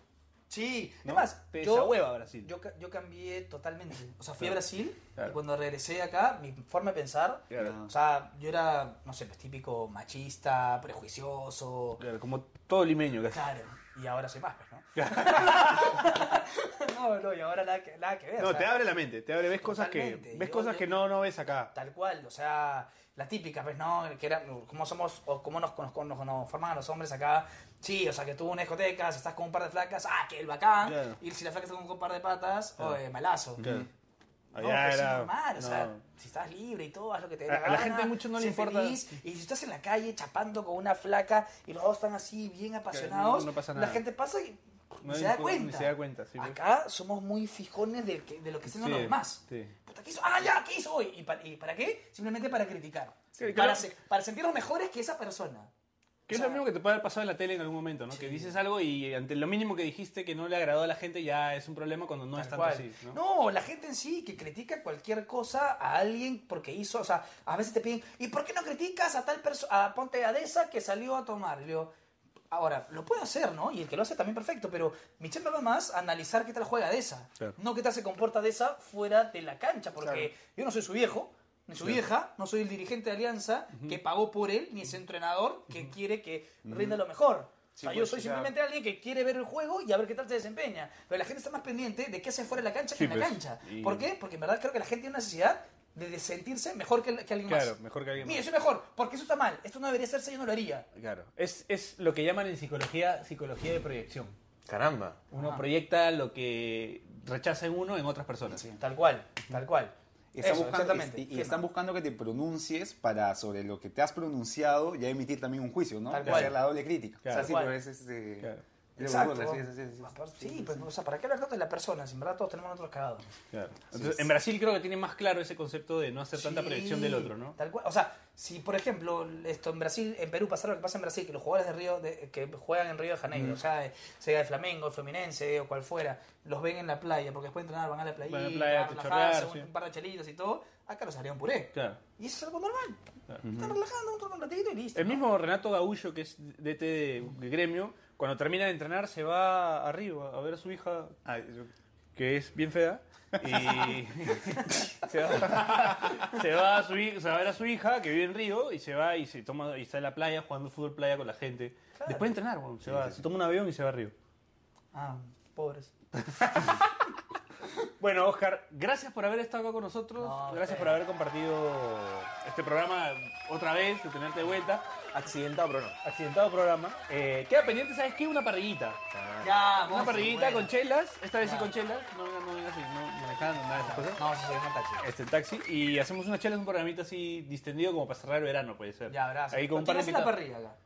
[SPEAKER 4] Sí,
[SPEAKER 2] ¿no?
[SPEAKER 4] además,
[SPEAKER 2] Te
[SPEAKER 4] yo,
[SPEAKER 2] desahueva Brasil.
[SPEAKER 4] yo, ca- yo cambié totalmente. O sea, fui a Brasil
[SPEAKER 2] Claro.
[SPEAKER 4] y cuando regresé acá, mi forma de pensar,
[SPEAKER 2] Claro.
[SPEAKER 4] o sea, yo era, no sé, pues típico machista, prejuicioso.
[SPEAKER 2] Claro, como todo limeño casi.
[SPEAKER 4] Claro, y ahora soy más, pues,
[SPEAKER 2] (laughs)
[SPEAKER 4] ¿no? no, no, y ahora nada que, nada que ver. o
[SPEAKER 2] No,
[SPEAKER 4] sea,
[SPEAKER 2] te abre la mente, te abre, ves cosas que
[SPEAKER 4] Totalmente.
[SPEAKER 2] ves
[SPEAKER 4] Yo-
[SPEAKER 2] cosas
[SPEAKER 4] yo-
[SPEAKER 2] que no, no ves acá.
[SPEAKER 4] Tal cual, o sea, la típica, pues, ¿no? Que era, como somos, o cómo nos, nos, nos, nos forman a los hombres acá. Sí, o sea, que tú en una discoteca, si estás con un par de flacas, ¡ah, que el bacán!
[SPEAKER 2] Claro.
[SPEAKER 4] Y si la flaca está con un par de patas, oye, malazo.
[SPEAKER 2] Claro.
[SPEAKER 4] No,
[SPEAKER 2] Allá
[SPEAKER 4] pues,
[SPEAKER 2] era-
[SPEAKER 4] es normal, o sea,
[SPEAKER 2] no.
[SPEAKER 4] si estás libre y todo, haz lo que te dé
[SPEAKER 2] A-
[SPEAKER 4] la
[SPEAKER 2] a la
[SPEAKER 4] gana,
[SPEAKER 2] gente mucho no le
[SPEAKER 4] sé
[SPEAKER 2] importa.
[SPEAKER 4] feliz, y si estás en la calle chapando con una flaca y los dos están así bien apasionados,
[SPEAKER 2] no- no pasa
[SPEAKER 4] la
[SPEAKER 2] nada.
[SPEAKER 4] gente pasa y
[SPEAKER 2] No
[SPEAKER 4] se
[SPEAKER 2] hay-
[SPEAKER 4] da
[SPEAKER 2] ni
[SPEAKER 4] cuenta.
[SPEAKER 2] se da cuenta, sí, pues.
[SPEAKER 4] Acá somos muy fijones de, que- de lo que estén
[SPEAKER 2] Sí,
[SPEAKER 4] los demás.
[SPEAKER 2] sí.
[SPEAKER 4] Puta, ¿qué hizo? Ah, ya, ¿qué hizo hoy? ¿Y para, y para qué? Simplemente para criticar.
[SPEAKER 2] Sí,
[SPEAKER 4] para,
[SPEAKER 2] claro.
[SPEAKER 4] se- para sentirnos mejores que esa persona.
[SPEAKER 2] Que es
[SPEAKER 4] O sea,
[SPEAKER 2] lo mismo que te puede haber pasado en la tele en algún momento, ¿no? Que dices algo y ante lo mínimo que dijiste que no le agradó a la gente ya es un problema cuando no es
[SPEAKER 4] Tal
[SPEAKER 2] tanto
[SPEAKER 4] cual.
[SPEAKER 2] así, ¿no?
[SPEAKER 4] No, la gente en sí que critica cualquier cosa a alguien porque hizo, o sea, a veces te piden, ¿y por qué no criticas a tal persona, ponte a de esa que salió a tomar? Y le digo, ahora, lo puedo hacer, ¿no? Y el que lo hace también perfecto, pero mi chamba va más a analizar qué tal juega de esa,
[SPEAKER 2] Claro.
[SPEAKER 4] no qué tal se comporta de esa fuera de la cancha, porque yo no soy su viejo. Ni su vieja, no soy el dirigente de Alianza que pagó por él, ni ese entrenador que quiere que rinda lo mejor.
[SPEAKER 5] Sí,
[SPEAKER 4] o sea, yo
[SPEAKER 5] pues,
[SPEAKER 4] soy
[SPEAKER 5] o sea,
[SPEAKER 4] simplemente alguien que quiere ver el juego y a ver qué tal se desempeña. Pero la gente está más pendiente de qué hace fuera de la cancha
[SPEAKER 2] Sí,
[SPEAKER 4] que en la
[SPEAKER 2] pues,
[SPEAKER 4] cancha.
[SPEAKER 2] y-
[SPEAKER 4] ¿Por qué? Porque en verdad creo que la gente tiene una necesidad de de sentirse mejor que, que alguien
[SPEAKER 2] Claro,
[SPEAKER 4] más.
[SPEAKER 2] mejor que alguien
[SPEAKER 4] Mira, yo
[SPEAKER 2] más.
[SPEAKER 4] soy mejor, porque eso está mal. Esto no debería hacerse, yo no lo haría.
[SPEAKER 2] Claro. Es, es lo que llaman en psicología psicología de proyección.
[SPEAKER 3] Caramba.
[SPEAKER 2] Uno proyecta lo que rechaza en uno en otras personas.
[SPEAKER 4] Tal cual, tal cual.
[SPEAKER 5] Y están,
[SPEAKER 4] Eso,
[SPEAKER 5] buscando,
[SPEAKER 4] exactamente.
[SPEAKER 5] y- y
[SPEAKER 4] Firma.
[SPEAKER 5] están buscando que te pronuncies para sobre lo que te has pronunciado ya emitir también un juicio, ¿no?
[SPEAKER 4] Tal
[SPEAKER 5] De
[SPEAKER 4] cual.
[SPEAKER 5] hacer la doble crítica.
[SPEAKER 2] Claro.
[SPEAKER 5] O sea, sí,
[SPEAKER 4] Tal
[SPEAKER 5] pero
[SPEAKER 4] cual.
[SPEAKER 5] es, este,
[SPEAKER 2] Claro.
[SPEAKER 4] Exacto.
[SPEAKER 2] Sí, sí, sí, sí.
[SPEAKER 4] Sí, pues, o sea, ¿para qué hablar tanto de la persona? Si en verdad todos tenemos otros cagados.
[SPEAKER 2] Claro. Entonces, en Brasil creo que tiene más claro ese concepto de no hacer tanta
[SPEAKER 4] Sí,
[SPEAKER 2] proyección del otro, ¿no?
[SPEAKER 4] Tal cual. O sea, si por ejemplo, esto en Brasil, en Perú pasa lo que pasa en Brasil, que los jugadores de Río, de- que juegan en Río de Janeiro, o sea, de- sea de Flamengo, Fluminense o cual fuera, los ven en la playa, porque después de entrenar van a la playa,
[SPEAKER 2] Van a la playa, a
[SPEAKER 4] relajarse,
[SPEAKER 2] chorrear,
[SPEAKER 4] un,
[SPEAKER 2] sí.
[SPEAKER 4] un par de chelitos y todo, acá los haría un puré.
[SPEAKER 2] Claro.
[SPEAKER 4] Y eso es algo normal. Están relajando, otro un ratito y listo.
[SPEAKER 2] El
[SPEAKER 4] ¿no?
[SPEAKER 2] mismo Renato Gaullo, que es DT de, de gremio, cuando termina de entrenar se va arriba a ver a su hija, que es bien fea. Y se, va, se va a su hij- se va a ver a su hija, que vive en Río, y se va y se toma y está en la playa jugando fútbol playa con la gente. Después de entrenar, weón, se, va, se toma un avión y se va a Río.
[SPEAKER 4] Ah, pobres.
[SPEAKER 2] Bueno, Oscar, gracias por haber estado acá con nosotros.
[SPEAKER 4] No,
[SPEAKER 2] gracias
[SPEAKER 4] ustedes.
[SPEAKER 2] por haber compartido este programa otra vez, de tenerte de vuelta.
[SPEAKER 3] Accidentado, pero no.
[SPEAKER 2] Accidentado programa. Eh, queda pendiente, ¿sabes qué? Una parrillita.
[SPEAKER 4] Ya,
[SPEAKER 2] Una parrillita con chelas, esta vez sí
[SPEAKER 4] Ya.
[SPEAKER 2] con chelas, no vengan no, vengan así, no manejando, nada de esas cosas.
[SPEAKER 4] No, sí, sí, no, taxi.
[SPEAKER 2] Este, el taxi, y hacemos unas chelas, un programita así distendido como para cerrar el verano, puede ser.
[SPEAKER 4] Ya, verás.
[SPEAKER 2] Ahí con un par de
[SPEAKER 4] Tienes una
[SPEAKER 2] invitados.
[SPEAKER 4] parrilla acá.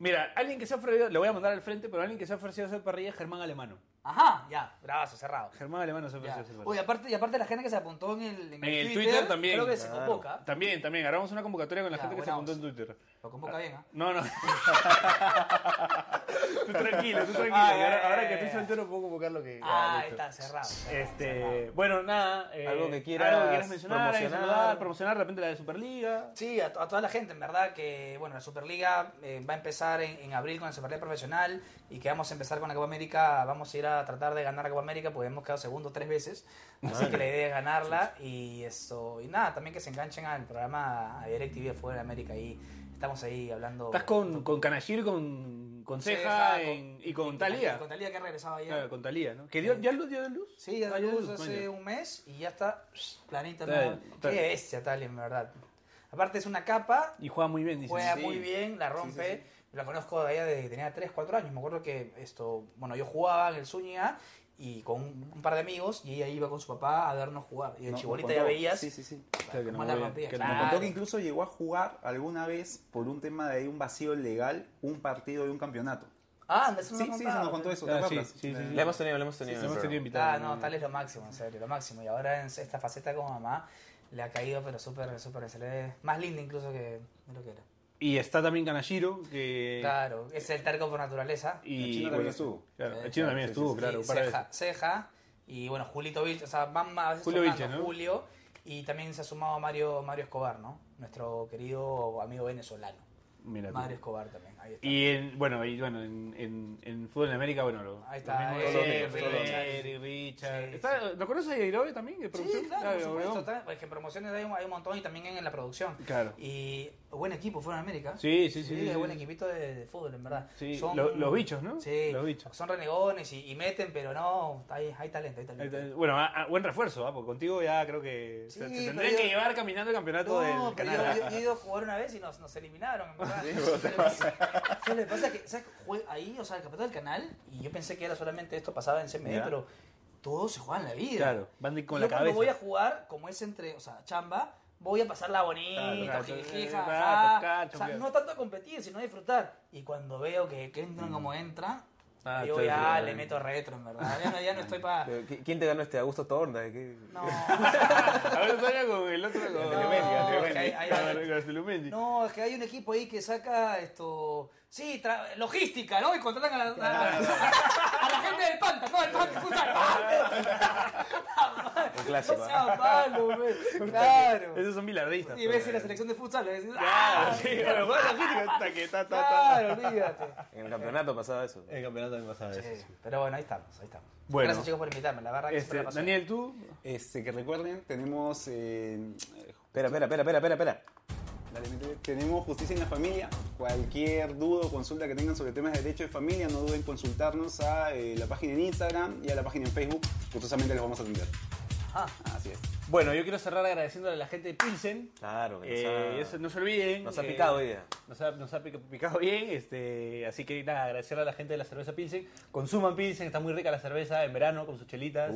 [SPEAKER 2] Mira, alguien que se ha ofrecido, le voy a mandar al frente, pero alguien que se ha ofrecido a hacer parrilla es Germán Alemano.
[SPEAKER 4] Ajá, ya, brazo, cerrado.
[SPEAKER 2] Germán Alemano se ha
[SPEAKER 4] Ya.
[SPEAKER 2] ofrecido a hacer parrilla.
[SPEAKER 4] Oye, aparte, y aparte la gente que se apuntó en el,
[SPEAKER 2] En el Twitter también,
[SPEAKER 4] Creo que se
[SPEAKER 2] claro.
[SPEAKER 4] convoca.
[SPEAKER 2] También, también, hagamos una convocatoria con la
[SPEAKER 4] Ya,
[SPEAKER 2] gente que se
[SPEAKER 4] buena
[SPEAKER 2] apuntó en
[SPEAKER 4] onda.
[SPEAKER 2] Twitter.
[SPEAKER 4] Lo convoca bien, ¿ah?
[SPEAKER 2] No, (laughs) no. tú tranquilo, tú tranquilo.
[SPEAKER 4] Ay,
[SPEAKER 2] que ahora,
[SPEAKER 4] ay,
[SPEAKER 2] ahora
[SPEAKER 4] ay,
[SPEAKER 2] que estoy
[SPEAKER 4] ay.
[SPEAKER 2] soltero puedo convocar lo que...
[SPEAKER 4] Ah,
[SPEAKER 2] Ya, listo.
[SPEAKER 4] está cerrado. cerrado, cerrado.
[SPEAKER 2] Este, bueno, nada. eh,
[SPEAKER 3] Algo que quieras
[SPEAKER 2] algo que quieras mencionar, promocionar.
[SPEAKER 3] promocionar.
[SPEAKER 2] promocionar de repente la de Superliga.
[SPEAKER 4] Sí, a, to- a toda la gente, en verdad, que bueno, la Superliga eh, va a empezar en, en abril con la Superliga Profesional y que vamos a empezar con la Copa América. Vamos a ir a tratar de ganar la Copa América porque hemos quedado segundo tres veces. (laughs) Así que la idea es ganarla y eso. Y nada, también que se enganchen al programa a DirecTV Fuera de América. Ahí estamos ahí hablando.
[SPEAKER 2] Estás con, con Canachil, con, con Ceja
[SPEAKER 4] Ceja,
[SPEAKER 2] en- y con
[SPEAKER 4] y
[SPEAKER 2] Talía.
[SPEAKER 4] Con Talía que ha regresado ayer.
[SPEAKER 2] Claro, con Talía, ¿no? Que dio, ya lo dio de luz.
[SPEAKER 4] Sí, ya
[SPEAKER 2] Ah,
[SPEAKER 4] dio
[SPEAKER 2] dio
[SPEAKER 4] luz hace
[SPEAKER 2] coño.
[SPEAKER 4] un mes y ya está planita.
[SPEAKER 2] Está
[SPEAKER 4] nueva.
[SPEAKER 2] bien, está
[SPEAKER 4] Qué
[SPEAKER 2] bien.
[SPEAKER 4] bestia, tal, en verdad. Aparte es una capa,
[SPEAKER 2] Y juega muy bien, dice.
[SPEAKER 4] juega
[SPEAKER 5] Sí.
[SPEAKER 4] muy bien, la rompe. La conozco de ella desde que tenía 3, 4 años. Me acuerdo que esto, bueno, yo jugaba en el Zúñiga y con un, un par de amigos y ella iba con su papá a vernos jugar. Y de
[SPEAKER 5] Nos-
[SPEAKER 4] chibolita
[SPEAKER 5] nos
[SPEAKER 4] ya
[SPEAKER 5] contó-
[SPEAKER 4] veías.
[SPEAKER 5] Sí, sí, sí.
[SPEAKER 2] Claro que no
[SPEAKER 4] Como
[SPEAKER 2] me
[SPEAKER 4] la
[SPEAKER 2] voy a-
[SPEAKER 4] rompía, Ah,
[SPEAKER 2] que no
[SPEAKER 4] claro.
[SPEAKER 2] me
[SPEAKER 5] Me contó
[SPEAKER 2] contó.
[SPEAKER 5] que incluso llegó a jugar alguna vez por un tema de ahí, un vacío legal, un partido de un campeonato.
[SPEAKER 4] Ah, anda, eso no
[SPEAKER 5] Sí, sí,
[SPEAKER 4] me
[SPEAKER 5] se
[SPEAKER 4] contaba. pues.
[SPEAKER 5] nos contó eso, ¿te
[SPEAKER 2] Ah, sí,
[SPEAKER 5] acuerdas?
[SPEAKER 2] sí, sí, sí.
[SPEAKER 3] La hemos tenido, la hemos tenido. en el
[SPEAKER 2] Hemos tenido
[SPEAKER 3] programa.
[SPEAKER 2] invitados.
[SPEAKER 4] Ah, no, tal es lo máximo, en serio, lo máximo. Y ahora en esta faceta como mamá le ha caído, pero súper, súper, se le ve más linda incluso que de lo que era.
[SPEAKER 2] Y está también Kanashiro, que...
[SPEAKER 4] Claro, es el terco por naturaleza.
[SPEAKER 2] Y,
[SPEAKER 5] El chino también
[SPEAKER 2] bueno,
[SPEAKER 5] estuvo.
[SPEAKER 2] Claro,
[SPEAKER 4] Eh, Sí,
[SPEAKER 2] el chino también
[SPEAKER 5] sí,
[SPEAKER 2] estuvo,
[SPEAKER 5] sí,
[SPEAKER 2] claro.
[SPEAKER 4] Y
[SPEAKER 2] un par de
[SPEAKER 4] ceja,
[SPEAKER 2] veces.
[SPEAKER 4] ceja. Y bueno, Julito Vilche, o sea, van más a veces
[SPEAKER 2] Julio
[SPEAKER 4] sumando,
[SPEAKER 2] Vilche, ¿no?
[SPEAKER 4] Julio. Y también se ha sumado Mario, Mario Escobar, ¿no? Nuestro querido amigo venezolano.
[SPEAKER 2] Mira tú.
[SPEAKER 4] Mario Escobar también, ahí está.
[SPEAKER 2] Y en, bueno, y bueno, en, en, en Fútbol en América, bueno, lo,
[SPEAKER 4] Ahí está,
[SPEAKER 2] lo
[SPEAKER 4] eh,
[SPEAKER 2] mismo,
[SPEAKER 4] eh,
[SPEAKER 2] Jerry,
[SPEAKER 4] Richard.
[SPEAKER 2] Jerry, Richard.
[SPEAKER 4] Sí,
[SPEAKER 2] Está- ¿Lo conoces a Yairove también? De
[SPEAKER 4] Sí,
[SPEAKER 2] producción?
[SPEAKER 4] claro, por
[SPEAKER 2] Obregón.
[SPEAKER 4] supuesto. está- Porque en promociones hay un, hay un montón y también en la producción.
[SPEAKER 2] Claro.
[SPEAKER 4] Y buen equipo fueron a América.
[SPEAKER 2] Sí, sí, sí, sí,
[SPEAKER 4] hay
[SPEAKER 2] sí,
[SPEAKER 4] buen
[SPEAKER 2] sí.
[SPEAKER 4] equipito de, de fútbol, en verdad.
[SPEAKER 2] Sí, lo- los bichos, ¿no?
[SPEAKER 4] Sí,
[SPEAKER 2] Los bichos.
[SPEAKER 4] son renegones y, y meten, pero no, hay, hay talento, hay talento.
[SPEAKER 2] Ahí está. Bueno, ah, ah, buen refuerzo, ah, porque contigo ya creo que
[SPEAKER 4] Sí,
[SPEAKER 2] se, se
[SPEAKER 4] pero
[SPEAKER 2] tendrían
[SPEAKER 4] yo-
[SPEAKER 2] que llevar caminando el campeonato
[SPEAKER 4] No,
[SPEAKER 2] del
[SPEAKER 4] pero
[SPEAKER 2] Canadá.
[SPEAKER 4] yo, yo- yo he ido a jugar una vez y nos, nos eliminaron, en verdad. Eso le pasa que, ¿sabes? Jue- ahí, o sea, el campeonato del canal, y yo pensé que era solamente esto pasaba en CMD,
[SPEAKER 2] Ya.
[SPEAKER 4] pero todo se juega en la vida.
[SPEAKER 2] Claro, van de- con
[SPEAKER 4] yo
[SPEAKER 2] la cabeza.
[SPEAKER 4] cuando voy a jugar, como es entre, o sea, chamba, voy a pasarla bonito,
[SPEAKER 2] Claro, claro,
[SPEAKER 4] jijiji,
[SPEAKER 2] eh,
[SPEAKER 4] jaja.
[SPEAKER 2] rato, cacho,
[SPEAKER 4] O sea,
[SPEAKER 2] claro.
[SPEAKER 4] no tanto a competir, sino a disfrutar. Y cuando veo que, que entran como entran,
[SPEAKER 2] Mm. Ah,
[SPEAKER 4] digo,
[SPEAKER 2] está
[SPEAKER 4] ya
[SPEAKER 2] bien.
[SPEAKER 4] le meto retro, en verdad. Ya no, ya no estoy
[SPEAKER 2] (laughs)
[SPEAKER 4] para...
[SPEAKER 3] Pero, ¿qui- ¿Quién te ganó este? ¿Augusto Torda? ¿Qué-
[SPEAKER 4] No.
[SPEAKER 2] a ver, salga con el otro, con
[SPEAKER 4] No,
[SPEAKER 2] Zulemendi,
[SPEAKER 4] que hay-
[SPEAKER 2] (laughs)
[SPEAKER 4] hay-
[SPEAKER 2] Con con Zulemendi.
[SPEAKER 4] No, es que hay un equipo ahí que saca esto. Sí, tra- logística, ¿no? Y contratan a la, a- a la gente del Panta, ¿no? El
[SPEAKER 2] (laughs)
[SPEAKER 4] Panta, puta. (laughs) ¡Ah!
[SPEAKER 3] Un clásico,
[SPEAKER 4] No sea malo, güey. Claro.
[SPEAKER 2] Esos son milardistas.
[SPEAKER 4] Y ves en la selección de futsal, ves.
[SPEAKER 2] Claro,
[SPEAKER 4] ¡ah!
[SPEAKER 2] sí, bueno, juega la gente que está que está- está- está-
[SPEAKER 4] Claro,
[SPEAKER 2] (laughs)
[SPEAKER 4] olvídate.
[SPEAKER 3] En el campeonato pasaba eso.
[SPEAKER 2] El campeonato también pasaba
[SPEAKER 4] Sí, Pero bueno, ahí estamos, ahí estamos.
[SPEAKER 2] Bueno.
[SPEAKER 4] Gracias chicos por invitarme, la verdad que siempre
[SPEAKER 2] Este,
[SPEAKER 4] la paso bien.
[SPEAKER 2] Daniel, tú.
[SPEAKER 5] Este, que recuerden, tenemos eh,
[SPEAKER 3] Espera, espera, espera, espera, espera, espera.
[SPEAKER 5] Dale, métele. Tenemos Justicia en la Familia. Cualquier duda o consulta que tengan sobre temas de derecho de familia, no duden en consultarnos a eh, la página en Instagram y a la página en Facebook. Gustosamente los vamos a atender.
[SPEAKER 4] Ah.
[SPEAKER 5] Así es.
[SPEAKER 2] Bueno, yo quiero cerrar agradeciéndole a la gente de Pilsen.
[SPEAKER 3] Claro, que nos
[SPEAKER 2] Eh,
[SPEAKER 3] ha-
[SPEAKER 2] eso, no se olviden.
[SPEAKER 3] Nos ha
[SPEAKER 2] eh,
[SPEAKER 3] picado hoy día.
[SPEAKER 2] Nos ha, nos ha pica- picado bien, este, así que nada, agradecer a la gente de la cerveza Pilsen. Consuman Pilsen, está muy rica la cerveza en verano con sus chelitas.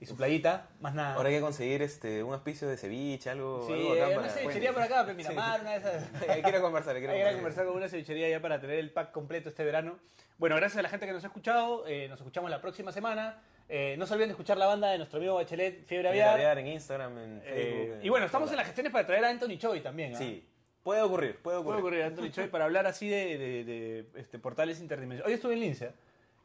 [SPEAKER 2] y su playita, más nada.
[SPEAKER 3] Ahora hay que conseguir este, un auspicio de ceviche, algo.
[SPEAKER 2] Sí,
[SPEAKER 3] algo acá
[SPEAKER 2] eh,
[SPEAKER 3] para-
[SPEAKER 2] una cevichería por acá, pero Miramar, una de esas.
[SPEAKER 3] (laughs) Ahí quiero conversar, ahí quiero
[SPEAKER 2] Hay que ir a
[SPEAKER 3] conversar.
[SPEAKER 2] conversar con una cevichería ya para tener el pack completo este verano. Bueno, gracias a la gente que nos ha escuchado. eh, nos escuchamos la próxima semana. Eh, no se olviden de escuchar la banda de nuestro amigo Bachelet, Fiebre
[SPEAKER 3] Mira,
[SPEAKER 2] Aviar.
[SPEAKER 3] en Instagram, en
[SPEAKER 2] Eh,
[SPEAKER 3] Facebook.
[SPEAKER 2] y bueno, estamos
[SPEAKER 3] todas
[SPEAKER 2] en las gestiones para traer a Anthony Choi también. ¿ah?
[SPEAKER 3] Sí, puede ocurrir,
[SPEAKER 2] Puede
[SPEAKER 3] puede ocurrir.
[SPEAKER 2] ocurrir, Anthony Choi, para hablar así de, de- de, este, portales interdimensionales. Hoy estuve en Lince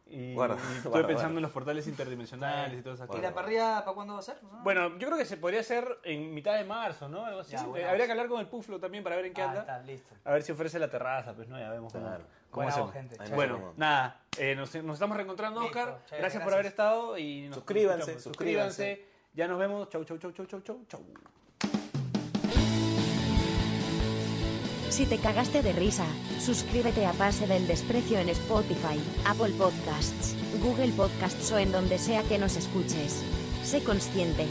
[SPEAKER 2] y,
[SPEAKER 3] Guarda,
[SPEAKER 2] y estuve
[SPEAKER 3] guarda,
[SPEAKER 2] pensando
[SPEAKER 3] guarda.
[SPEAKER 2] en los portales interdimensionales y todas esas
[SPEAKER 3] Guarda.
[SPEAKER 4] ¿Y
[SPEAKER 2] cosas.
[SPEAKER 4] la parrilla para cuándo va a ser? ¿No?
[SPEAKER 2] Bueno, yo creo que se podría hacer en mitad de marzo, ¿no? Algo así.
[SPEAKER 4] Ya,
[SPEAKER 2] Eh,
[SPEAKER 4] buena
[SPEAKER 2] Habría
[SPEAKER 4] opción.
[SPEAKER 2] que hablar con el Puflo también para ver en qué
[SPEAKER 4] ah,
[SPEAKER 2] anda.
[SPEAKER 4] está, listo.
[SPEAKER 2] A ver si ofrece la terraza, pues no, ya vemos cómo,
[SPEAKER 3] Claro.
[SPEAKER 2] cómo
[SPEAKER 4] Buena
[SPEAKER 2] hacemos.
[SPEAKER 4] voz, gente.
[SPEAKER 3] Ahí
[SPEAKER 4] Chévere.
[SPEAKER 2] Bueno,
[SPEAKER 3] vamos.
[SPEAKER 2] nada, eh, nos, nos estamos reencontrando,
[SPEAKER 4] Listo,
[SPEAKER 2] Oscar.
[SPEAKER 4] chévere,
[SPEAKER 2] gracias, por
[SPEAKER 4] gracias.
[SPEAKER 2] haber estado y nos
[SPEAKER 3] Suscríbanse,
[SPEAKER 2] escuchamos.
[SPEAKER 3] suscríbanse.
[SPEAKER 2] suscríbanse. Ya nos vemos. Chau, chau, chau, chau, chau, chau, chau.
[SPEAKER 1] Si te cagaste de risa, suscríbete a Pase del Desprecio en Spotify, Apple Podcasts, Google Podcasts o en donde sea que nos escuches. Sé consciente.